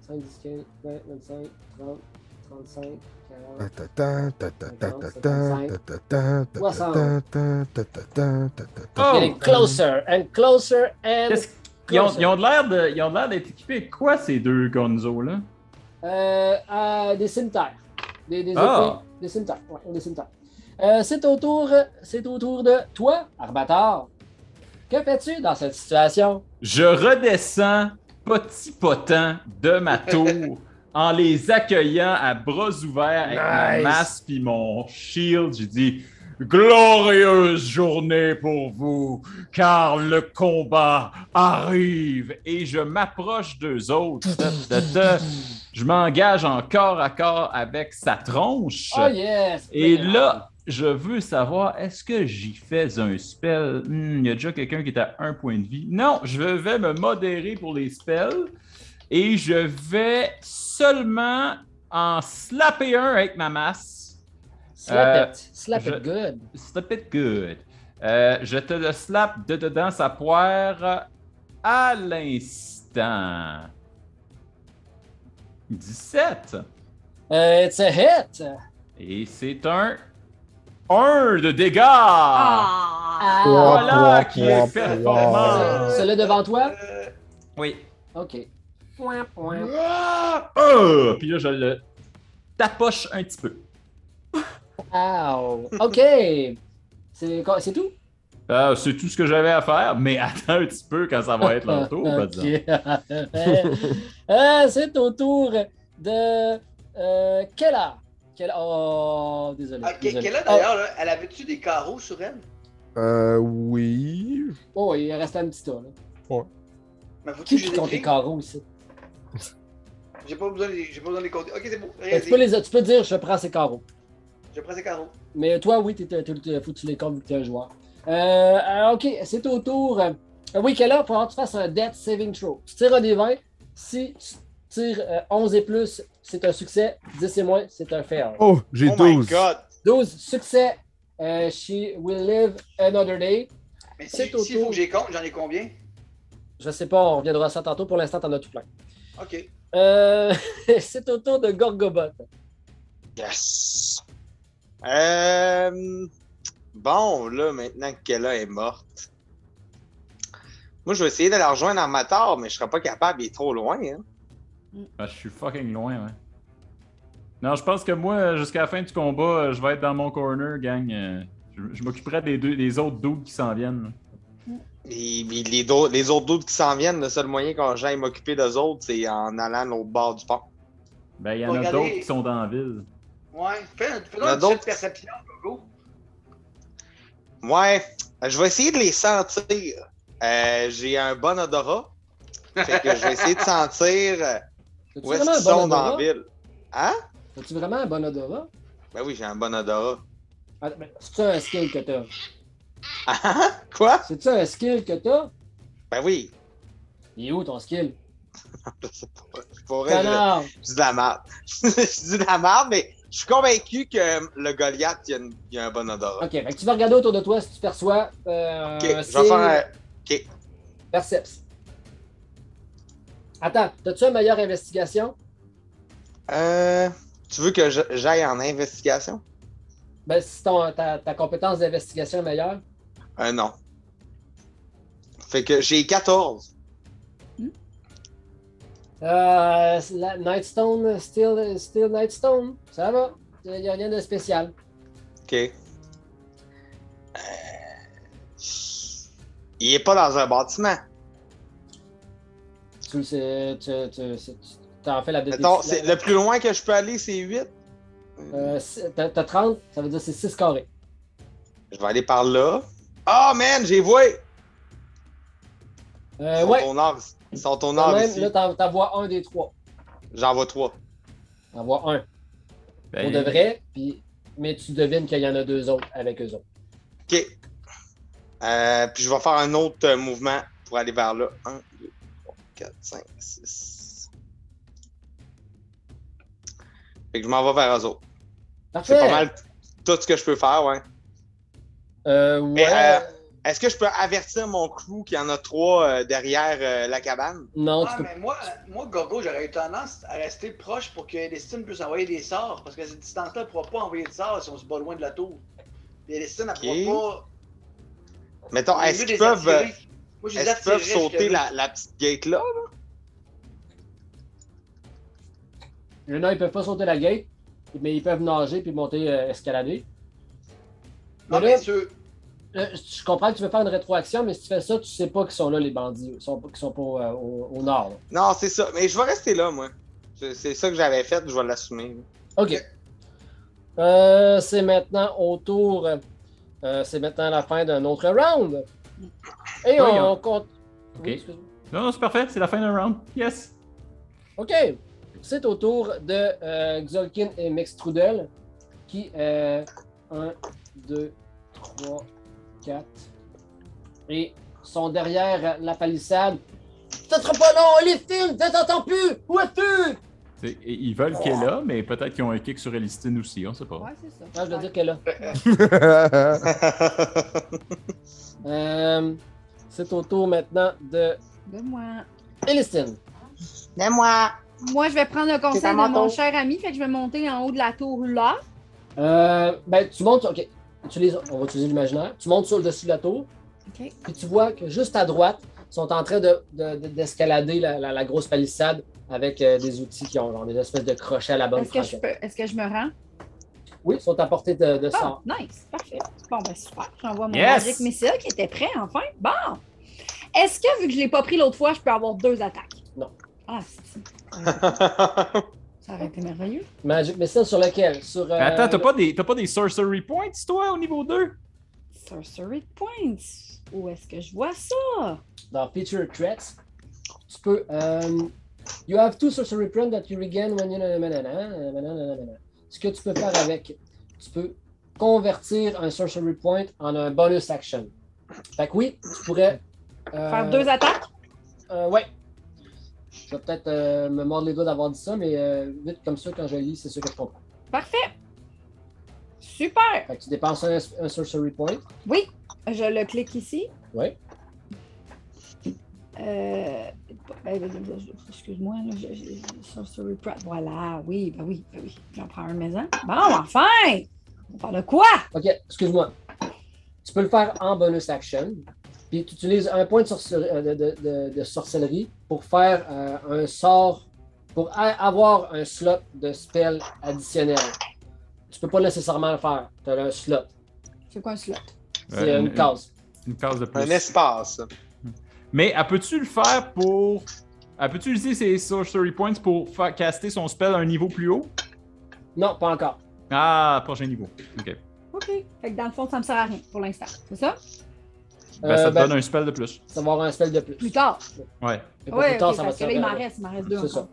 [SPEAKER 1] 5, 10, 15, 20, 25, 30, 35, 40.
[SPEAKER 6] Ta-ta-ta, ta-ta-ta-ta-ta, ta-ta-ta, ta-ta-ta, ta-ta-ta, ta-ta-ta.
[SPEAKER 4] Oh!
[SPEAKER 1] Getting closer and closer and.
[SPEAKER 4] Qu'est-ce- Ils ont,
[SPEAKER 1] closer.
[SPEAKER 4] ils ont de l'air de- ils ont de l'air d'être équipés de quoi, ces deux gonzos-là?
[SPEAKER 1] Euh, à des cimetières. Des, des,
[SPEAKER 4] Ah.
[SPEAKER 1] épées, des cimetières. Ouais, des cimetières. Euh, c'est, au tour, c'est au tour de toi, Arbator. Que fais-tu dans cette situation?
[SPEAKER 4] Je redescends petit potent de ma tour en les accueillant à bras ouverts avec ma
[SPEAKER 1] Nice.
[SPEAKER 4] masse puis mon shield. J'ai dit Glorieuse journée pour vous, car le combat arrive et je m'approche d'eux autres. Ta, ta, ta. Je m'engage en corps à corps avec sa tronche.
[SPEAKER 1] Oh yes!
[SPEAKER 4] Et
[SPEAKER 1] euh,
[SPEAKER 4] là, je veux savoir, est-ce que j'y fais un spell? Hmm, Il y a déjà quelqu'un qui est à un point de vie. Non, je vais me modérer pour les spells et je vais seulement en slapper un avec ma masse.
[SPEAKER 1] Slap
[SPEAKER 4] Euh,
[SPEAKER 1] it. Slap
[SPEAKER 4] je-
[SPEAKER 1] it good.
[SPEAKER 4] Stop it good. Euh, je te le slap de dedans sa poire à l'instant. 17.
[SPEAKER 1] Euh, it's a hit.
[SPEAKER 4] Et c'est un 1 de dégâts.
[SPEAKER 2] Ah!
[SPEAKER 4] Voilà
[SPEAKER 6] Pouah,
[SPEAKER 4] qui
[SPEAKER 6] pouah,
[SPEAKER 4] est
[SPEAKER 6] pouah.
[SPEAKER 4] performant.
[SPEAKER 1] Celui devant toi?
[SPEAKER 4] Oui.
[SPEAKER 1] OK. Point, point.
[SPEAKER 4] Ah! Ah! Puis là, je le tapoche un petit peu.
[SPEAKER 1] Ow. OK. C'est quoi- c'est tout?
[SPEAKER 4] Ah, c'est tout ce que j'avais à faire, mais attends un petit peu quand ça va être leur tour, par exemple.
[SPEAKER 1] Ok. Ah, c'est au tour de euh, Kella. Kella- Oh, désolé.
[SPEAKER 5] Ah, que-
[SPEAKER 1] désolé.
[SPEAKER 5] Quelle est d'ailleurs, là, elle avait-tu des carreaux sur elle?
[SPEAKER 6] Euh, oui.
[SPEAKER 1] Oh, oh, il reste un petit tour. là.
[SPEAKER 5] Mais faut-tu
[SPEAKER 1] Qui
[SPEAKER 5] que je
[SPEAKER 1] qui
[SPEAKER 5] les
[SPEAKER 1] compte les
[SPEAKER 5] écrive?
[SPEAKER 1] carreaux ici?
[SPEAKER 5] J'ai pas besoin de les- j'ai pas besoin de les compter. Ok, c'est bon.
[SPEAKER 1] Ben, tu, peux les, tu peux dire je prends ces carreaux.
[SPEAKER 5] Je prends ces carreaux.
[SPEAKER 1] Mais toi, oui, t'es, t'es- t'es- faut que tu les comptes vu que t'es un joueur. Euh, euh, ok, c'est au tour. euh, oui, Kella, il faudra que tu fasses un Death Saving Throw. Tu tires un des 20. Si tu tires euh, 11 et plus, c'est un succès. 10 et moins, c'est un fail.
[SPEAKER 6] Oh, j'ai
[SPEAKER 3] Oh my
[SPEAKER 6] 12.
[SPEAKER 3] god!
[SPEAKER 1] 12 succès. Euh, she will live another day.
[SPEAKER 5] Mais si,
[SPEAKER 1] C'est au
[SPEAKER 5] s'il faut
[SPEAKER 1] tour.
[SPEAKER 5] que j'y compte, j'en ai combien?
[SPEAKER 1] Je sais pas, on reviendra à ça tantôt. Pour l'instant, t'en as tout plein.
[SPEAKER 5] Ok.
[SPEAKER 1] Euh, c'est au tour de Gorgobot.
[SPEAKER 3] Yes! Euh, Bon, là, maintenant que Kella est morte. Moi, je vais essayer de la rejoindre en matar, mais je serai pas capable, il est trop loin. Hein.
[SPEAKER 4] Ah, je suis fucking loin, ouais. Non, je pense que moi, jusqu'à la fin du combat, euh, je vais être dans mon corner, gang. Euh, Je, je m'occuperai des, deux, des autres doubles qui s'en viennent.
[SPEAKER 3] Et, puis les, do- les autres doutes qui s'en viennent, le seul moyen quand j'aille m'occuper d'eux autres, c'est en allant à l'autre bord du pont.
[SPEAKER 4] Ben, il y en a
[SPEAKER 5] Regardez.
[SPEAKER 4] d'autres qui sont dans la ville.
[SPEAKER 5] Ouais. Fais un, fais
[SPEAKER 3] Il y en a
[SPEAKER 5] un jet de
[SPEAKER 3] d'autres.
[SPEAKER 5] perception, Gogo.
[SPEAKER 3] Ouais, Ben, je vais essayer de les sentir. Euh, J'ai un bon odorat. Fait que je vais essayer de sentir euh,
[SPEAKER 1] T'as-tu
[SPEAKER 3] où est-ce
[SPEAKER 1] vraiment un
[SPEAKER 3] qu'ils sont
[SPEAKER 1] bon
[SPEAKER 3] dans la
[SPEAKER 1] odorat?
[SPEAKER 3] ville. Hein?
[SPEAKER 1] As-tu vraiment un bon odorat?
[SPEAKER 3] Ben oui, j'ai un bon odorat.
[SPEAKER 1] Ah, ben, C'est-tu un skill que t'as?
[SPEAKER 3] Ah, ah, Quoi?
[SPEAKER 1] C'est-tu un skill que t'as?
[SPEAKER 3] Ben oui.
[SPEAKER 1] Il est où ton skill?
[SPEAKER 3] Je sais pas. Pour vrai, je-
[SPEAKER 1] Connard!
[SPEAKER 3] je dis de la merde. je dis de la merde, mais je suis convaincu que le Goliath, il y a, une- il y a un bon odorat.
[SPEAKER 1] Ok, euh, fait que tu vas regarder autour de toi si tu perçois euh,
[SPEAKER 3] Ok,
[SPEAKER 1] un
[SPEAKER 3] je vais faire un-
[SPEAKER 1] Perceps. Attends, t'as-tu une meilleure investigation?
[SPEAKER 3] Euh, tu veux que je- j'aille en investigation?
[SPEAKER 1] Ben, si ton, ta, ta compétence d'investigation est meilleure.
[SPEAKER 3] Euh, non. Fait que j'ai 14.
[SPEAKER 1] Euh, la- Nightstone, still, still Nightstone. Ça va? Il n'y a rien de spécial.
[SPEAKER 3] OK. Euh, Il est pas dans un bâtiment.
[SPEAKER 1] Tu le sais, tu, tu, tu- tu- t'en fais la
[SPEAKER 3] Mettons,
[SPEAKER 1] déduction.
[SPEAKER 3] c'est- le plus loin que je peux aller, c'est 8.
[SPEAKER 1] Euh, c'est- t'as, t'as 30, ça veut dire que c'est 6 carrés.
[SPEAKER 3] Je vais aller par là. Ah, man, j'ai voué! Ils
[SPEAKER 1] Euh,
[SPEAKER 3] sont
[SPEAKER 1] ouais,
[SPEAKER 3] au nord, ici. Ils sont au
[SPEAKER 1] quand
[SPEAKER 3] nord
[SPEAKER 1] même,
[SPEAKER 3] ici.
[SPEAKER 1] là, t'en, t'en vois un des trois.
[SPEAKER 3] J'en vois 3.
[SPEAKER 1] T'en vois un.
[SPEAKER 4] Ben,
[SPEAKER 1] Pour de vrai, puis- mais tu devines qu'il y en a deux autres avec eux autres.
[SPEAKER 3] OK. Euh, puis je vais faire un autre euh, mouvement pour aller vers là. 1, 2, 3, 4, 5, 6. Fait que je m'en vais vers eux autres.
[SPEAKER 1] Parfait.
[SPEAKER 3] C'est pas mal tout ce que je peux faire, ouais.
[SPEAKER 1] Euh, ouais.
[SPEAKER 3] Mais, euh, Est-ce que je peux avertir mon crew qu'il y en a trois euh, derrière euh, la cabane?
[SPEAKER 1] Non, tu
[SPEAKER 5] Ah,
[SPEAKER 1] peux
[SPEAKER 5] mais moi, moi, Gogo, j'aurais eu tendance à rester proche pour que Elistine puisse envoyer des sorts, parce que à cette distance-là, elle ne pourra pas envoyer de sorts si on se bat loin de la tour. Puis Elistine, elle ne
[SPEAKER 3] Ok.
[SPEAKER 5] pourra
[SPEAKER 3] Mettons,
[SPEAKER 5] pas.
[SPEAKER 3] est-ce
[SPEAKER 5] Au lieu de
[SPEAKER 3] qu'ils
[SPEAKER 5] les
[SPEAKER 3] peuvent, euh,
[SPEAKER 5] attirer, Moi, ah, je les
[SPEAKER 3] est qu'ils peuvent
[SPEAKER 5] attirerais
[SPEAKER 3] sauter
[SPEAKER 5] jusque là.
[SPEAKER 3] la, la petite gate là?
[SPEAKER 1] Non, ils peuvent pas sauter la gate, mais ils peuvent nager puis monter euh, escalader.
[SPEAKER 5] Non,
[SPEAKER 1] Mais
[SPEAKER 5] bien
[SPEAKER 1] là-
[SPEAKER 5] sûr.
[SPEAKER 1] Euh, je comprends que tu veux faire une rétroaction, mais si tu fais ça, tu sais pas qu'ils sont là, les bandits, qui sont, qui sont pas euh, au, au nord. là.
[SPEAKER 3] Non, c'est ça. Mais je vais rester là, moi. C'est c'est ça que j'avais fait, je vais l'assumer.
[SPEAKER 1] OK. Euh, c'est maintenant au tour. euh, c'est maintenant la fin d'un autre round. Et
[SPEAKER 4] Oui,
[SPEAKER 1] on,
[SPEAKER 4] on-
[SPEAKER 1] compte.
[SPEAKER 4] OK.
[SPEAKER 1] Oui, excuse-moi.
[SPEAKER 4] Non, non, c'est parfait, c'est la fin d'un round. Yes!
[SPEAKER 1] OK. C'est au tour de euh, Xolkin et Mextrudel qui. euh, 1, 2, 3, 4. Et sont derrière la palissade. Ça sera pas long, les films, tu t'entends plus! Où es-tu?
[SPEAKER 4] C'est- et- Ils veulent qu'elle est là, mais peut-être qu'ils ont un kick sur Elistine aussi, on sait pas.
[SPEAKER 9] Ouais, c'est ça.
[SPEAKER 1] Ah, je dois dire qu'elle a.
[SPEAKER 6] T'as
[SPEAKER 1] Euh, c'est au tour maintenant de
[SPEAKER 2] De moi.
[SPEAKER 1] Elistine.
[SPEAKER 3] Mais moi.
[SPEAKER 2] Moi, je vais prendre le conseil
[SPEAKER 3] à
[SPEAKER 2] de
[SPEAKER 3] mon
[SPEAKER 2] mon
[SPEAKER 3] tour.
[SPEAKER 2] cher ami, fait que je vais monter en haut de la tour là.
[SPEAKER 1] Euh, ben, tu montes, ok, utilise- on va utiliser l'imaginaire. Tu montes sur le dessus de la tour,
[SPEAKER 2] OK.
[SPEAKER 1] puis tu vois que juste à droite, ils sont en train de- de- de- d'escalader de, la, la- la grosse palissade avec euh, des outils qui ont genre, des espèces de crochets à la bonne
[SPEAKER 2] Est-ce que, je
[SPEAKER 1] franquette.
[SPEAKER 2] peux... Est-ce que je me rends?
[SPEAKER 1] Oui, ils sont à portée de, de
[SPEAKER 2] Ah,
[SPEAKER 1] sort.
[SPEAKER 2] nice, parfait. Bon, ben super. J'envoie mon
[SPEAKER 4] Yes!
[SPEAKER 2] Magic Missile qui était prêt, enfin. Bon! Est-ce que, vu que je ne l'ai pas pris l'autre fois, je peux avoir deux attaques?
[SPEAKER 1] Non.
[SPEAKER 2] Ah, c'est-
[SPEAKER 3] Moi,
[SPEAKER 2] ça aurait été merveilleux.
[SPEAKER 1] Magic Missile sur lequel Sur. euh,
[SPEAKER 4] Mais attends, t'as pas, des, t'as pas des sorcery points, toi, au niveau 2?
[SPEAKER 2] Sorcery Points. Où est-ce que je vois ça?
[SPEAKER 1] Dans Feature Threats, tu peux. euh, you have two sorcery points that you regain when you. nanana, nanana, nanana. Ce que tu peux faire avec, tu peux convertir un sorcery point en un bonus action. Fait que oui, tu pourrais. euh,
[SPEAKER 2] Faire deux attaques?
[SPEAKER 1] Euh, ouais. Je vais peut-être euh, me mordre les doigts d'avoir dit ça, mais euh, vite comme ça, quand je lis, c'est ce que je comprends.
[SPEAKER 2] Parfait. Super.
[SPEAKER 1] Fait que tu dépenses un, un sorcery point.
[SPEAKER 2] Oui, je le clique ici.
[SPEAKER 1] Ouais.
[SPEAKER 2] Euh, euh, Excuse-moi, là, je- je- Sorcery Prep. Voilà, oui, ben oui, ben oui. J'en prends un maison. Bon, enfin! On parle de quoi?
[SPEAKER 1] Ok, excuse-moi. Tu peux le faire en bonus action. Puis tu utilises un point de, sorcellerie- euh, de- de- de- de sorcellerie pour faire euh, un sort, pour a- avoir un slot de spell additionnel. Tu peux pas nécessairement le faire. Tu as un slot.
[SPEAKER 2] C'est quoi un slot?
[SPEAKER 1] C'est
[SPEAKER 4] Euh,
[SPEAKER 1] une case.
[SPEAKER 4] Une case de plus.
[SPEAKER 3] Un espace.
[SPEAKER 4] Mais elle peux-tu le faire pour. Elle peux-tu utiliser ses sorcery points pour faire caster son spell à un niveau plus haut?
[SPEAKER 1] Non, pas encore.
[SPEAKER 4] Ah, prochain niveau. OK.
[SPEAKER 2] OK. Fait que dans le fond, ça me sert à rien pour l'instant. C'est ça?
[SPEAKER 4] Ben, ça
[SPEAKER 1] Euh,
[SPEAKER 4] te
[SPEAKER 1] ben,
[SPEAKER 4] donne un spell de plus.
[SPEAKER 1] ça va avoir un spell de plus.
[SPEAKER 2] Plus tard.
[SPEAKER 4] Ouais.
[SPEAKER 1] Mais pour
[SPEAKER 2] Oui,
[SPEAKER 1] plus tard, ça va
[SPEAKER 2] parce
[SPEAKER 1] te
[SPEAKER 2] que là,
[SPEAKER 1] servir
[SPEAKER 2] il
[SPEAKER 1] à
[SPEAKER 2] m'en
[SPEAKER 1] rien.
[SPEAKER 2] reste, il m'en reste deux.
[SPEAKER 1] C'est ça.
[SPEAKER 2] encore.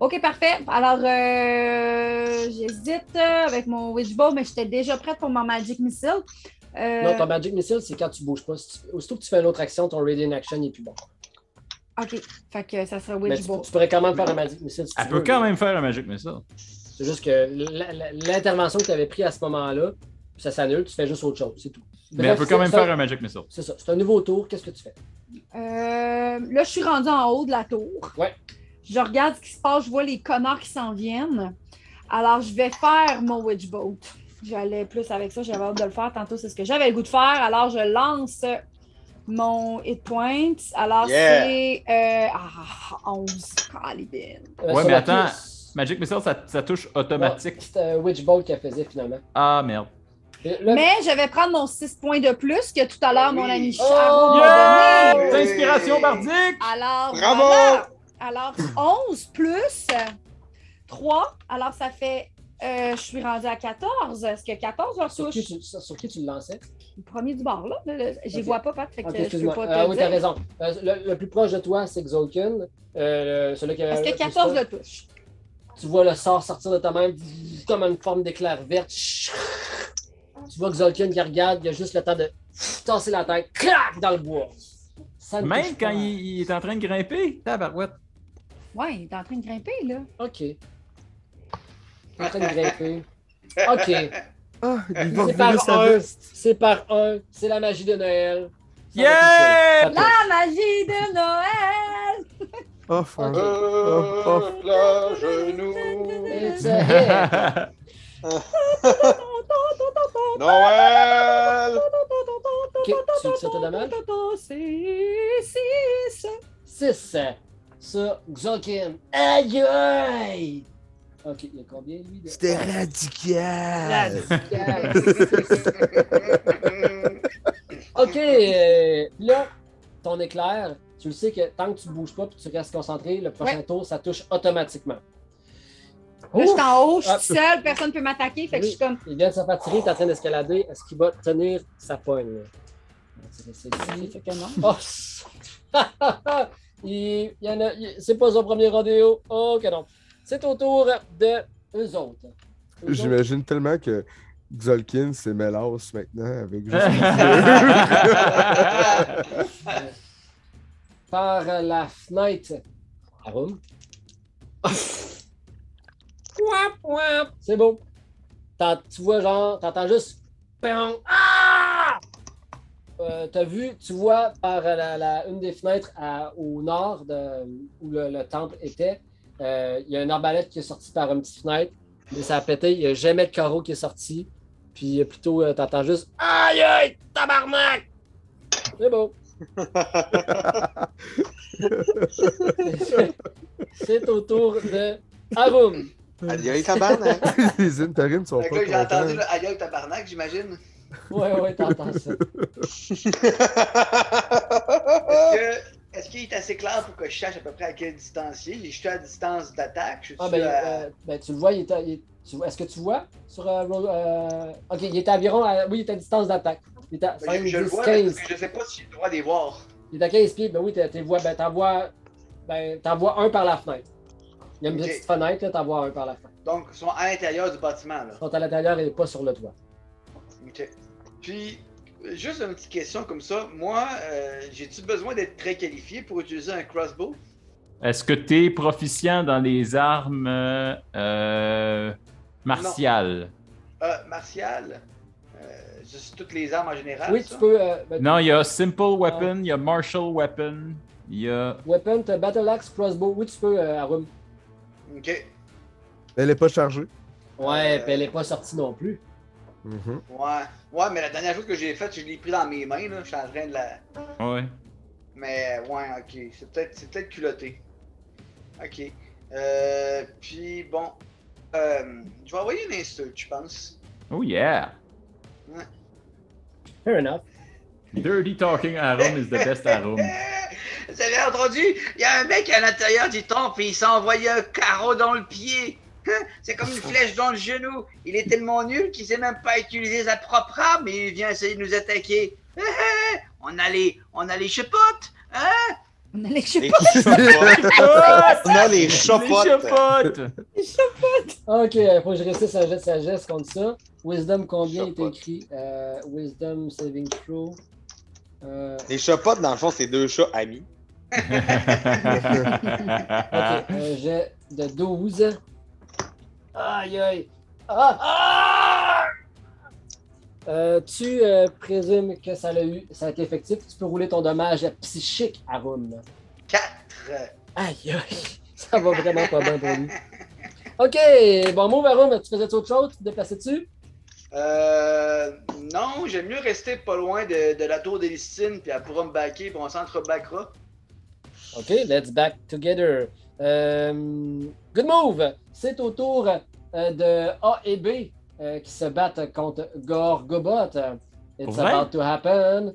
[SPEAKER 2] OK, parfait. Alors, euh, j'hésite euh, avec mon Witchbow, mais j'étais déjà prête pour mon Magic Missile. Euh,
[SPEAKER 1] Non, ton Magic Missile, c'est quand tu bouges pas. Si tu- Aussitôt que tu fais une autre action, ton Radiant Action n'est plus bon.
[SPEAKER 2] OK, fait que ça sera
[SPEAKER 1] Mais tu,
[SPEAKER 2] Witchbow.
[SPEAKER 1] tu pourrais quand même faire un Magic Missile si
[SPEAKER 4] Elle
[SPEAKER 1] tu
[SPEAKER 4] peut
[SPEAKER 1] veux.
[SPEAKER 4] quand même faire un Magic Missile.
[SPEAKER 1] C'est juste que la- la- l'intervention que tu avais prise à ce moment-là, ça s'annule, tu fais juste autre chose, c'est tout.
[SPEAKER 4] Mais elle peut quand même faire
[SPEAKER 1] un...
[SPEAKER 4] un Magic Missile.
[SPEAKER 1] C'est ça, c'est un nouveau tour, qu'est-ce que tu fais?
[SPEAKER 2] Euh, là, je suis rendue en haut de la tour.
[SPEAKER 1] Ouais.
[SPEAKER 2] Je regarde ce qui se passe, je vois les connards qui s'en viennent. Alors, je vais faire mon Witch Boat. J'allais plus avec ça, j'avais hâte de le faire. Tantôt, c'est ce que j'avais le goût de faire. Alors, je lance mon hit point. Alors,
[SPEAKER 3] Yeah.
[SPEAKER 2] c'est euh, ah, 11. Calibine.
[SPEAKER 1] Euh,
[SPEAKER 4] Ouais,
[SPEAKER 1] sur
[SPEAKER 4] mais
[SPEAKER 1] la
[SPEAKER 4] attends.
[SPEAKER 1] pièce-
[SPEAKER 4] Magic Missile, ça, ça touche
[SPEAKER 1] Ouais,
[SPEAKER 4] automatique.
[SPEAKER 1] C'est euh, Witch Bolt qu'elle faisait finalement.
[SPEAKER 4] Ah, merde.
[SPEAKER 1] Et là-
[SPEAKER 2] Mais je vais prendre mon 6 points de plus que tout à l'heure, mon
[SPEAKER 3] Ben Oui.
[SPEAKER 2] ami
[SPEAKER 1] Oh!
[SPEAKER 2] Charo m'a
[SPEAKER 4] Yeah!
[SPEAKER 2] donné.
[SPEAKER 3] Ouais.
[SPEAKER 4] Inspiration bardique!
[SPEAKER 2] Alors,
[SPEAKER 3] Bravo!
[SPEAKER 2] voilà. Alors, 11 plus 3. Alors, ça fait. euh, je suis rendue à 14. Est-ce que 14 leur
[SPEAKER 1] Sur
[SPEAKER 2] touche?
[SPEAKER 1] qui, tu, sur- sur qui tu le lançais?
[SPEAKER 2] Le premier du bord, là. Je les
[SPEAKER 1] Ok.
[SPEAKER 2] vois pas, Pat. Fait que
[SPEAKER 1] Ok,
[SPEAKER 2] euh, je peux
[SPEAKER 1] excuse-moi.
[SPEAKER 2] pas te
[SPEAKER 1] Ah oui, t'as
[SPEAKER 2] dire.
[SPEAKER 1] raison. Euh, le, le plus proche de toi, c'est Xolkin. Euh, le- celui qui a-
[SPEAKER 2] Est-ce
[SPEAKER 1] le
[SPEAKER 2] que
[SPEAKER 1] plus
[SPEAKER 2] 14
[SPEAKER 1] proche.
[SPEAKER 2] le touche?
[SPEAKER 1] Tu vois le sort sortir de ta main pff, comme une forme d'éclair verte. Chut. Tu vois Xolkin qui regarde, il a juste le temps de pff, tasser la tête, clac, dans le bois. Ça ne
[SPEAKER 4] Même
[SPEAKER 1] touche
[SPEAKER 4] quand
[SPEAKER 1] pas.
[SPEAKER 4] il, il est en train de grimper, tabarouette.
[SPEAKER 2] Ouais, il est en train de grimper, là.
[SPEAKER 1] OK. En train de grimper. OK.
[SPEAKER 6] Ah, il va
[SPEAKER 1] C'est
[SPEAKER 6] revirer
[SPEAKER 1] par
[SPEAKER 6] sa
[SPEAKER 1] un.
[SPEAKER 6] veste.
[SPEAKER 1] C'est par un. C'est la magie de Noël. Ça va
[SPEAKER 4] Yeah!
[SPEAKER 1] tout seul. Ça
[SPEAKER 2] La magie de Noël!
[SPEAKER 6] Oh, fin.
[SPEAKER 1] Ok.
[SPEAKER 3] Euh,
[SPEAKER 6] Oh,
[SPEAKER 3] le genou.
[SPEAKER 1] touche. It's a hit.
[SPEAKER 3] Noël.
[SPEAKER 1] Ok, tu veux que ça te damage?
[SPEAKER 2] C'est 6.
[SPEAKER 1] 6 sur Xolkin. Aïe aïe! Ok, il y a combien lui? De...
[SPEAKER 6] C'était radical.
[SPEAKER 1] Yes. OK. euh, puis là, ton éclair, tu le sais que tant que tu ne bouges pas et tu restes concentré, le prochain tour, ça touche automatiquement.
[SPEAKER 2] Là, je
[SPEAKER 1] Ouf!
[SPEAKER 2] suis en haut, Oh, je suis
[SPEAKER 1] Ah.
[SPEAKER 2] seule, personne ne peut m'attaquer. Fait que je suis comme.
[SPEAKER 1] Il vient de se faire tirer, il est en train d'escalader. Est-ce qu'il va tenir sa poigne? On va tirer ça ici.
[SPEAKER 2] Fait que non.
[SPEAKER 1] Oh! il, il y en a, il- c'est pas son premier rodéo. Oh, que non. C'est au tour de eux autres. Eux autres,
[SPEAKER 6] J'imagine tellement que Xolkin, c'est Melas maintenant avec juste.
[SPEAKER 1] par la fenêtre. Arum. Ouap, ouap. C'est beau. T'en- Tu vois, genre, t'entends juste. Péon. Ah! euh, t'as vu, tu vois par la, la- une des fenêtres à- au nord de, où le, le temple était, euh, il y a une arbalète qui est sortie par une petite fenêtre, mais ça a pété, il n'y a jamais de carreau qui est sorti. Puis euh, plutôt, euh, t'entends juste Aïe aïe, tabarnak! C'est beau. C'est au tour de Arum.
[SPEAKER 3] Allez, tabarnak!
[SPEAKER 6] Les interims sont pas
[SPEAKER 5] Fait que là, j'ai entendu
[SPEAKER 6] contents.
[SPEAKER 5] le aïe aïe, tabarnak, j'imagine.
[SPEAKER 1] Euh, Ouais, ouais, t'entends ça.
[SPEAKER 5] Est-ce que- est-ce qu'il est assez clair pour que je sache à peu près à quelle distance il est? Je suis à distance d'attaque, je suis
[SPEAKER 1] Ah, ben,
[SPEAKER 5] à...
[SPEAKER 1] euh, ben, tu le vois, il est, à- il est- tu vois- est-ce que tu vois sur. euh, Ro- euh, ok, il est à environ. à- oui, il est à distance d'attaque. Il est à
[SPEAKER 5] Ben,
[SPEAKER 1] 5,
[SPEAKER 5] je, je le
[SPEAKER 1] 10,
[SPEAKER 5] vois, mais
[SPEAKER 1] 15.
[SPEAKER 5] parce que je sais pas si j'ai le droit de les voir.
[SPEAKER 1] Il est à 15 pieds. Ben oui, t'es- t'es vois, ben, t'en vois, ben, t'en vois un par la fenêtre. Il y a une
[SPEAKER 5] Ok.
[SPEAKER 1] petite fenêtre, là, t'en vois un par la fenêtre.
[SPEAKER 5] Donc, ils sont à l'intérieur du bâtiment, là.
[SPEAKER 1] Ils sont à l'intérieur et pas sur le toit.
[SPEAKER 5] OK. Puis, euh, juste une petite question comme ça. Moi, euh, j'ai-tu besoin d'être très qualifié pour utiliser un crossbow?
[SPEAKER 4] Est-ce que tu es proficient dans les armes euh, euh, martiales?
[SPEAKER 5] Euh, martial? Euh, je suis toutes les armes en général,
[SPEAKER 1] oui,
[SPEAKER 5] Ah, ça?
[SPEAKER 1] tu peux. euh, ben,
[SPEAKER 4] Non, il y a Simple Weapon, il y a Martial Weapon, il y a.
[SPEAKER 1] Weapon, t'as Battle Axe, Crossbow. Oui, tu peux, euh, Arum.
[SPEAKER 5] OK. Euh,
[SPEAKER 6] Elle est pas chargée.
[SPEAKER 1] Ouais, puis elle est pas sortie non plus.
[SPEAKER 6] Mhm.
[SPEAKER 5] Ouais. Ouais, mais la dernière chose que j'ai faite, je l'ai pris dans mes mains, là. Je suis en train de la...
[SPEAKER 4] Ouais.
[SPEAKER 5] Mais euh, ouais, ok. C'est peut-être c'est peut-être culotté. Ok. Euh, puis bon. Euh, je vais envoyer une insulte, je pense.
[SPEAKER 4] Oh yeah!
[SPEAKER 1] Fair enough.
[SPEAKER 4] Dirty talking Arum is the best Arum.
[SPEAKER 5] Vous avez entendu? Il y a un mec à l'intérieur du temple et il s'est envoyé un carreau dans le pied. Hein? C'est comme une flèche dans le genou. Il est tellement nul qu'il sait même pas utiliser sa propre arme et il vient essayer de nous attaquer. Hein, hein, on a les, on a les chepotes. Hein?
[SPEAKER 9] On allait
[SPEAKER 3] Les petits chapottes. On a les chapottes.
[SPEAKER 1] Ah, Ok, il faut que je réussisse un jet de sagesse contre ça. Wisdom, combien
[SPEAKER 3] Je sais
[SPEAKER 1] est
[SPEAKER 3] pas.
[SPEAKER 1] écrit Euh, Wisdom Saving Throw. Euh,
[SPEAKER 3] Les chapottes, dans le fond, c'est deux chats amis.
[SPEAKER 4] Les
[SPEAKER 1] Ok, un jet de 12. Aïe aïe. Ah! Ah! Euh, tu euh, présumes que ça l'a eu, ça a été effectif. Tu peux rouler ton dommage psychique à Room.
[SPEAKER 5] Quatre.
[SPEAKER 1] Aïe aïe. Ça va vraiment pas bien pour lui. Ok, bon move à Room, tu faisais autre chose? Tu te déplaçais-tu?
[SPEAKER 5] Euh, non, j'aime mieux rester pas loin de, de la tour des Listines, puis elle pourra me backer, puis on s'entrebackera.
[SPEAKER 1] Ok, let's back together. Euh, good move! C'est au tour euh, de A et B euh, qui se battent contre Gorgobot. It's
[SPEAKER 4] Pour vrai?
[SPEAKER 1] about to happen.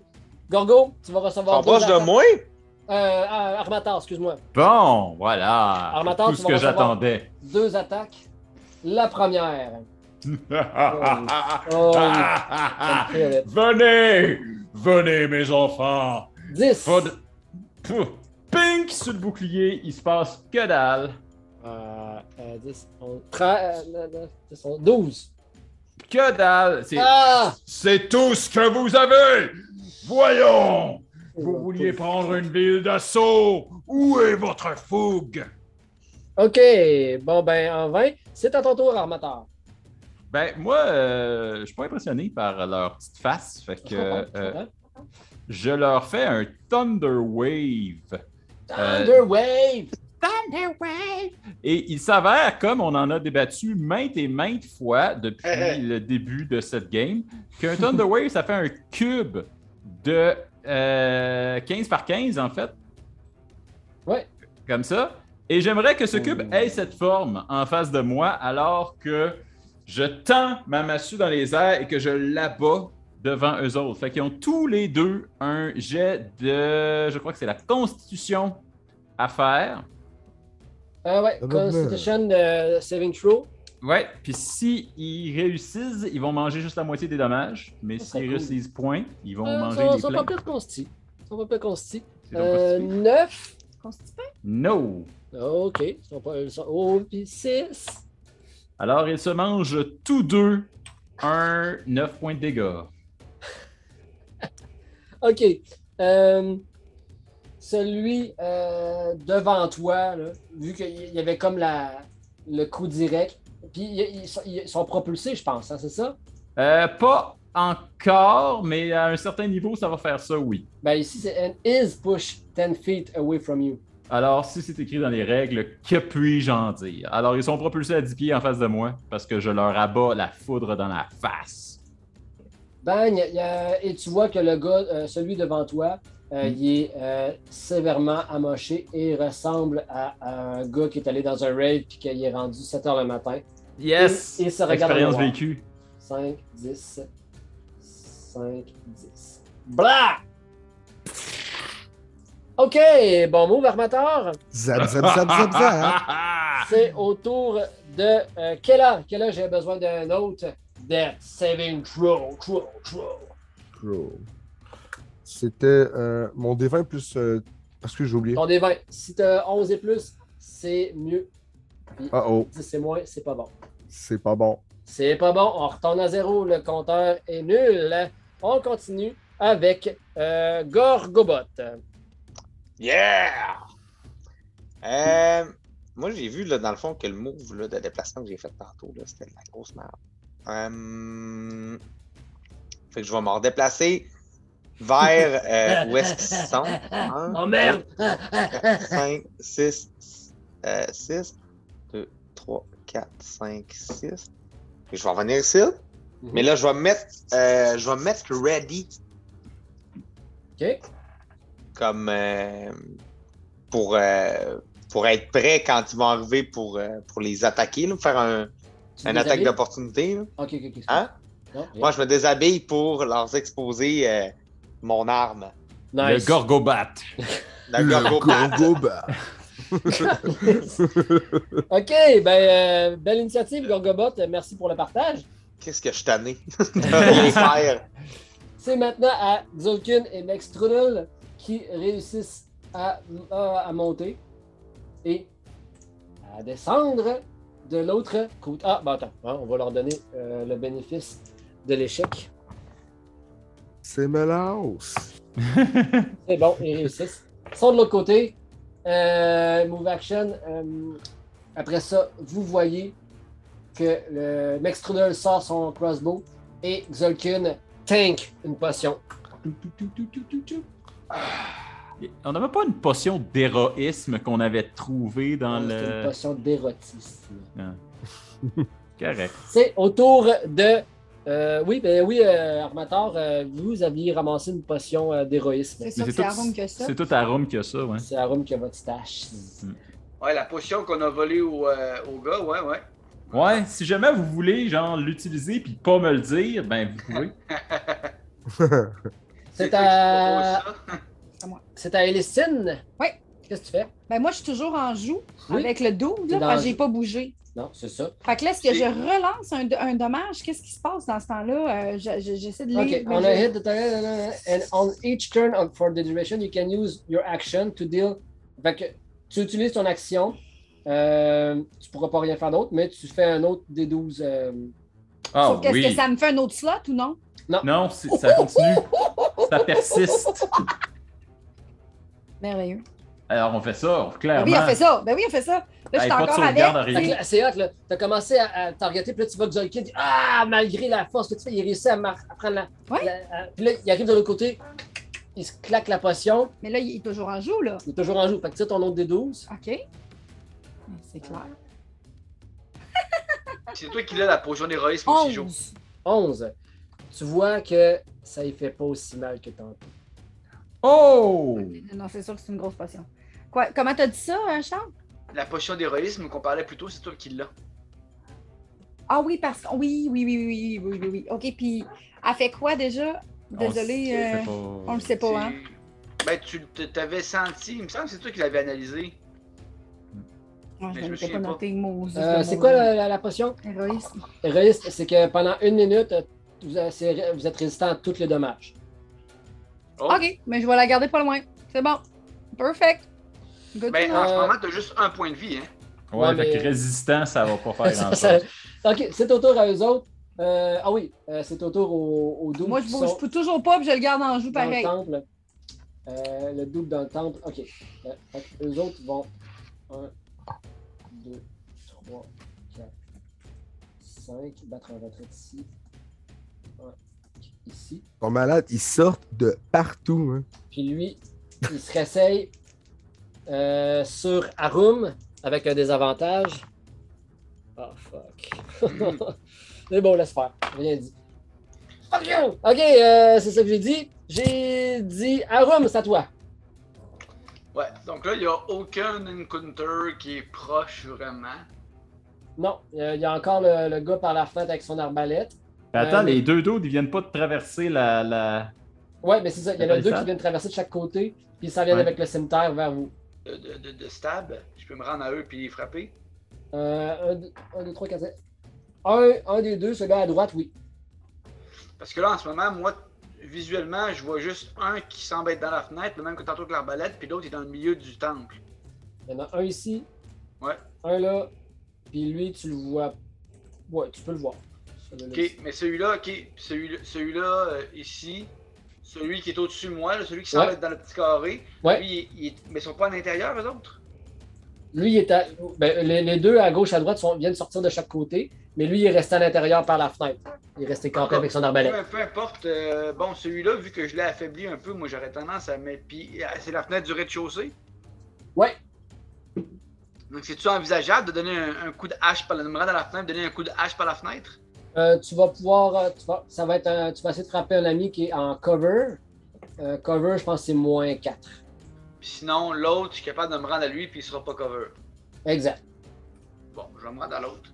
[SPEAKER 1] Gorgo, tu vas recevoir.
[SPEAKER 3] T'en
[SPEAKER 1] deux
[SPEAKER 3] proches de
[SPEAKER 1] attaques-
[SPEAKER 3] moi?
[SPEAKER 1] Euh, ah, Armatar, excuse-moi.
[SPEAKER 4] Bon, voilà.
[SPEAKER 1] Armateur,
[SPEAKER 4] Tout
[SPEAKER 1] tu
[SPEAKER 4] ce
[SPEAKER 1] vas
[SPEAKER 4] que
[SPEAKER 1] recevoir.
[SPEAKER 4] j'attendais.
[SPEAKER 1] Deux attaques. La première. Oh,
[SPEAKER 4] Ah!
[SPEAKER 1] I feel it.
[SPEAKER 4] Venez! Venez, mes enfants!
[SPEAKER 1] 10.
[SPEAKER 4] Pas de- Pouf! Pink sur le bouclier, il se passe que dalle.
[SPEAKER 1] Euh, euh, 10, on- tra- euh, euh, 10, on- 12.
[SPEAKER 4] Que dalle! C'est
[SPEAKER 1] Ah!
[SPEAKER 4] c'est tout ce que vous avez! Voyons! Vous vouliez prendre une ville d'assaut? Où est votre fougue?
[SPEAKER 1] Ok, bon ben en 20, c'est à ton tour, Armateur.
[SPEAKER 4] Ben, moi, euh, je suis pas impressionné par leur petite face. Fait que
[SPEAKER 1] Hein?
[SPEAKER 4] euh, je leur fais un Thunder Wave. euh,
[SPEAKER 1] Thunder Wave!
[SPEAKER 4] Et il s'avère, comme on en a débattu maintes et maintes fois depuis le début de cette game, qu'un Thunder Wave, ça fait un cube de euh, 15 par 15, en fait.
[SPEAKER 1] Ouais.
[SPEAKER 4] Comme ça. Et j'aimerais que ce cube
[SPEAKER 6] Mm.
[SPEAKER 4] ait cette forme en face de moi, alors que je tends ma massue dans les airs et que je l'abats devant eux autres. Fait qu'ils ont tous les deux un jet de, je crois que c'est la constitution à faire.
[SPEAKER 1] Ah ouais,
[SPEAKER 6] Ah, ben,
[SPEAKER 1] Constitution euh, Saving Throw.
[SPEAKER 4] Ouais, puis s'ils réussissent, ils vont manger juste la moitié des dommages. Mais
[SPEAKER 1] Ça
[SPEAKER 4] s'ils
[SPEAKER 1] serait cool.
[SPEAKER 4] réussissent point, ils vont
[SPEAKER 1] Euh,
[SPEAKER 4] manger
[SPEAKER 1] sont,
[SPEAKER 4] les
[SPEAKER 1] sont
[SPEAKER 4] pleins.
[SPEAKER 1] pas pires consti. Sont pas pires consti.
[SPEAKER 4] Ils sont pas si
[SPEAKER 1] Euh,
[SPEAKER 4] pires.
[SPEAKER 1] 9.
[SPEAKER 9] constipé.
[SPEAKER 4] No!
[SPEAKER 1] Ok. Ils sont pas. Ils sont, oh, puis 6.
[SPEAKER 4] Alors, ils se mangent tous deux un 9 points de dégâts.
[SPEAKER 1] Ok. Euh, celui euh, devant toi, là, vu qu'il y avait comme la, le coup direct, puis ils, ils sont- ils sont propulsés, je pense, hein, c'est ça?
[SPEAKER 4] Euh, pas encore, mais à un certain niveau, ça va faire ça, oui.
[SPEAKER 1] Ben ici, c'est and is push 10 feet away from you.
[SPEAKER 4] Alors, si c'est écrit dans les règles, que puis-je en dire? Alors, ils sont propulsés à 10 pieds en face de moi parce que je leur abats la foudre dans la face.
[SPEAKER 1] Bang, il Ben, y a- et tu vois que le gars, euh, celui devant toi, euh,
[SPEAKER 4] Mm.
[SPEAKER 1] il est euh, sévèrement amoché et ressemble à, à un gars qui est allé dans un rave puis qu'il est rendu 7 heures le matin.
[SPEAKER 4] Yes!
[SPEAKER 1] Et- et ça regarde
[SPEAKER 4] Expérience
[SPEAKER 1] le noir.
[SPEAKER 4] vécue.
[SPEAKER 1] 5, 10, 5, 10. Blah! OK, bon move, Armator.
[SPEAKER 6] Zap, zap, zap, zap, hein. zap.
[SPEAKER 1] C'est au tour de euh, Kella. Kella, j'ai besoin d'un autre. Death saving throw, throw, throw.
[SPEAKER 6] Roll. C'était euh, mon D20 plus. euh, parce que j'ai oublié.
[SPEAKER 1] Ton D20. Si t'as 11 et plus, c'est mieux.
[SPEAKER 6] Ah oh,
[SPEAKER 1] 10 et moins, c'est pas bon.
[SPEAKER 6] c'est pas bon.
[SPEAKER 1] C'est pas bon. On retourne à zéro. Le compteur est nul. On continue avec euh, Gorgobot.
[SPEAKER 3] Yeah! Euh, moi, j'ai vu, là, dans le fond, que le move là, de déplacement que j'ai fait tantôt, là, c'était de la grosse merde. Euh, Fait que je vais me redéplacer vers euh, où est-ce qu'ils sont. Un,
[SPEAKER 1] Oh merde!
[SPEAKER 3] 5, 6,
[SPEAKER 5] Euh,
[SPEAKER 3] 6, 2, 3, 4, 5, 6. Je vais revenir ici.
[SPEAKER 1] Mhm.
[SPEAKER 3] Mais là, je vais mettre, euh, je vais mettre ready
[SPEAKER 1] OK.
[SPEAKER 3] comme euh, pour, euh, pour être prêt quand ils vont arriver pour, euh, pour les attaquer, là, faire un,
[SPEAKER 1] Tu
[SPEAKER 3] une
[SPEAKER 1] déshabilles?
[SPEAKER 3] attaque d'opportunité. là.
[SPEAKER 1] Ok, ok, ok.
[SPEAKER 3] Hein?
[SPEAKER 1] Non, j'ai-
[SPEAKER 3] Moi, je me déshabille pour leur exposer euh, mon arme.
[SPEAKER 4] Le Gorgobat.
[SPEAKER 3] La Gorgo Bat.
[SPEAKER 6] Gorgobat.
[SPEAKER 1] OK, ben, euh, belle initiative, Gorgobot. Euh, Merci pour le partage.
[SPEAKER 3] Qu'est-ce que je suis tanné de les faire?
[SPEAKER 1] C'est maintenant à Xolkin et Max Trudel qui réussissent à, à- à monter et à descendre de l'autre côté. Ah, ben attends, hein, on va leur donner euh, le bénéfice de l'échec.
[SPEAKER 6] C'est mélasse.
[SPEAKER 1] C'est bon, ils réussissent. Ils sont de l'autre côté. Euh, move action. euh, après ça, vous voyez que le Max Trudel sort son crossbow et Xolkin tank une potion.
[SPEAKER 4] On n'avait pas une potion d'héroïsme qu'on avait trouvée dans
[SPEAKER 1] C'est une
[SPEAKER 4] le. Ah.
[SPEAKER 1] potion d'érotisme.
[SPEAKER 4] Correct.
[SPEAKER 1] C'est autour de. euh, oui, ben oui, euh, Armator, euh, vous aviez ramassé une potion euh, d'héroïsme.
[SPEAKER 2] C'est sûr
[SPEAKER 4] Mais
[SPEAKER 2] que
[SPEAKER 4] c'est
[SPEAKER 2] c'est
[SPEAKER 4] tout-
[SPEAKER 2] arôme que ça.
[SPEAKER 4] C'est tout à Rome que ça, ouais. Mm.
[SPEAKER 1] C'est Arum qui a votre stache.
[SPEAKER 5] Ouais, la potion qu'on a volée au, euh, au gars, ouais, ouais.
[SPEAKER 4] Ouais, si jamais vous voulez, genre, l'utiliser puis pas me le dire, ben, vous pouvez.
[SPEAKER 1] C'est
[SPEAKER 5] toi qui
[SPEAKER 1] à-
[SPEAKER 5] proposes ça.
[SPEAKER 1] C'est à Elistine?
[SPEAKER 2] Oui.
[SPEAKER 1] Qu'est-ce que tu fais?
[SPEAKER 2] Ben moi, je suis toujours en joue
[SPEAKER 1] Oui.
[SPEAKER 2] avec le double,
[SPEAKER 1] T'es
[SPEAKER 2] là,
[SPEAKER 1] dans
[SPEAKER 2] parce
[SPEAKER 1] le
[SPEAKER 2] que j'ai
[SPEAKER 1] jeu.
[SPEAKER 2] pas bougé.
[SPEAKER 1] Non, c'est ça.
[SPEAKER 2] Fait que là, est-ce que
[SPEAKER 5] C'est-
[SPEAKER 2] je relance un, un dommage? Qu'est-ce qui se passe dans ce temps-là? Euh, je- je- J'essaie de lire.
[SPEAKER 1] OK.
[SPEAKER 2] mais
[SPEAKER 1] On a
[SPEAKER 2] je-
[SPEAKER 1] hit the target, and on each turn on- for the duration, you can use your action to deal. Fait que tu utilises ton action. Euh, tu pourras pas rien faire d'autre, mais tu fais un autre des 12. euh,
[SPEAKER 4] Ah
[SPEAKER 2] Sauf qu'est-ce
[SPEAKER 4] oui.
[SPEAKER 2] que ça me fait un autre slot ou non?
[SPEAKER 4] Non, c'est- ça continue. ça persiste.
[SPEAKER 2] Merveilleux.
[SPEAKER 4] Alors, on fait ça,
[SPEAKER 2] Ben
[SPEAKER 4] clairement.
[SPEAKER 2] oui, on fait ça. Ben oui, on fait ça. Là, je
[SPEAKER 4] Hey,
[SPEAKER 2] suis
[SPEAKER 4] pas de
[SPEAKER 2] encore avec.
[SPEAKER 4] sauvegarde à
[SPEAKER 1] Fait que
[SPEAKER 4] rien.
[SPEAKER 1] là, C'est hot, là. T'as commencé à, à targeter, puis là, tu vois que Zolkin dit Ah, malgré la force que tu fais, il réussit à, mar- à prendre la.
[SPEAKER 2] Ouais.
[SPEAKER 1] la- à- puis là, il arrive de l'autre côté, il se claque la potion,
[SPEAKER 2] Mais là, il est toujours en joue, là.
[SPEAKER 1] il est toujours en joue. Fait que tu sais ton autre des 12.
[SPEAKER 2] OK. Ben, C'est clair.
[SPEAKER 5] C'est toi qui l'as la potion d'héroïsme aussi, Joe.
[SPEAKER 2] 11.
[SPEAKER 1] 11. Tu vois que ça y fait pas aussi mal que tantôt.
[SPEAKER 4] Oh!
[SPEAKER 2] Non, c'est sûr que c'est une grosse potion. Quoi? Comment t'as dit ça, euh, Charles?
[SPEAKER 5] La potion d'héroïsme qu'on parlait plus tôt, c'est toi qui l'as.
[SPEAKER 2] Ah oui, parce que. Oui, oui, oui, oui, oui, oui, oui, oui. OK, puis elle fait quoi déjà? Désolée, euh, on
[SPEAKER 4] On
[SPEAKER 2] le
[SPEAKER 4] le sait
[SPEAKER 2] sait pas, hein?
[SPEAKER 5] C'est- Ben, tu t- t'avais senti, il me semble que c'est toi qui l'avais analysé.
[SPEAKER 2] Ouais,
[SPEAKER 5] Mais
[SPEAKER 2] je
[SPEAKER 5] je me
[SPEAKER 2] l'avais pas
[SPEAKER 5] souviens pas.
[SPEAKER 2] noté le mot. juste
[SPEAKER 1] Euh,
[SPEAKER 2] le
[SPEAKER 1] c'est
[SPEAKER 2] mot,
[SPEAKER 1] quoi
[SPEAKER 2] là.
[SPEAKER 1] la, la- la potion
[SPEAKER 2] Héroïsme.
[SPEAKER 1] Héroïste, c'est que pendant une minute, euh, vous, euh, c'est- vous êtes résistant à tous les dommages.
[SPEAKER 5] Oh.
[SPEAKER 2] OK, mais je vais la garder pas loin. C'est bon. Perfect. Good
[SPEAKER 5] Ben,
[SPEAKER 2] to know.
[SPEAKER 5] en ce
[SPEAKER 1] Euh,
[SPEAKER 5] moment, t'as juste un point de vie, hein.
[SPEAKER 4] pas. Ouais,
[SPEAKER 1] Ouais,
[SPEAKER 4] fait
[SPEAKER 1] mais-
[SPEAKER 4] que résistant, ça va pas faire
[SPEAKER 1] Ça-
[SPEAKER 4] grand-chose.
[SPEAKER 1] ça- ok, c'est au tour à eux autres. Euh, ah oui, euh, c'est au tour aux, aux 12.
[SPEAKER 2] Moi, je
[SPEAKER 1] qui
[SPEAKER 2] bouge
[SPEAKER 1] sont-
[SPEAKER 2] peux toujours pas, puis je le garde en joue
[SPEAKER 1] dans le
[SPEAKER 2] pareil.
[SPEAKER 1] temple. Euh, le double dans le temple. OK. Euh, fait que eux autres vont 1, 2, 3, 4, 5. Battre un retraite ici. 1, 4, ici.
[SPEAKER 6] Ils sont malades, ils sortent de partout. hein.
[SPEAKER 1] Puis lui, il se réessaye euh, sur Arum avec un désavantage. Oh fuck.
[SPEAKER 4] Hmm.
[SPEAKER 1] C'est bon, laisse faire. Rien dit. Fuck you! Ok, euh, c'est ça que j'ai dit. J'ai dit Arum, c'est à toi.
[SPEAKER 5] Ouais, donc là, il n'y a aucun encounter qui est proche vraiment.
[SPEAKER 1] Non, euh, il y a encore le, le gars par la fenêtre avec son arbalète.
[SPEAKER 4] Ben, attends,
[SPEAKER 1] Euh,
[SPEAKER 4] les deux dos, ils viennent pas de traverser la. la...
[SPEAKER 1] Ouais, mais c'est ça. Il y en
[SPEAKER 4] La
[SPEAKER 1] a deux
[SPEAKER 4] palissade.
[SPEAKER 1] qui viennent traverser de chaque côté, puis ils s'en viennent
[SPEAKER 4] Ouais.
[SPEAKER 1] avec le cimetière vers vous.
[SPEAKER 5] De, de, de, de stab, je peux me rendre à eux puis les frapper.
[SPEAKER 1] Euh, un, deux- un, deux, trois, quatre, cinq. Un, un des deux, celui-là à droite, oui.
[SPEAKER 5] Parce que là, en ce moment, moi, visuellement, je vois juste un qui semble être dans la fenêtre, le même que tantôt que l'arbalète, puis l'autre est dans le milieu du temple.
[SPEAKER 1] Il y en a un ici.
[SPEAKER 5] Ouais.
[SPEAKER 1] Un là. Puis lui, tu le vois. Ouais, tu peux le voir. Celui-là
[SPEAKER 5] Ok,
[SPEAKER 1] ici.
[SPEAKER 5] mais celui-là, ok, celui-là, celui-là euh, ici, celui qui est au-dessus de moi, là, celui qui semble
[SPEAKER 1] Ouais.
[SPEAKER 5] être dans le petit carré,
[SPEAKER 1] Ouais.
[SPEAKER 5] lui, il- il est- mais ils sont pas à l'intérieur, eux autres?
[SPEAKER 1] Lui, il est à... ben, les, les deux à gauche, à droite sont- viennent sortir de chaque côté, mais lui, il est resté à l'intérieur par la fenêtre. Il est resté
[SPEAKER 5] Ah,
[SPEAKER 1] campé avec son arbalète.
[SPEAKER 5] Peu, peu importe, euh, bon, celui-là, vu que je l'ai affaibli un peu, moi, j'aurais tendance à mettre. Puis, euh, c'est la fenêtre du rez-de-chaussée?
[SPEAKER 1] Ouais.
[SPEAKER 5] Donc, c'est-tu envisageable de donner un, un coup de hache par la, de me rendre à la fenêtre, donner un coup de hache par la fenêtre?
[SPEAKER 1] Euh, tu vas pouvoir. euh, Tu vas, ça va être un- tu vas essayer de frapper un ami qui est en cover. Euh, cover, je pense que c'est moins 4.
[SPEAKER 5] Puis sinon, l'autre, je suis capable de me rendre à lui, puis il sera pas cover.
[SPEAKER 1] Exact.
[SPEAKER 5] Bon, je vais me rendre à l'autre.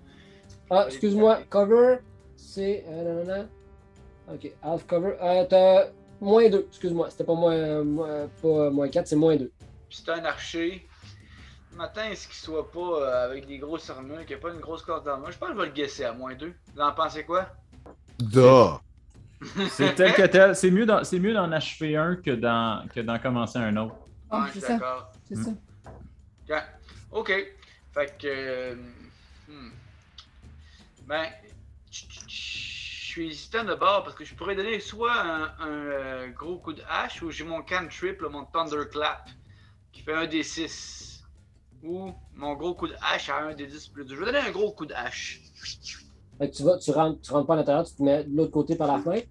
[SPEAKER 1] Ah, excuse-moi, cover, c'est. euh, non, non, non. Ok, half cover. Euh, t'as moins 2, excuse-moi. C'était pas moins, euh, moins- pas moins 4, c'est moins 2.
[SPEAKER 5] Puis, c'est un archer. Le matin, est-ce qu'il soit pas euh, avec des grosses armures, qu'il n'y a pas une grosse corde d'armure? Je pense que je vais le guesser à moins deux. Vous en pensez quoi?
[SPEAKER 6] Da!
[SPEAKER 4] C'est tel que tel. C'est mieux d'en c'est mieux d'en achever un que d'en que d'en commencer un autre.
[SPEAKER 5] Ouais,
[SPEAKER 9] Ah,
[SPEAKER 5] je
[SPEAKER 9] c'est
[SPEAKER 5] suis
[SPEAKER 9] ça,
[SPEAKER 5] d'accord. Hmm.
[SPEAKER 9] c'est ça.
[SPEAKER 5] Ok. OK. Fait que. euh, hmm. Ben. tch, tch, tch, Je suis hésitant de bord parce que je pourrais donner soit un, un, euh, gros coup de hache ou j'ai mon cantrip, là, mon thunderclap, qui fait un des 6. Ou mon gros coup de hache à un des 10 plus 2. Je vais donner un gros coup de hache.
[SPEAKER 1] Fait que tu vas, tu rentres, tu rentres pas à l'intérieur, tu te mets de l'autre côté par la fenêtre.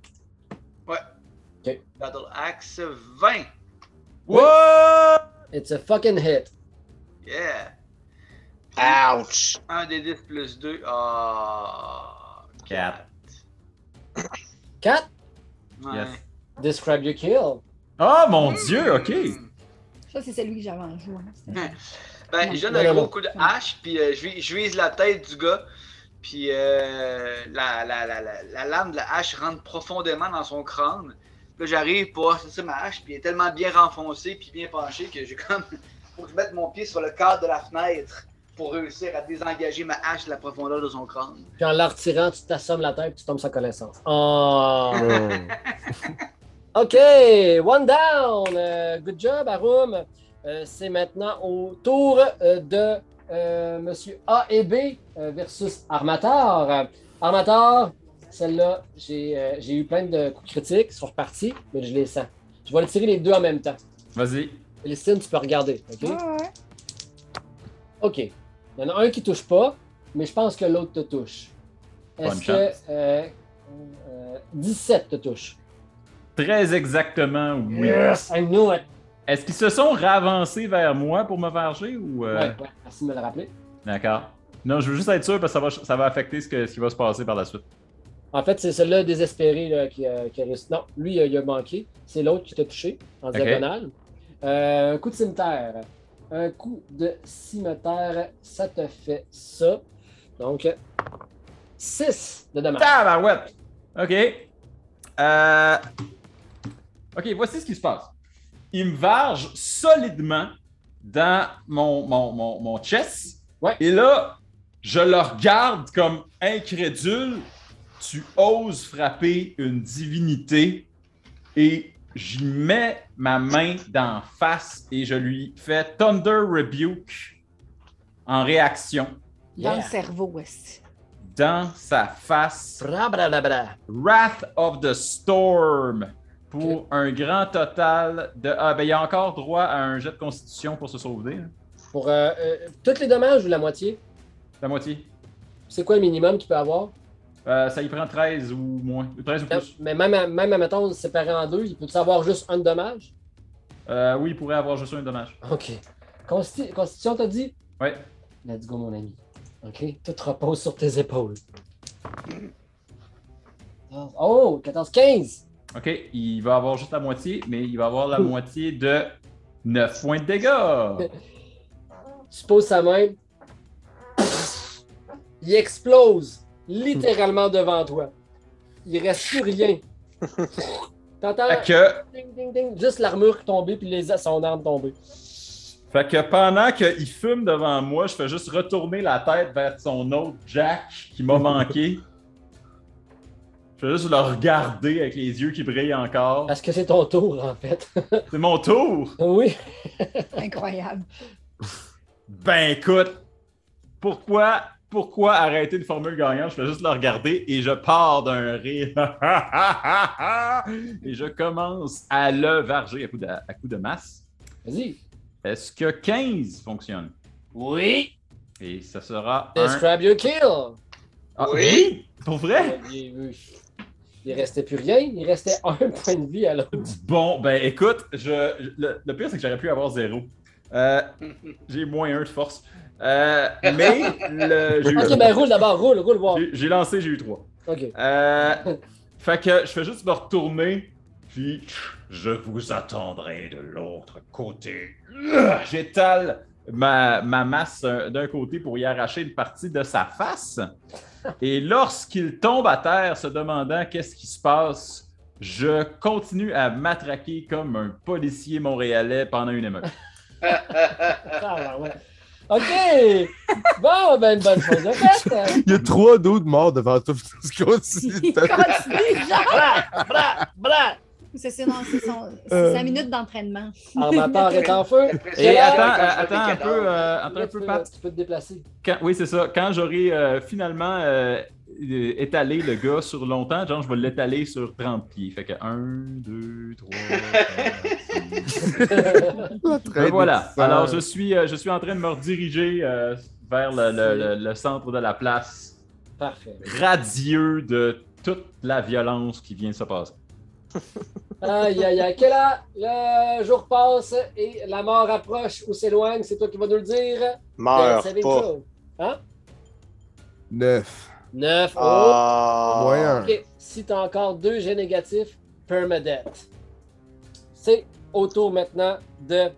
[SPEAKER 5] Battle Axe 20.
[SPEAKER 1] It's a fucking hit.
[SPEAKER 5] Yeah.
[SPEAKER 3] Ouch!
[SPEAKER 5] Un des 10 plus 2. Ah.
[SPEAKER 4] Quatre.
[SPEAKER 1] 4.
[SPEAKER 5] Ouais.
[SPEAKER 4] Yes.
[SPEAKER 1] Describe your kill.
[SPEAKER 4] Ah mon dieu, ok.
[SPEAKER 5] Hmm.
[SPEAKER 9] Ça, c'est celui que j'avais en joue. hein. C'était-
[SPEAKER 5] Ben, je donne
[SPEAKER 1] Non,
[SPEAKER 5] un
[SPEAKER 1] non,
[SPEAKER 5] gros
[SPEAKER 1] non.
[SPEAKER 5] coup de hache, puis euh, je, vis- je vise la tête du gars, puis euh, la, la, la, la, la lame de la hache rentre profondément dans son crâne. Puis Là, j'arrive pour c'est ma hache, puis elle est tellement bien renfoncée, puis bien penchée, que j'ai comme. Faut que je mette mon pied sur le cadre de la fenêtre pour réussir à désengager ma hache de la profondeur de son crâne.
[SPEAKER 1] Puis en la retirant, tu t'assommes la tête et tu tombes sans connaissance. Oh!
[SPEAKER 6] Hum.
[SPEAKER 1] OK, one down. Euh, good job, Arum. Euh, c'est maintenant au tour euh, de euh, Monsieur A et B euh, versus Armator. Euh, Armator, celle-là, j'ai euh, j'ai eu plein de coups critiques, ils sont repartis, mais je les sens. Je vais le tirer les deux en même temps.
[SPEAKER 4] Vas-y.
[SPEAKER 1] Célestine, tu peux regarder. OK?
[SPEAKER 9] Ouais, ouais.
[SPEAKER 1] OK. Il y en a un qui touche pas, mais je pense que l'autre te touche.
[SPEAKER 4] Bonne
[SPEAKER 1] Est-ce que euh, euh, 17 te touche?
[SPEAKER 4] Très exactement, oui.
[SPEAKER 1] Yes, I knew it!
[SPEAKER 4] Est-ce qu'ils se sont ravancés vers moi pour me varger ou. euh,
[SPEAKER 1] Ouais, ouais, merci de me le rappeler.
[SPEAKER 4] D'accord. Non, je veux juste être sûr parce que ça va, ça va affecter ce, que- ce qui va se passer par la suite.
[SPEAKER 1] En fait, c'est celui-là désespéré là, qui, a- qui a réussi. Non, lui, il a, il a manqué. C'est l'autre qui t'a touché en diagonale. Euh, un coup de cimetière. Un coup de cimetière, ça te fait ça. Donc, 6 de dommage.
[SPEAKER 4] Tabarouette! OK. Euh, OK, voici ce qui se passe. Il me varge solidement dans mon, mon, mon, mon chest.
[SPEAKER 1] Ouais.
[SPEAKER 4] Et là, je le regarde comme incrédule. Tu oses frapper une divinité et j'y mets ma main d'en face et je lui fais Thunder Rebuke en réaction
[SPEAKER 9] Dans le
[SPEAKER 1] Yeah.
[SPEAKER 9] cerveau, aussi.
[SPEAKER 4] dans sa face.
[SPEAKER 1] Bra, bra, bra, bra.
[SPEAKER 4] Wrath of the Storm pour un grand total de. Ah, ben, il y a encore droit à un jet de constitution pour se sauver. hein. là.
[SPEAKER 1] Pour euh, euh, tous les dommages ou la moitié,
[SPEAKER 4] La moitié.
[SPEAKER 1] c'est quoi le minimum qu'il peut avoir?
[SPEAKER 4] Euh, ça y prend 13 ou moins. 13 ou plus.
[SPEAKER 1] Mais même, à- même mettons, séparé en deux, il peut avoir juste un dommage?
[SPEAKER 4] Euh, oui, il pourrait avoir juste un dommage.
[SPEAKER 1] OK. Consti- Constitution, t'as dit?
[SPEAKER 4] Ouais.
[SPEAKER 1] Let's go, mon ami. OK? Tout repose sur tes épaules. Oh, 14, 15!
[SPEAKER 4] OK, il va avoir juste la moitié, mais il va avoir la moitié de 9 points de dégâts.
[SPEAKER 1] Tu poses sa main. Il explose littéralement devant toi. Il reste plus rien. T'entends?
[SPEAKER 4] Fait que,
[SPEAKER 1] Ding, ding, ding. Juste l'armure tomber puis les... son arme tomber.
[SPEAKER 4] fait que pendant qu'il fume devant moi, je fais juste retourner la tête vers son autre Jack qui m'a manqué. Je fais juste le regarder avec les yeux qui brillent encore.
[SPEAKER 1] Parce que c'est ton tour, en fait.
[SPEAKER 4] C'est mon tour!
[SPEAKER 1] oui.
[SPEAKER 2] Incroyable.
[SPEAKER 4] Ben écoute, pourquoi, pourquoi arrêter une formule gagnante? Je fais juste la regarder et je pars d'un rire. et je commence à le varger à coup de, à coup de masse.
[SPEAKER 1] Vas-y.
[SPEAKER 4] Est-ce que 15 fonctionne?
[SPEAKER 1] Oui.
[SPEAKER 4] Et ça sera un...
[SPEAKER 1] Describe your kill.
[SPEAKER 4] Ah,
[SPEAKER 3] Oui.
[SPEAKER 4] Pour vrai?
[SPEAKER 1] Il il restait plus rien. Il restait un point de vie à l'autre.
[SPEAKER 4] Bon, ben écoute, je, le, le pire c'est que j'aurais pu avoir zéro. Euh, j'ai moins un de force. Euh, mais le- j'ai eu-
[SPEAKER 1] Ok, ben roule d'abord. Roule, roule, voir.
[SPEAKER 4] j'ai- j'ai lancé, j'ai eu trois.
[SPEAKER 1] Ok.
[SPEAKER 4] Euh, fait que je fais juste me retourner, puis je vous attendrai de l'autre côté. J'étale ma, ma masse euh, d'un côté pour y arracher une partie de sa face. Et lorsqu'il tombe à terre, se demandant qu'est-ce qui se passe, je continue à m'attraquer comme un policier montréalais pendant une émeute.
[SPEAKER 1] Ah, ouais. OK! Bon, ben, une bonne chose de faite. hein.
[SPEAKER 6] Il y a trois dos de morts devant toi. Je continue.
[SPEAKER 2] Continue, Jacques.
[SPEAKER 1] Bra, bra, bra!
[SPEAKER 9] C'est c'est- non, c'est son-
[SPEAKER 6] Euh.
[SPEAKER 9] c'est sa minute d'entraînement.
[SPEAKER 1] Armateur est en feu.
[SPEAKER 4] Et
[SPEAKER 1] Là,
[SPEAKER 4] attends, euh, attends un peu, euh, attends
[SPEAKER 1] Là,
[SPEAKER 4] un
[SPEAKER 1] tu,
[SPEAKER 4] peu,
[SPEAKER 1] peux,
[SPEAKER 4] Pat.
[SPEAKER 1] tu peux te déplacer.
[SPEAKER 4] Quand- oui, c'est ça. Quand j'aurai euh, finalement euh, euh, étalé le gars sur longtemps, genre, je vais l'étaler sur 30 pieds. Fait que 1, 2, 3, 4, 5. Ben Voilà. Alors, je suis, euh, je suis en train de me rediriger euh, vers le, le- le- le centre de la place,
[SPEAKER 1] Parfait.
[SPEAKER 4] radieux de toute la violence qui vient de se passer.
[SPEAKER 1] Aïe, aïe, aïe. Quel âge? le jour passe et la mort approche ou s'éloigne. C'est toi qui vas nous le dire. Ben,
[SPEAKER 3] Meurs
[SPEAKER 1] Saving
[SPEAKER 3] pas.
[SPEAKER 1] throw.
[SPEAKER 6] 9.
[SPEAKER 1] Neuf. Oh.
[SPEAKER 3] Ah.
[SPEAKER 6] Moyen.
[SPEAKER 1] OK. Si t'as encore deux jets négatifs, permadeath. C'est au tour maintenant de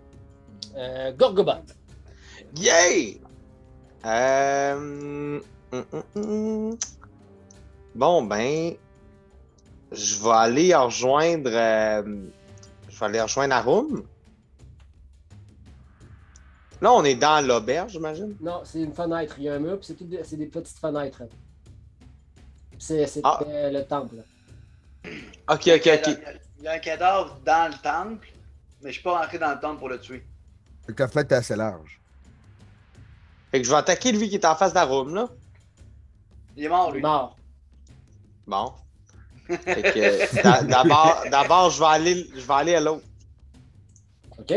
[SPEAKER 1] euh, Gorgobot.
[SPEAKER 3] Yay! Euh, mm, mm, mm. Bon, ben, je vais aller rejoindre. euh, je vais aller rejoindre Arum. Là, on est dans l'auberge, j'imagine.
[SPEAKER 1] Non, c'est une fenêtre. Il y a un mur, puis c'est tout des- c'est des petites fenêtres. Puis C'est c'est,
[SPEAKER 3] Ah.
[SPEAKER 1] euh, le temple.
[SPEAKER 3] Ok, ok, ok.
[SPEAKER 5] Il y a un cadavre dans le temple, mais je suis pas rentré dans le temple pour le tuer.
[SPEAKER 6] Fait que la fenêtre est assez large.
[SPEAKER 3] Fait que je vais attaquer lui qui est en face d'Arum, là.
[SPEAKER 5] Il est mort, lui.
[SPEAKER 1] Mort.
[SPEAKER 3] Bon. Fait que, euh, d'a- d'abord, d'abord, je vais aller, je vais aller à l'autre.
[SPEAKER 1] OK?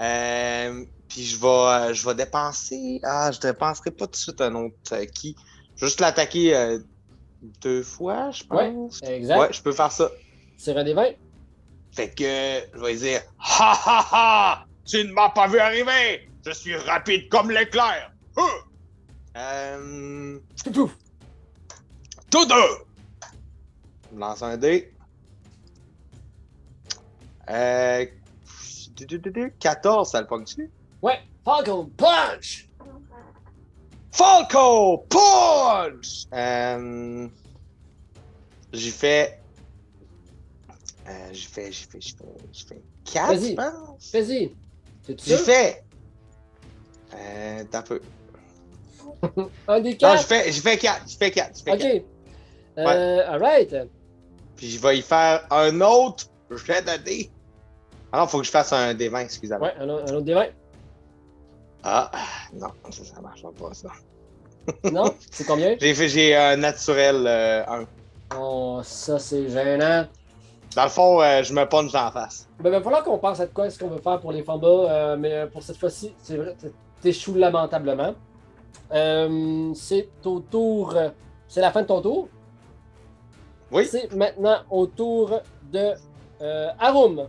[SPEAKER 3] Euh, puis je vais, euh, je vais dépenser. Ah, je dépenserai pas tout de suite un autre euh, qui. Juste l'attaquer euh, deux fois, je pense.
[SPEAKER 1] Exact.
[SPEAKER 3] ouais, je peux faire ça.
[SPEAKER 1] Tire un des 20.
[SPEAKER 3] Fait que je vais dire Ha ha ha! Tu ne m'as pas vu arriver! Je suis rapide comme l'éclair! Huh! Euh,
[SPEAKER 1] Pouf!
[SPEAKER 3] tous deux! Je me lance un dé. Euh, 14, ça le pogne-tu?
[SPEAKER 1] Ouais. Falcon Punch!
[SPEAKER 3] Falco Punch! Euh, j'ai fait. Euh, j'ai fait, j'ai fait, j'ai fait, j'ai fait 4,
[SPEAKER 1] Vas-y.
[SPEAKER 3] je pense.
[SPEAKER 1] Vas-y. T'es
[SPEAKER 3] J'ai
[SPEAKER 1] sûr?
[SPEAKER 3] fait. Euh, t'as un peu.
[SPEAKER 1] Un des
[SPEAKER 3] Non, j'ai
[SPEAKER 1] quatre.
[SPEAKER 3] fait, j'ai fait 4, j'ai fait 4, j'ai fait
[SPEAKER 1] OK.
[SPEAKER 3] 4.
[SPEAKER 1] Euh, all right.
[SPEAKER 3] Puis je vais y faire un autre jet de dés. Alors, faut que je fasse un D20, excusez-moi.
[SPEAKER 1] Ouais, un, au- un autre des 20.
[SPEAKER 3] Ah, non, ça, ça marche pas, ça.
[SPEAKER 1] Non? C'est combien?
[SPEAKER 3] J'ai fait, j'ai un naturel euh, 1.
[SPEAKER 1] Oh, ça, c'est gênant.
[SPEAKER 3] Dans le fond, euh, je me punch en face.
[SPEAKER 1] Ben, va falloir qu'on pense à de quoi est-ce qu'on veut faire pour les formats, euh, mais euh, pour cette fois-ci, c'est vrai, t- t'échoues lamentablement. Euh, c'est au tour C'est la fin de ton tour.
[SPEAKER 3] Oui.
[SPEAKER 1] C'est maintenant au tour de euh, Arum.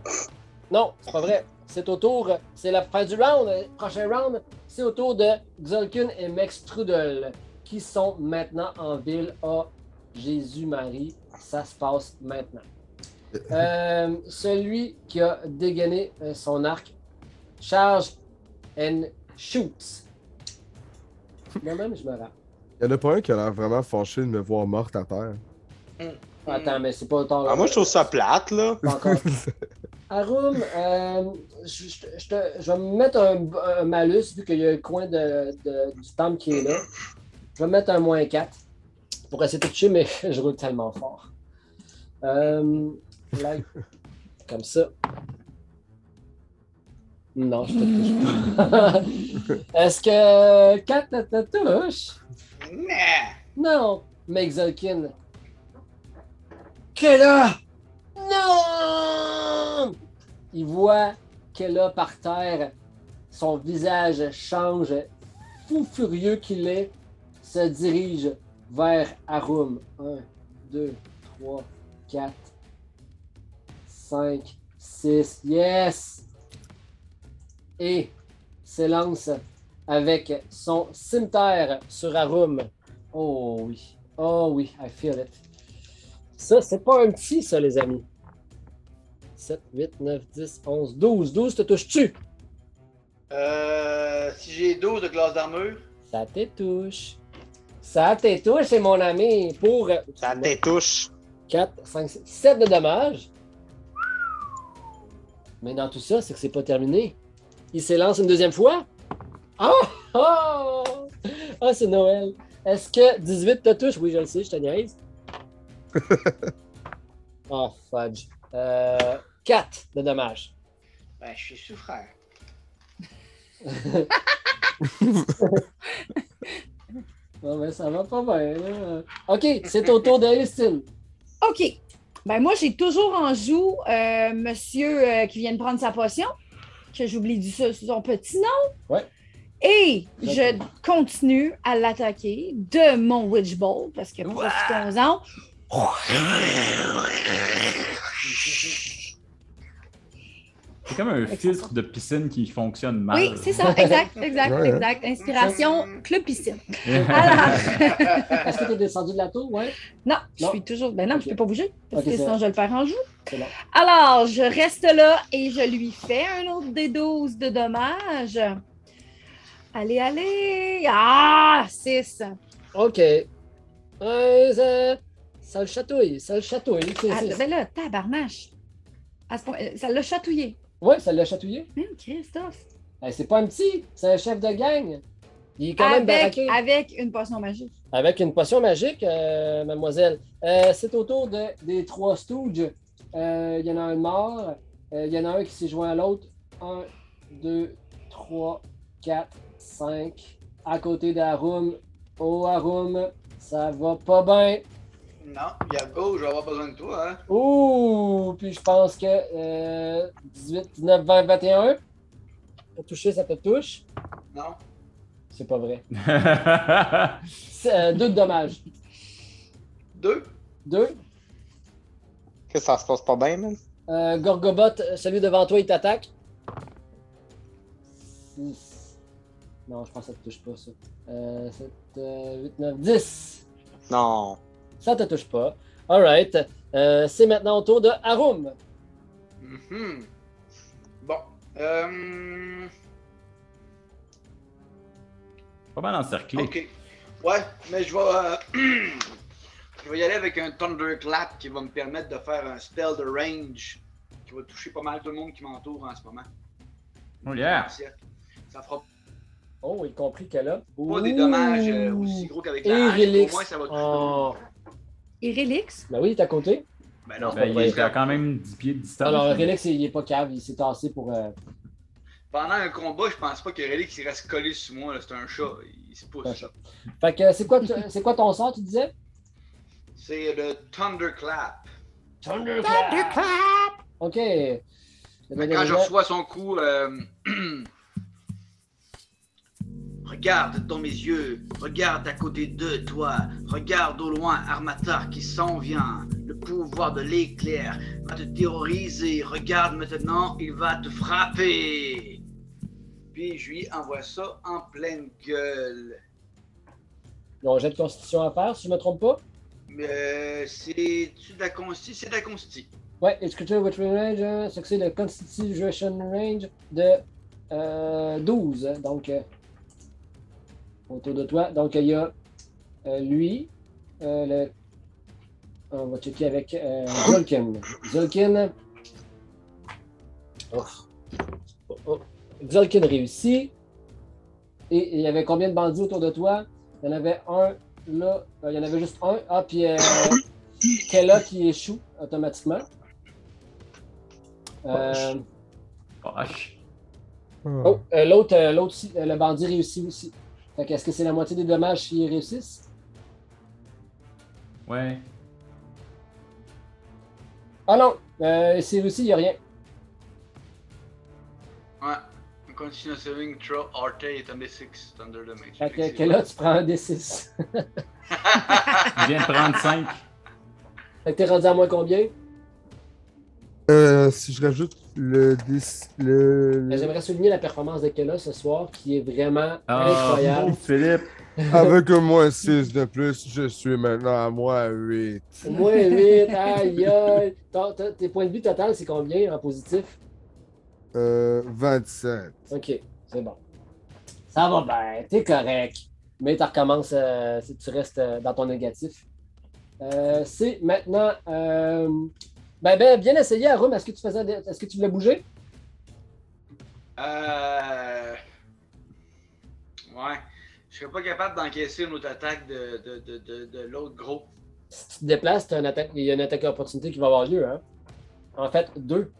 [SPEAKER 1] Non, c'est pas vrai. C'est au tour, c'est la fin du round, euh, prochain round, c'est au tour de Xolkin et Max Trudel qui sont maintenant en ville à Jésus-Marie. Ça se passe maintenant. Euh, celui qui a dégainé euh, son arc charge and shoots. Moi-même, je me rends.
[SPEAKER 6] Il y en a pas un qui a l'air vraiment fâché de me voir morte à terre.
[SPEAKER 3] Mm.
[SPEAKER 1] Attends, mais c'est pas autant.
[SPEAKER 3] Ah, moi, je trouve ça plate, là.
[SPEAKER 1] Pas encore. Arum, euh, je, je te- je te- je vais me mettre un, un malus vu qu'il y a le coin de, de- du temple qui est là. Je vais me mettre un moins 4 pour essayer de toucher, mais je roule tellement fort. Euh, là, comme ça. Non, je te touche pas. Est-ce que 4 te, te touche?
[SPEAKER 3] Nah.
[SPEAKER 1] Non, Megzalkin. Kella! Non! Il voit Kella par terre. Son visage change. Fou furieux qu'il est, se dirige vers Arum. 1, 2, 3, 4, 5, 6. Yes! Et s'élance avec son cimetière sur Arum. Oh oui. Oh oui, I feel it. Ça, c'est pas un petit, ça, les amis. 7, 8, 9, 10, 11, 12. 12, te touches-tu?
[SPEAKER 5] Euh, si j'ai 12 de glace d'armure,
[SPEAKER 1] Ça te touche. Ça te touche, c'est mon ami. Pour
[SPEAKER 3] Ça t'étouche.
[SPEAKER 1] 4, 5, 6, 7 de dommages. Mais dans tout ça, c'est que c'est pas terminé. Il s'élance une deuxième fois. Ah! Ah! Ah, c'est Noël. Est-ce que 18 te touche? Oui, je le sais, je te niaise. oh, fudge. 4 de dommages.
[SPEAKER 5] ben, je suis souffrant.
[SPEAKER 1] Non, mais ça va pas bien. là. OK, c'est au tour d'Elistine.
[SPEAKER 9] OK. Ben moi, j'ai toujours en joue euh, monsieur euh, qui vient de prendre sa potion, que j'oublie du son petit nom.
[SPEAKER 1] Ouais.
[SPEAKER 9] Et je continue à l'attaquer de mon Witch Ball, parce que profitons-en.
[SPEAKER 1] Oh,
[SPEAKER 4] C'est comme un filtre de piscine qui fonctionne mal.
[SPEAKER 9] Oui, c'est ça, exact, exact,
[SPEAKER 6] Ouais, hein.
[SPEAKER 9] exact. Inspiration, club piscine.
[SPEAKER 4] ça.
[SPEAKER 9] Alors,
[SPEAKER 1] Est-ce que tu es descendu de la tour? Ouais.
[SPEAKER 9] non, je
[SPEAKER 1] Non.
[SPEAKER 9] suis toujours. Ben non, je
[SPEAKER 1] Ok.
[SPEAKER 9] peux pas bouger, parce
[SPEAKER 1] Ok,
[SPEAKER 9] que
[SPEAKER 1] c'est
[SPEAKER 9] sinon
[SPEAKER 1] vrai.
[SPEAKER 9] je le perds en joue.
[SPEAKER 1] C'est bon.
[SPEAKER 9] Alors, je reste là et je lui fais un autre des 12 de dommages. Allez, allez! Ah! 6.
[SPEAKER 1] OK. Ouais, ça, ça le chatouille, ça le chatouille. C'est- c'est-
[SPEAKER 9] Ben là, tabarnache. À ce point, euh, ça l'a chatouillé.
[SPEAKER 1] Ouais, ça l'a chatouillé.
[SPEAKER 9] Même Christophe.
[SPEAKER 1] Eh, c'est pas un petit, c'est un chef de gang. Il est quand même
[SPEAKER 9] Avec,
[SPEAKER 1] baraqué.
[SPEAKER 9] avec une potion magique.
[SPEAKER 1] Avec une potion magique, euh, mademoiselle. Euh, c'est au tour de- des trois Stooges. Euh, Il y en a un de mort. Euh, Il y en a un qui s'est joint à l'autre. Un, deux, trois, quatre, cinq. À côté d'Arum. Oh, Arum, ça va pas bien.
[SPEAKER 5] Non, Yago, je vais avoir besoin de toi, hein.
[SPEAKER 1] Ouh! Puis je pense que euh, 18, 19, 20, 21. Pour toucher, ça te touche.
[SPEAKER 5] Non.
[SPEAKER 1] C'est pas vrai. C'est, euh, deux de dommages.
[SPEAKER 5] Deux.
[SPEAKER 1] Deux.
[SPEAKER 3] Que ça se passe pas bien, là.
[SPEAKER 1] Euh, Gorgobot, euh, celui devant toi, il t'attaque. Six. Non, je pense que ça te touche pas, ça. Euh, 7, 8, 9, 10.
[SPEAKER 3] Non.
[SPEAKER 1] Ça te touche pas. Alright. Euh, c'est maintenant au tour de Arum.
[SPEAKER 5] Mhm. Bon. Euh...
[SPEAKER 4] Pas mal encerclé.
[SPEAKER 5] Ok. Ouais, mais je vais. euh, je vais y aller avec un Thunderclap qui va me permettre de faire un spell de range qui va toucher pas mal tout le monde qui m'entoure en ce moment.
[SPEAKER 4] Oh yeah.
[SPEAKER 5] Ça fera
[SPEAKER 1] Oh, y compris que là.
[SPEAKER 5] pas des dommages euh, aussi gros qu'avec
[SPEAKER 1] Et
[SPEAKER 5] la hache, mais au
[SPEAKER 1] Relix.
[SPEAKER 5] moins ça va toucher.
[SPEAKER 1] Oh.
[SPEAKER 9] Et Relix?
[SPEAKER 1] Ben oui, il est à côté.
[SPEAKER 5] Ben non,
[SPEAKER 4] Ben, il
[SPEAKER 1] Ouais.
[SPEAKER 4] est à quand même 10 pieds de distance.
[SPEAKER 1] Alors, Relix, il est pas cave, il s'est tassé pour. euh,
[SPEAKER 5] Pendant un combat, je pense pas que Relix il reste collé sur moi. là. C'est un chat. Il se pousse.
[SPEAKER 1] Un
[SPEAKER 5] là.
[SPEAKER 1] chat. Fait que euh, c'est quoi, tu- c'est quoi ton sort, tu disais?
[SPEAKER 5] C'est le Thunderclap.
[SPEAKER 1] Thunderclap! Ok.
[SPEAKER 5] Ben, Mais quand je reçois son coup. euh, Regarde dans mes yeux, regarde à côté de toi, regarde au loin Armatar qui s'en vient. Le pouvoir de l'éclair va te terroriser. Regarde maintenant, il va te frapper. Puis je lui envoie ça en pleine gueule.
[SPEAKER 1] Non, j'ai de constitution à faire, si je ne me trompe pas.
[SPEAKER 5] Euh, c'est-tu de la consti? C'est de la consti.
[SPEAKER 1] Ouais, Executor Witch Range, euh, c'est que c'est le Constitution Range de euh, 12. Donc, euh, autour de toi. Donc, il y a euh, lui. euh, le... On va checker avec euh, Zolkin. Zolkin. Oh. Oh, oh. Zolkin réussit. Et il y avait combien de bandits autour de toi? Il y en avait un là. Euh, Il y en avait juste un. Ah, puis euh, Kella qui échoue automatiquement. Euh,
[SPEAKER 4] Fuck.
[SPEAKER 1] Oh, euh, l'autre, euh, l'autre aussi, euh, le bandit réussit aussi. Fait que est-ce que c'est la moitié des dommages s'ils réussissent?
[SPEAKER 4] Ouais.
[SPEAKER 1] Ah non! Euh, s'il réussit, il n'y a rien.
[SPEAKER 5] Ouais. On continue serving throw RT est un D6 Thunder Damage.
[SPEAKER 1] Fait que, que là, tu prends un D6.
[SPEAKER 4] Il vient de prendre 5.
[SPEAKER 1] Fait que t'es rendu à moins combien?
[SPEAKER 6] Euh, si je rajoute le 10. Le...
[SPEAKER 1] Euh, J'aimerais souligner la performance de Kella ce soir, qui est vraiment
[SPEAKER 4] Ah,
[SPEAKER 1] incroyable.
[SPEAKER 4] Philippe.
[SPEAKER 6] Avec un moins 6 de plus, je suis maintenant à moins 8.
[SPEAKER 1] Moins 8, aïe aïe! Ton- ton- Tes points de vue total, c'est combien en positif?
[SPEAKER 6] Euh, 27.
[SPEAKER 1] Ok, c'est bon. Ça va bien, t'es correct. Mais tu recommences, euh, tu- tu restes euh, dans ton négatif. Euh, c'est maintenant. euh, ben, ben, bien essayé, Arum. Est-ce que tu faisais, des- est-ce que tu voulais bouger?
[SPEAKER 5] Euh... Ouais. Je serais pas capable d'encaisser une autre attaque de, de, de, de, de l'autre gros.
[SPEAKER 1] Si tu te déplaces, t'as une attaque- il y a une attaque d'opportunité qui va avoir lieu. Hein? En fait, deux.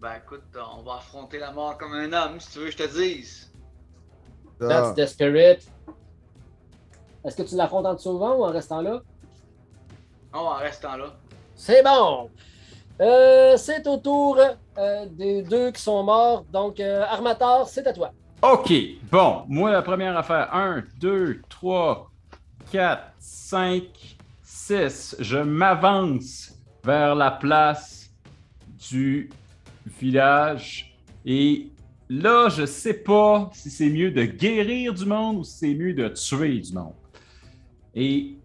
[SPEAKER 5] Ben écoute, on va affronter la mort comme un homme, si tu veux que je te dise.
[SPEAKER 6] Ah,
[SPEAKER 1] That's the spirit. Est-ce que tu l'affrontes en te sauvant ou en restant là?
[SPEAKER 5] Oh, en restant là.
[SPEAKER 1] C'est bon. Euh, c'est au tour euh, des deux qui sont morts. Donc, euh, Armator, c'est à toi.
[SPEAKER 4] OK. Bon, moi, la première affaire 1, 2, 3, 4, 5, 6. Je m'avance vers la place du village. Et là, je sais pas si c'est mieux de guérir du monde ou si c'est mieux de tuer du monde. Et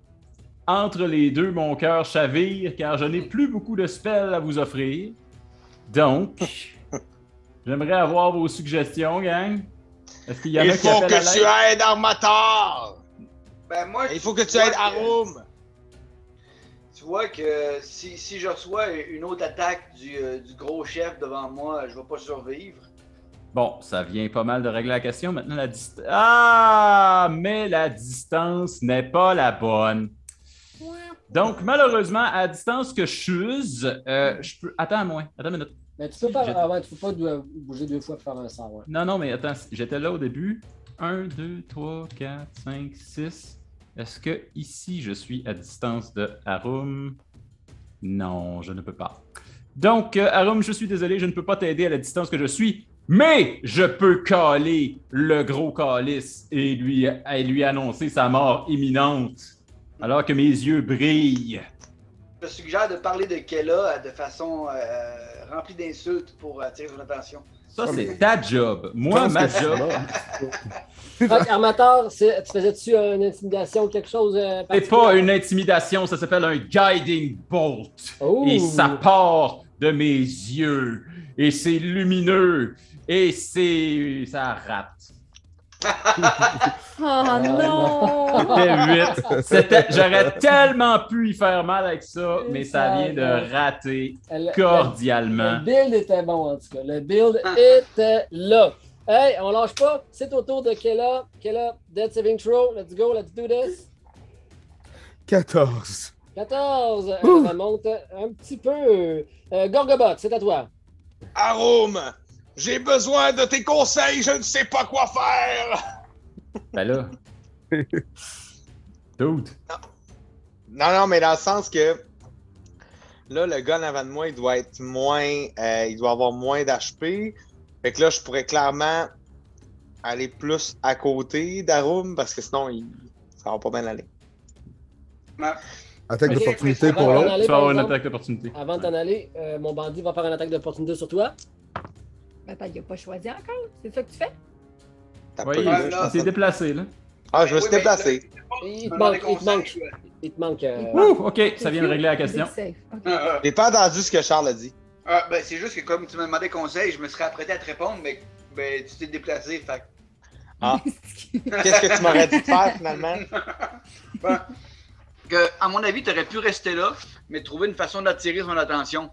[SPEAKER 4] entre les deux, mon cœur chavire car je n'ai plus beaucoup de spells à vous offrir. Donc, j'aimerais avoir vos suggestions, gang. Est-ce qu'il y en
[SPEAKER 3] Il
[SPEAKER 4] a qui
[SPEAKER 3] faut
[SPEAKER 4] appellent à
[SPEAKER 3] que tu
[SPEAKER 4] l'aide?
[SPEAKER 3] aides Armator!
[SPEAKER 5] Ben moi,
[SPEAKER 3] Il faut que tu
[SPEAKER 5] vois
[SPEAKER 3] aides
[SPEAKER 5] que-
[SPEAKER 3] Arum!
[SPEAKER 5] Tu vois que si, si je reçois une autre attaque du, euh, du gros chef devant moi, je vais pas survivre.
[SPEAKER 4] Bon, ça vient pas mal de régler la question. Maintenant, la distance. Ah, mais la distance n'est pas la bonne. Donc, malheureusement, à distance que je suis, euh, je peux. Attends, moi. Attends une minute.
[SPEAKER 1] Mais tu peux pas,
[SPEAKER 4] Je-
[SPEAKER 1] ah ouais, tu peux pas dou- bouger deux fois pour faire un sort. ouais.
[SPEAKER 4] Non, non, mais attends, j'étais là au début. 1, 2, 3, 4, 5, 6. Est-ce que ici je suis à distance de Harum? Non, je ne peux pas. Donc, euh, Harum, je suis désolé, je ne peux pas t'aider à la distance que je suis, mais je peux caler le gros calice et lui, et lui annoncer sa mort imminente, alors que mes yeux brillent.
[SPEAKER 5] Je te suggère de parler de Kella euh, de façon euh, remplie d'insultes pour attirer son attention.
[SPEAKER 4] Ça, c'est ta job. Moi,
[SPEAKER 6] pense
[SPEAKER 4] ma
[SPEAKER 6] que c'est
[SPEAKER 4] job,
[SPEAKER 6] mort.
[SPEAKER 1] Fait Armator, c'est- tu faisais-tu euh, une intimidation ou quelque chose? euh,
[SPEAKER 4] c'est
[SPEAKER 1] particulier?
[SPEAKER 4] pas une intimidation, ça s'appelle un guiding bolt.
[SPEAKER 1] Oh.
[SPEAKER 4] Et ça part de mes yeux. Et c'est lumineux. Et c'est. Ça rate.
[SPEAKER 9] Oh non!
[SPEAKER 4] C'était huit. C'était- J'aurais tellement pu y faire mal avec ça, mais ça vient de rater
[SPEAKER 1] Elle- Le
[SPEAKER 4] cordialement.
[SPEAKER 1] build était bon, en tout cas. Le build
[SPEAKER 9] Ah.
[SPEAKER 1] était là. Hey, on lâche pas. C'est au tour de Kella. Kella, Dead Saving Throw. Let's go, let's do this.
[SPEAKER 6] 14.
[SPEAKER 1] 14. Euh,
[SPEAKER 6] Ouh.
[SPEAKER 1] Ça monte un petit peu. Euh, Gorgobot, c'est à toi.
[SPEAKER 3] Arum! J'ai besoin de tes conseils, je ne sais pas quoi faire!
[SPEAKER 4] Ben là. Dude.
[SPEAKER 3] Non, non, mais dans le sens que là, le gun avant de moi, il doit être moins. euh, il doit avoir moins d'HP. Fait que là, je pourrais clairement aller plus à côté d'Arum parce que sinon, il... ça va pas bien aller.
[SPEAKER 6] Attaque
[SPEAKER 1] Ok,
[SPEAKER 6] d'opportunité
[SPEAKER 1] avant
[SPEAKER 6] pour
[SPEAKER 1] d'en
[SPEAKER 6] l'autre.
[SPEAKER 1] aller,
[SPEAKER 4] Tu vas
[SPEAKER 1] par
[SPEAKER 4] avoir une
[SPEAKER 1] exemple,
[SPEAKER 4] attaque d'opportunité.
[SPEAKER 1] Avant de t'en aller, euh, mon bandit va faire une attaque d'opportunité sur toi.
[SPEAKER 2] Mais Attends, il n'a pas choisi encore. C'est ça que tu fais?
[SPEAKER 3] T'as
[SPEAKER 4] Oui,
[SPEAKER 3] pas eu,
[SPEAKER 4] il-
[SPEAKER 3] là,
[SPEAKER 4] il
[SPEAKER 3] je pense.
[SPEAKER 4] s'est déplacé, là.
[SPEAKER 3] Ah, je me
[SPEAKER 5] Oui,
[SPEAKER 3] suis
[SPEAKER 5] mais
[SPEAKER 3] déplacé.
[SPEAKER 1] Il
[SPEAKER 5] Tu
[SPEAKER 1] te
[SPEAKER 5] me
[SPEAKER 1] manque,
[SPEAKER 5] demandais
[SPEAKER 1] il te manque,
[SPEAKER 5] conseil, ouais.
[SPEAKER 1] il te manque. euh,
[SPEAKER 2] Ouais.
[SPEAKER 4] Ouh, OK, ça vient de régler la question.
[SPEAKER 2] Big safe. OK.
[SPEAKER 5] Ah, ah,
[SPEAKER 3] J'ai pas entendu ce que Charles a dit.
[SPEAKER 5] ah, ben, c'est juste que comme tu me demandais conseil, je me serais apprêté à te répondre, mais ben, tu t'es déplacé. Fait que-
[SPEAKER 3] Ah. Qu'est-ce que tu m'aurais dit de faire finalement?
[SPEAKER 5] que, à mon avis, tu aurais pu rester là, mais trouver une façon d'attirer son attention.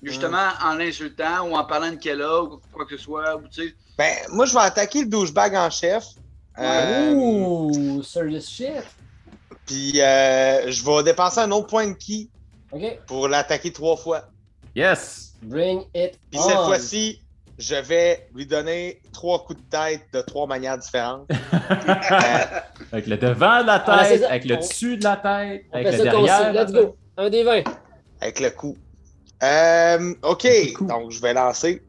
[SPEAKER 5] Justement, en l'insultant ou en parlant de Kella ou quoi que ce soit. Ou, tu sais.
[SPEAKER 3] Ben, moi, je vais attaquer le douchebag en chef. Euh,
[SPEAKER 1] Ouh, serious shit.
[SPEAKER 3] Puis, euh, je vais dépenser un autre point de ki
[SPEAKER 1] OK,
[SPEAKER 3] pour l'attaquer trois fois.
[SPEAKER 4] Yes!
[SPEAKER 1] bring it
[SPEAKER 3] Puis,
[SPEAKER 1] on.
[SPEAKER 3] cette fois-ci, je vais lui donner trois coups de tête de trois manières différentes. Euh,
[SPEAKER 4] Avec le devant de la
[SPEAKER 1] Ah, c'est
[SPEAKER 4] tête,
[SPEAKER 1] ça.
[SPEAKER 4] avec le
[SPEAKER 1] On-
[SPEAKER 4] dessus de la tête,
[SPEAKER 1] On
[SPEAKER 4] avec le
[SPEAKER 1] fait ça qu'on
[SPEAKER 4] derrière.
[SPEAKER 1] sait. Let's go. Un des 20.
[SPEAKER 3] avec le coup. Euh, OK,
[SPEAKER 4] Le coup.
[SPEAKER 3] donc je vais lancer.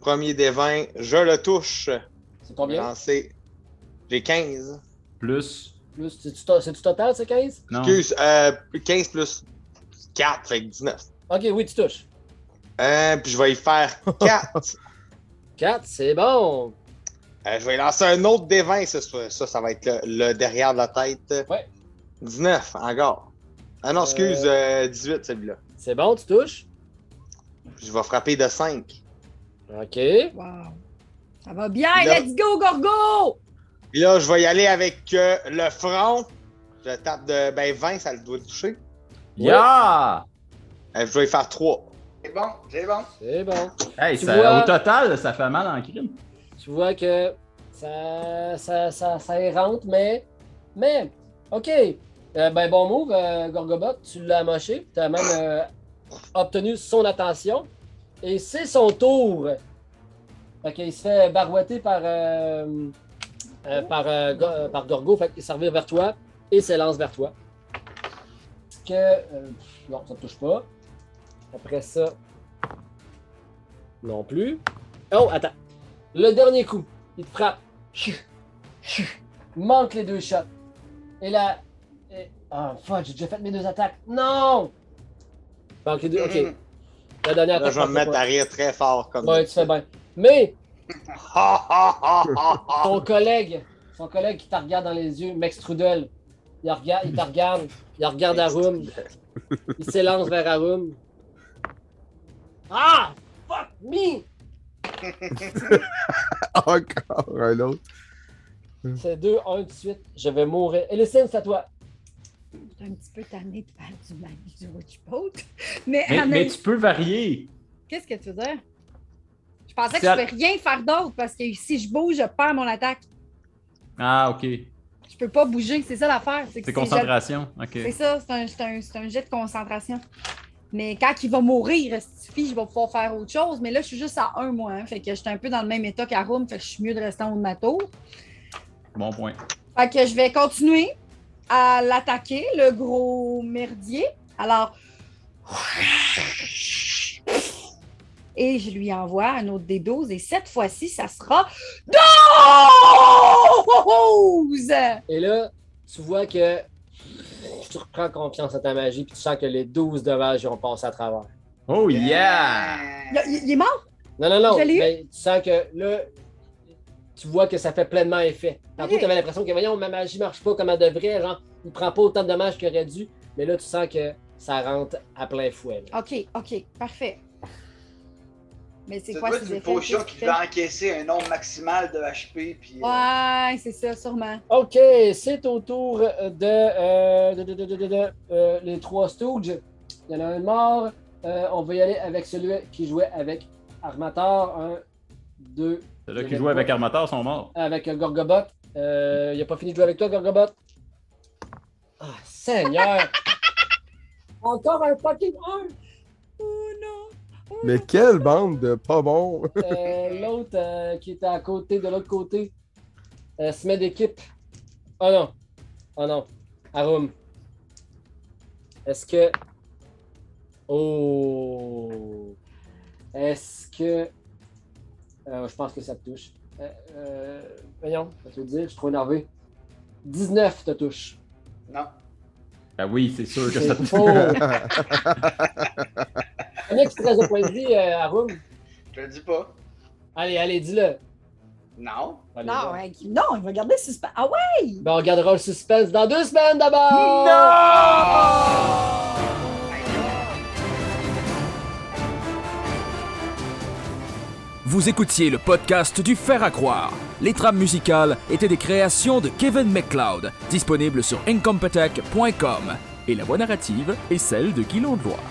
[SPEAKER 3] Premier des 20, je le touche.
[SPEAKER 1] C'est
[SPEAKER 3] Je vais
[SPEAKER 1] combien?
[SPEAKER 3] lancer. J'ai 15.
[SPEAKER 4] Plus.
[SPEAKER 1] Plus, c'est-tu to- c'est-tu total, c'est 15?
[SPEAKER 4] Non.
[SPEAKER 3] Excuse, euh, 15 plus 4, fait que 19.
[SPEAKER 1] OK, oui, tu touches.
[SPEAKER 3] Euh, puis je vais y faire 4.
[SPEAKER 1] 4, c'est bon.
[SPEAKER 3] Euh, je vais lancer un autre des 20, ça, ça, ça, ça va être le, le derrière de la tête.
[SPEAKER 1] Ouais.
[SPEAKER 3] 19, encore. Ah non, excuse, euh, 18 celui-là.
[SPEAKER 1] C'est bon, tu touches.
[SPEAKER 3] Je vais frapper de 5.
[SPEAKER 1] OK.
[SPEAKER 2] Wow. Ça va bien.
[SPEAKER 3] Là-
[SPEAKER 2] Let's go, Gorgo!
[SPEAKER 3] Puis là, je vais y aller avec euh, le front. Je tape de ben, 20, ça doit le toucher.
[SPEAKER 1] Ah.
[SPEAKER 4] Yeah!
[SPEAKER 3] Euh, je vais y faire 3.
[SPEAKER 5] C'est bon, c'est bon.
[SPEAKER 1] C'est bon.
[SPEAKER 4] Hey,
[SPEAKER 1] Tu
[SPEAKER 4] ça-
[SPEAKER 1] vois-
[SPEAKER 4] au total, ça fait mal en crime.
[SPEAKER 1] Tu vois que ça, ça, ça, ça érente, mais. Mais, OK. Euh, ben, bon move, euh, Gorgobot. Tu l'as moché. Tu as même euh, obtenu son attention. Et c'est son tour. Fait qu'il se fait barouetter par, euh, euh, par, euh, Go- euh, par Gorgo. Fait qu'il s'en revient vers toi et s'élance vers toi. Que. euh, non, ça ne touche pas. Après ça. Non plus. Oh, attends. Le dernier coup, il te frappe. Chut, chut. Manque les deux shots. Et là. et- Ah, fuck, j'ai déjà fait mes deux attaques. Non! Manque les deux. Ok. La dernière
[SPEAKER 3] Là,
[SPEAKER 1] attaque.
[SPEAKER 3] je vais me
[SPEAKER 1] manque
[SPEAKER 3] mettre à rire très fort comme Ah!
[SPEAKER 1] Ouais, tu fais bien. Mais
[SPEAKER 3] Ha, ha, ha, ha, ha.
[SPEAKER 1] ton collègue, son collègue qui te regarde dans les yeux, Max Trudel, il, regarde, il te regarde, il regarde Arum, il s'élance vers Arum. Ah! Fuck me!
[SPEAKER 6] Encore un autre.
[SPEAKER 1] C'est 2-1 de suite, je vais mourir. Ellison, c'est à toi.
[SPEAKER 2] J'étais un petit peu tannée de faire du mal du witchboat. Mais,
[SPEAKER 4] Mais,
[SPEAKER 2] Anna-
[SPEAKER 4] mais tu peux varier.
[SPEAKER 2] qu'est-ce que tu veux dire? Je pensais que
[SPEAKER 4] C'est
[SPEAKER 2] je
[SPEAKER 4] à-
[SPEAKER 2] pouvais rien faire d'autre parce que si je bouge, je perds mon attaque.
[SPEAKER 4] Ah, OK.
[SPEAKER 2] Je peux pas bouger, c'est ça l'affaire. que
[SPEAKER 4] C'est
[SPEAKER 2] si je-
[SPEAKER 4] concentration. OK.
[SPEAKER 2] C'est ça, c'est un, c'est un- c'est un jet de concentration. Mais quand il va mourir, suffit, je vais pouvoir faire autre chose. Mais là, je suis juste à un, moi. hein. Fait que j'étais un peu dans le même état qu'Arum. Fait que je suis mieux de rester en haut de ma tour.
[SPEAKER 4] Bon point.
[SPEAKER 2] Fait que je vais continuer à l'attaquer, le gros merdier. Alors. Et je lui envoie un autre des 12. Et cette fois-ci, ça sera 12!
[SPEAKER 1] Et là, tu vois que tu reprends confiance à ta magie, puis tu sens que les 12 dommages ils ont passé à travers.
[SPEAKER 4] Oh, yeah!
[SPEAKER 2] Il, il- il est mort?
[SPEAKER 1] Non, non, non.
[SPEAKER 2] Je l'ai eu.
[SPEAKER 1] Mais tu sens que là, tu vois que ça fait pleinement effet. Tantôt,
[SPEAKER 2] Ok.
[SPEAKER 1] tu avais l'impression que, voyons, ma magie marche pas comme elle devrait, genre, il prend pas autant de dommages qu'il aurait dû. Mais là, tu sens que ça rentre à plein fouet. là.
[SPEAKER 2] OK, OK, parfait. Mais c'est
[SPEAKER 5] Ça
[SPEAKER 2] quoi
[SPEAKER 5] doit
[SPEAKER 2] ces
[SPEAKER 5] être
[SPEAKER 2] effets?
[SPEAKER 5] une potion
[SPEAKER 2] Qu'est-ce
[SPEAKER 5] qui
[SPEAKER 2] qu'il fait?
[SPEAKER 5] va encaisser un nombre maximal de HP. Puis, euh,
[SPEAKER 2] Ouais, c'est ça, sûrement.
[SPEAKER 1] OK, c'est au tour de, euh, de, de, de- de- de- de, euh, les trois Stooges. Il y en a un mort. Euh, on va y aller avec celui qui jouait avec Armator. Un, deux,
[SPEAKER 4] Ceux-là qui jouent avec Armator sont morts.
[SPEAKER 1] avec Gorgobot. Euh, il a pas fini de jouer avec toi, Gorgobot. Ah, Seigneur! Encore un fucking
[SPEAKER 2] Oh non! Oh
[SPEAKER 6] Mais quelle bande de pas bons!
[SPEAKER 1] 1! l'autre euh, qui était à côté, de l'autre côté, euh, se met d'équipe. Oh non! Oh non! Arum. Est-ce que. Oh! Est-ce que. Euh, je pense que ça te touche. Euh, euh, voyons, je vais te le dire, je suis trop énervé. 19 te touche.
[SPEAKER 5] Non.
[SPEAKER 4] Ben oui, c'est sûr que
[SPEAKER 1] C'est
[SPEAKER 4] ça
[SPEAKER 1] faux. Combien tu traces de points de vie, euh, Arum?
[SPEAKER 5] Je te le dis pas.
[SPEAKER 1] Allez, allez, dis-le.
[SPEAKER 5] Non.
[SPEAKER 1] Allez,
[SPEAKER 9] Non,
[SPEAKER 1] bon.
[SPEAKER 9] hein, qui- non, il va garder le suspense. Ah ouais?
[SPEAKER 1] Ben, on regardera le suspense dans deux semaines d'abord!
[SPEAKER 10] Vous écoutiez le podcast du Fer à croire. Les trames musicales étaient des créations de Kevin MacLeod, disponibles sur incompetech.com. Et la voix narrative est celle de Guy Landlois.